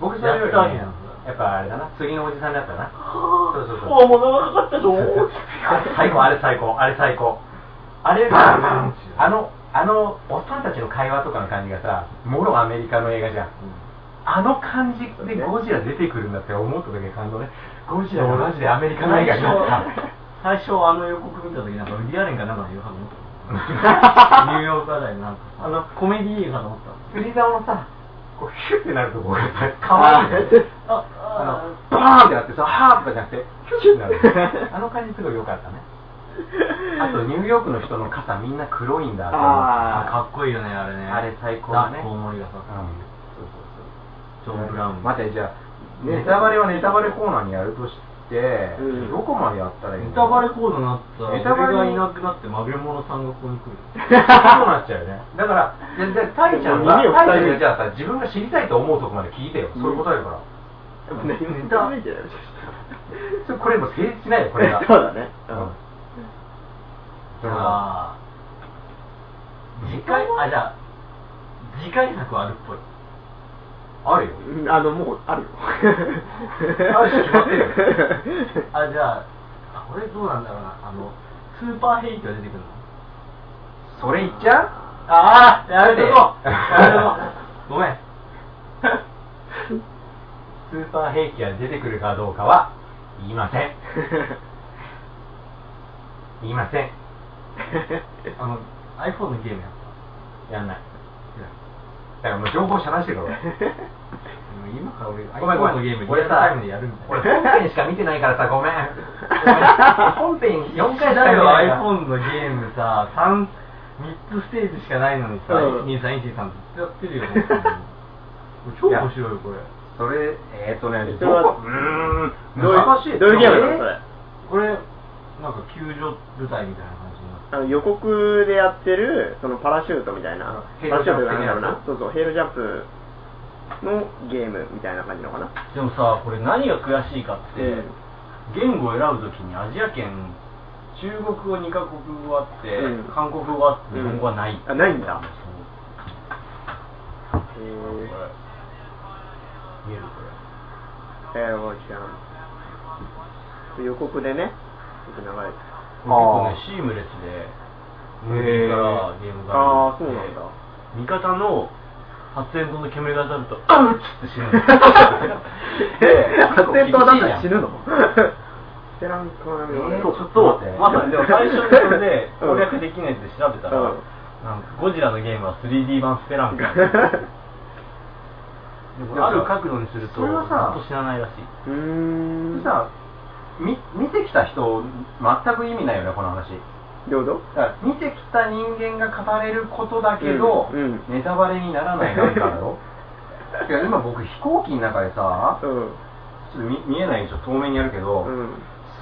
Speaker 4: 僕それより
Speaker 6: やったわけ
Speaker 4: ね
Speaker 6: なんだ
Speaker 4: やっぱあれだな次のおじさんだったな そうそうそう
Speaker 6: お物がかかったぞ
Speaker 4: 最高あれ最高あれ最高あれ
Speaker 6: バンバン
Speaker 4: あのあのおっさんたちの会話とかの感じがさもろアメリカの映画じゃん、あの感じでゴジラ出てくるんだって思った時に感動ねゴジラがマジでアメリカの映画になった
Speaker 6: 最初あの予告見た時なんかウディアレンかなんかの言うはず思っ たのニューヨーカーだよなんかあのコメディ映画だと思ったの
Speaker 4: 釣り竿のさこうヒュッてなるとこがかわいいんだよね
Speaker 6: あ
Speaker 4: あ
Speaker 6: あ
Speaker 4: のバーンってなってさハーとかじゃなくてキュッてなる あの感じすごい良かったねあとニューヨークの人の傘みんな黒いんだって思
Speaker 6: あ
Speaker 1: あ
Speaker 6: かっこいいよねあれね
Speaker 4: あれ最高だね
Speaker 6: ダック大森がさ
Speaker 4: ったうん
Speaker 6: ジョン・ブラウン
Speaker 4: 待ってじゃあネタバレはネタバレコーナーにやるとして、
Speaker 1: うん
Speaker 4: どこまでやったらいいの
Speaker 6: ネタバレコードになったら
Speaker 4: ネタバレ
Speaker 6: 俺がいなくなってマグレモノさんがここに来る
Speaker 4: そうなっちゃうよねだからじゃじゃあタイちゃんが
Speaker 1: 耳を塞いで
Speaker 4: タイちゃんがじゃあさ自分が知りたいと思うとこまで聞いてよ、そういうことだか
Speaker 1: あ。
Speaker 4: ら
Speaker 1: でも何もダメじゃない
Speaker 4: それこれもう成立しないよこれが
Speaker 1: そうだね。
Speaker 4: う
Speaker 1: うんん。
Speaker 6: じゃあ次回あじゃあ次回作はあるっぽい
Speaker 4: あるよ
Speaker 1: うんあの、もう、あるよ。
Speaker 4: あるし決まって るよ
Speaker 6: あじゃああこれどうなんだろうなあのスーパーヘイトが出てくるの
Speaker 4: それ言っちゃう
Speaker 6: ああやめとこうやめとこうごめん
Speaker 4: スーパー兵器が出てくるかどうかは言いません 言いません
Speaker 6: あの iPhone のゲームやった
Speaker 4: やんないだからもう情報遮断してるから俺
Speaker 6: でも今から俺
Speaker 4: ごめんごめ
Speaker 6: iPhone のゲーム
Speaker 4: ん。俺さ、
Speaker 6: リアルタイムでやるみたいな
Speaker 4: 俺本編しか見てないからさ、ご めん。ごめん本編4回しか見てないから。
Speaker 6: iPhone のゲームさ、3、3つステージしかないのにさ、
Speaker 1: う
Speaker 6: 1、
Speaker 1: ん
Speaker 6: 2、3、1、2、3ずっとやってるよ、本当に超面白いよ、これ。
Speaker 4: それ、えーっとね、
Speaker 1: それは
Speaker 4: どこうーん、
Speaker 1: どう
Speaker 4: 難し
Speaker 1: い、
Speaker 4: いう
Speaker 1: どういうゲームなのそれ。
Speaker 6: これ、なんか救助部隊みたいな感じになって
Speaker 1: あの予告でやってるそのパラシュートみたいな、
Speaker 4: うん
Speaker 1: パラシュートなんだろう
Speaker 4: ヘイロジャンプ的なや
Speaker 1: な
Speaker 4: つ、
Speaker 1: そうそう、ヘイロジャンプのゲームみたいな感じのかな。
Speaker 6: でもさ、これ何が悔しいかって、言語を選ぶときにアジア圏、中国語2カ国語あって、
Speaker 1: うん
Speaker 6: 韓国語あって、日
Speaker 1: うん
Speaker 6: 本語はないってい
Speaker 1: あ
Speaker 6: う
Speaker 1: ないんだ
Speaker 6: そう
Speaker 1: えー
Speaker 7: 見えるこ
Speaker 1: えー、おじちゃん。予告でね、よく流れてる。
Speaker 7: れ。
Speaker 3: あー
Speaker 7: 結構ね、シームレスで、
Speaker 1: へー
Speaker 7: ーからゲームが。
Speaker 1: ああ、そうなんだ。。
Speaker 7: 味方の発煙筒の煙が当た ると、あっつっ て死ぬんですよ
Speaker 1: え、発
Speaker 7: で
Speaker 1: 展とだったら
Speaker 7: 結構厳しいじゃん
Speaker 1: 死ぬの知らんかな、でもね
Speaker 7: ちょっ
Speaker 1: う
Speaker 7: と
Speaker 1: ん、
Speaker 7: まさにでも最初にそれで
Speaker 1: うん
Speaker 7: 攻略できないやつで調べたら、
Speaker 1: うん
Speaker 7: なんかゴジラのゲームは 3D 版スペラン カある角度にすると、
Speaker 4: それはさ
Speaker 7: ずっと死なないらしい。
Speaker 1: うーん。
Speaker 4: さみ見てきた人全く意味ないよねこの話
Speaker 1: どうぞ。
Speaker 4: だから見てきた人間が語れることだけど、
Speaker 1: うんうん
Speaker 4: ネタバレにならない何かだ ろいや今僕飛行機の中でさち
Speaker 1: う
Speaker 4: ょ
Speaker 1: ん。
Speaker 4: っと見見えないでしょ遠目にやるけど、
Speaker 1: うん。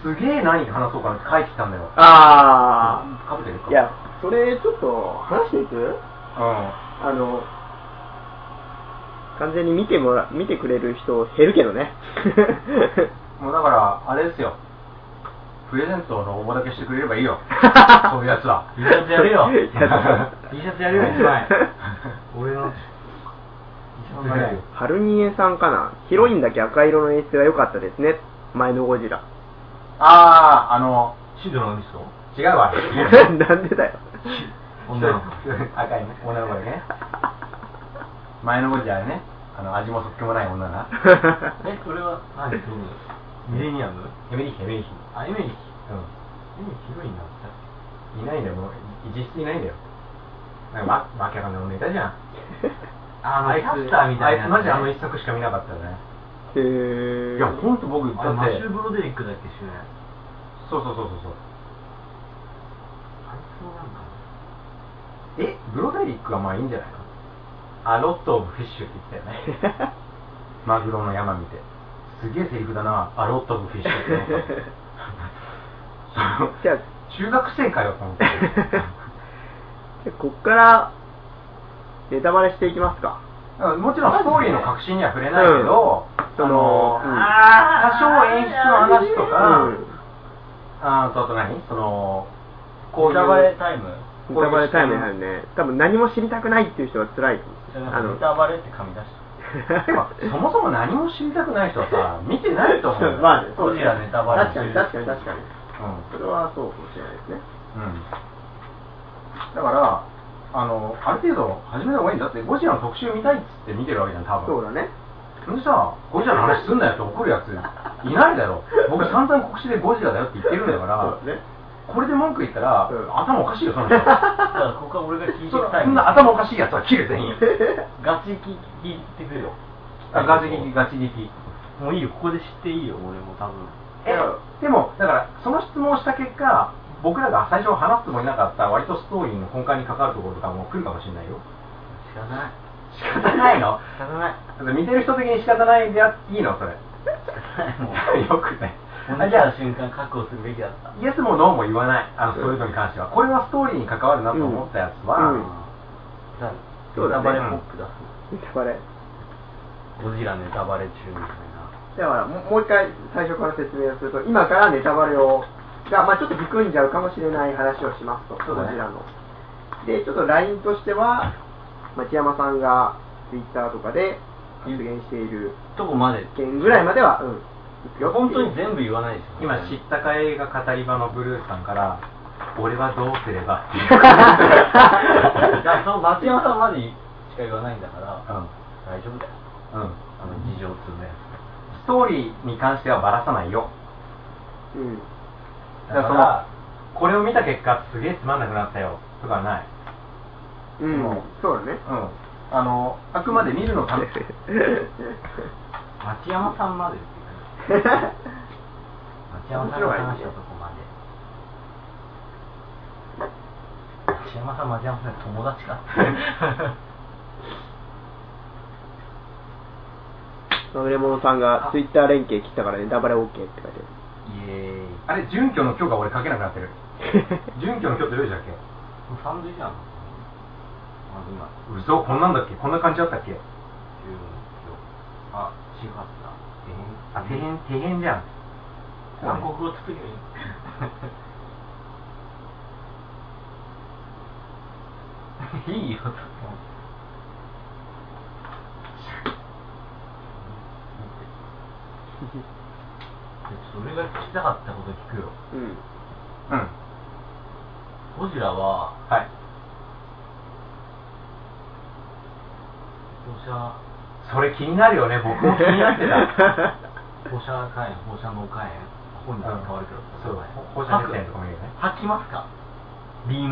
Speaker 4: すげえ何話そうかなって帰ってきたんだよ
Speaker 1: あ
Speaker 4: かぶってるか
Speaker 1: あ。いや、それちょっと話していく
Speaker 4: う
Speaker 1: あの、完全に見てもら、見てくれる人減るけどね。
Speaker 4: んもうだからあれですよプレゼントの応募だけしてくれればいいよそういうやつは
Speaker 6: T シャツやる よ
Speaker 1: T シャ
Speaker 6: T シャツやるよ一枚俺の T シャツやるよ
Speaker 1: ハルニエさんかな。ヒロインだけ赤色の演出が良かったですね。前のゴジラ。
Speaker 4: あああの
Speaker 6: シドのミスを
Speaker 4: 違う わ
Speaker 1: なんでだよ。
Speaker 6: 女の子
Speaker 4: 赤いね 女の子でね前のゴジラでねあの味もそっけもない女が
Speaker 6: えそれは何どうミレニアム
Speaker 4: エメリヒエメリヒ
Speaker 6: あエメリヒ
Speaker 4: う
Speaker 6: エメリヒ広いんだっ
Speaker 4: んいないんだよもう実質いないんだよなんかわわけわかんない女いたじゃん
Speaker 6: あのキャスターみたいな
Speaker 4: あいつマ
Speaker 6: やつね
Speaker 4: ジあの一作しか見なかったよね
Speaker 1: へー
Speaker 4: いや 本当僕
Speaker 6: あ
Speaker 4: だ
Speaker 6: れ
Speaker 4: っ
Speaker 6: マシ
Speaker 4: て
Speaker 6: ュー・ブロデリックだっけ主演
Speaker 4: そうそうそうそうそう
Speaker 6: あいつもなんか
Speaker 4: えブロデリックはまあいいんじゃないのあロット・オブ・フィッシュって言った よねマグロの山見てすげえセリフだなあロット・オブ・フィッシュって思っ たそう
Speaker 1: じゃあ、
Speaker 4: 中学生かよと思って
Speaker 1: じゃあこっから、ネタバレしていきますか。
Speaker 4: うんもちろんストーリーの核心には触れないけど、
Speaker 1: うん
Speaker 4: その、
Speaker 1: そのうん
Speaker 4: あー多少演出の話とか、
Speaker 1: うん
Speaker 4: あーとあと何そのこうい
Speaker 6: ネタ
Speaker 4: う
Speaker 6: バレタイム
Speaker 1: ネタバレタイムになるね。多分何も知りたくないっていう人は辛いと思
Speaker 6: じゃ
Speaker 1: う。
Speaker 6: あなんかネ タバレって噛み出した
Speaker 4: てかそもそも何も知りたくない人はさ見てないと思うよ
Speaker 1: まあね、
Speaker 6: ゴジラネタバレ
Speaker 1: 確かに確かに確かに。
Speaker 4: うん
Speaker 1: それはそうかもしれないですね。
Speaker 4: うんだからあのある程度始めた方がいいんだってゴジラの特集見たいっつって見てるわけじゃん多分
Speaker 1: そうだね。
Speaker 4: そんでさ、ゴジラの話すんなよって怒るやついないだろ。僕散々告知でゴジラだよって言ってるんだから
Speaker 1: そう、だね。
Speaker 4: これで文句言ったら、
Speaker 1: うん
Speaker 4: 頭おかしいよ、その人。
Speaker 6: だからここは俺が聞いて
Speaker 4: そ
Speaker 6: るタイ
Speaker 4: そん
Speaker 6: ム
Speaker 4: な頭おかしいやつは切る、 全員。
Speaker 6: ガチ聞いてくれよ
Speaker 4: あガチ劇、ガチ劇。
Speaker 6: もういいよここで知っていいよ俺も多分
Speaker 4: え、でも、だから、その質問をした結果、僕らが最初話すつもりなかった割とストーリーの根幹に関わるところとかも来るかもしれないよ。
Speaker 6: 知らない
Speaker 4: 仕方ないの
Speaker 6: 知らない
Speaker 4: だって見てる人的に仕方ないでやいいのそれ。
Speaker 6: もう
Speaker 4: よくない。
Speaker 6: 同じた瞬間確保するべきだった
Speaker 4: イエスもノーも言わない、あのそういうのに関しては。これはストーリーに関わるなと思ったやつは、
Speaker 1: うんそう
Speaker 6: ネ
Speaker 1: だ
Speaker 6: タ
Speaker 1: ね
Speaker 6: バレポップ出す
Speaker 1: ネタバレ。
Speaker 6: ゴジラネタバレ中みたいな
Speaker 1: だからももう一回最初から説明をすると今からネタバレをが、まあ、ちょっと含んじゃうかもしれない話をしますと
Speaker 4: そうだね
Speaker 1: こちらのでちょっと LINE としては町山さんが Twitter とかで発言している
Speaker 6: とこまで
Speaker 1: 件ぐらいまではうんいくよ
Speaker 6: 本当に全部言わないですよ
Speaker 4: 今知ったか映画語り場のブルースさんから俺はどうすればって いう、
Speaker 6: だからその松山さんまでしか言わないんだから大丈夫だよ
Speaker 4: うんうん、
Speaker 6: あの事情通のや
Speaker 4: ストーリーに関してはばらさないよ
Speaker 1: うん
Speaker 4: だからそのこれを見た結果すげえつまんなくなったよとかはない、
Speaker 1: うん、そうだね
Speaker 4: うん、あのあくまで 見るの ため
Speaker 6: つ松山さんまでって言 う松山さんが話したとこまで松山さん松山さん友達か
Speaker 1: のれものさんが Twitter 連携切ったからネタバレ OK って書いて
Speaker 6: イエーイ
Speaker 4: あれ準拠の許が俺書けなくなってる準拠の許ってどうでしたっけ
Speaker 6: もうサンドイッチなのまず今
Speaker 4: 嘘こんなんだっけこんな感じだったっけ
Speaker 6: 十四キロあ違った
Speaker 4: あ手編手編じゃん
Speaker 6: 韓国語作るよいい いいよそれが聞きたかったこと聞くよ
Speaker 1: うん。
Speaker 4: うん。
Speaker 6: ゴジラは
Speaker 4: はい。
Speaker 6: 放射
Speaker 4: それ気になるよね、僕も気になって た。
Speaker 6: 放射肝炎放射脳肝炎ここに変わるけど
Speaker 4: そうだね放射熱線とかもいいよね
Speaker 6: 吐きますかビーム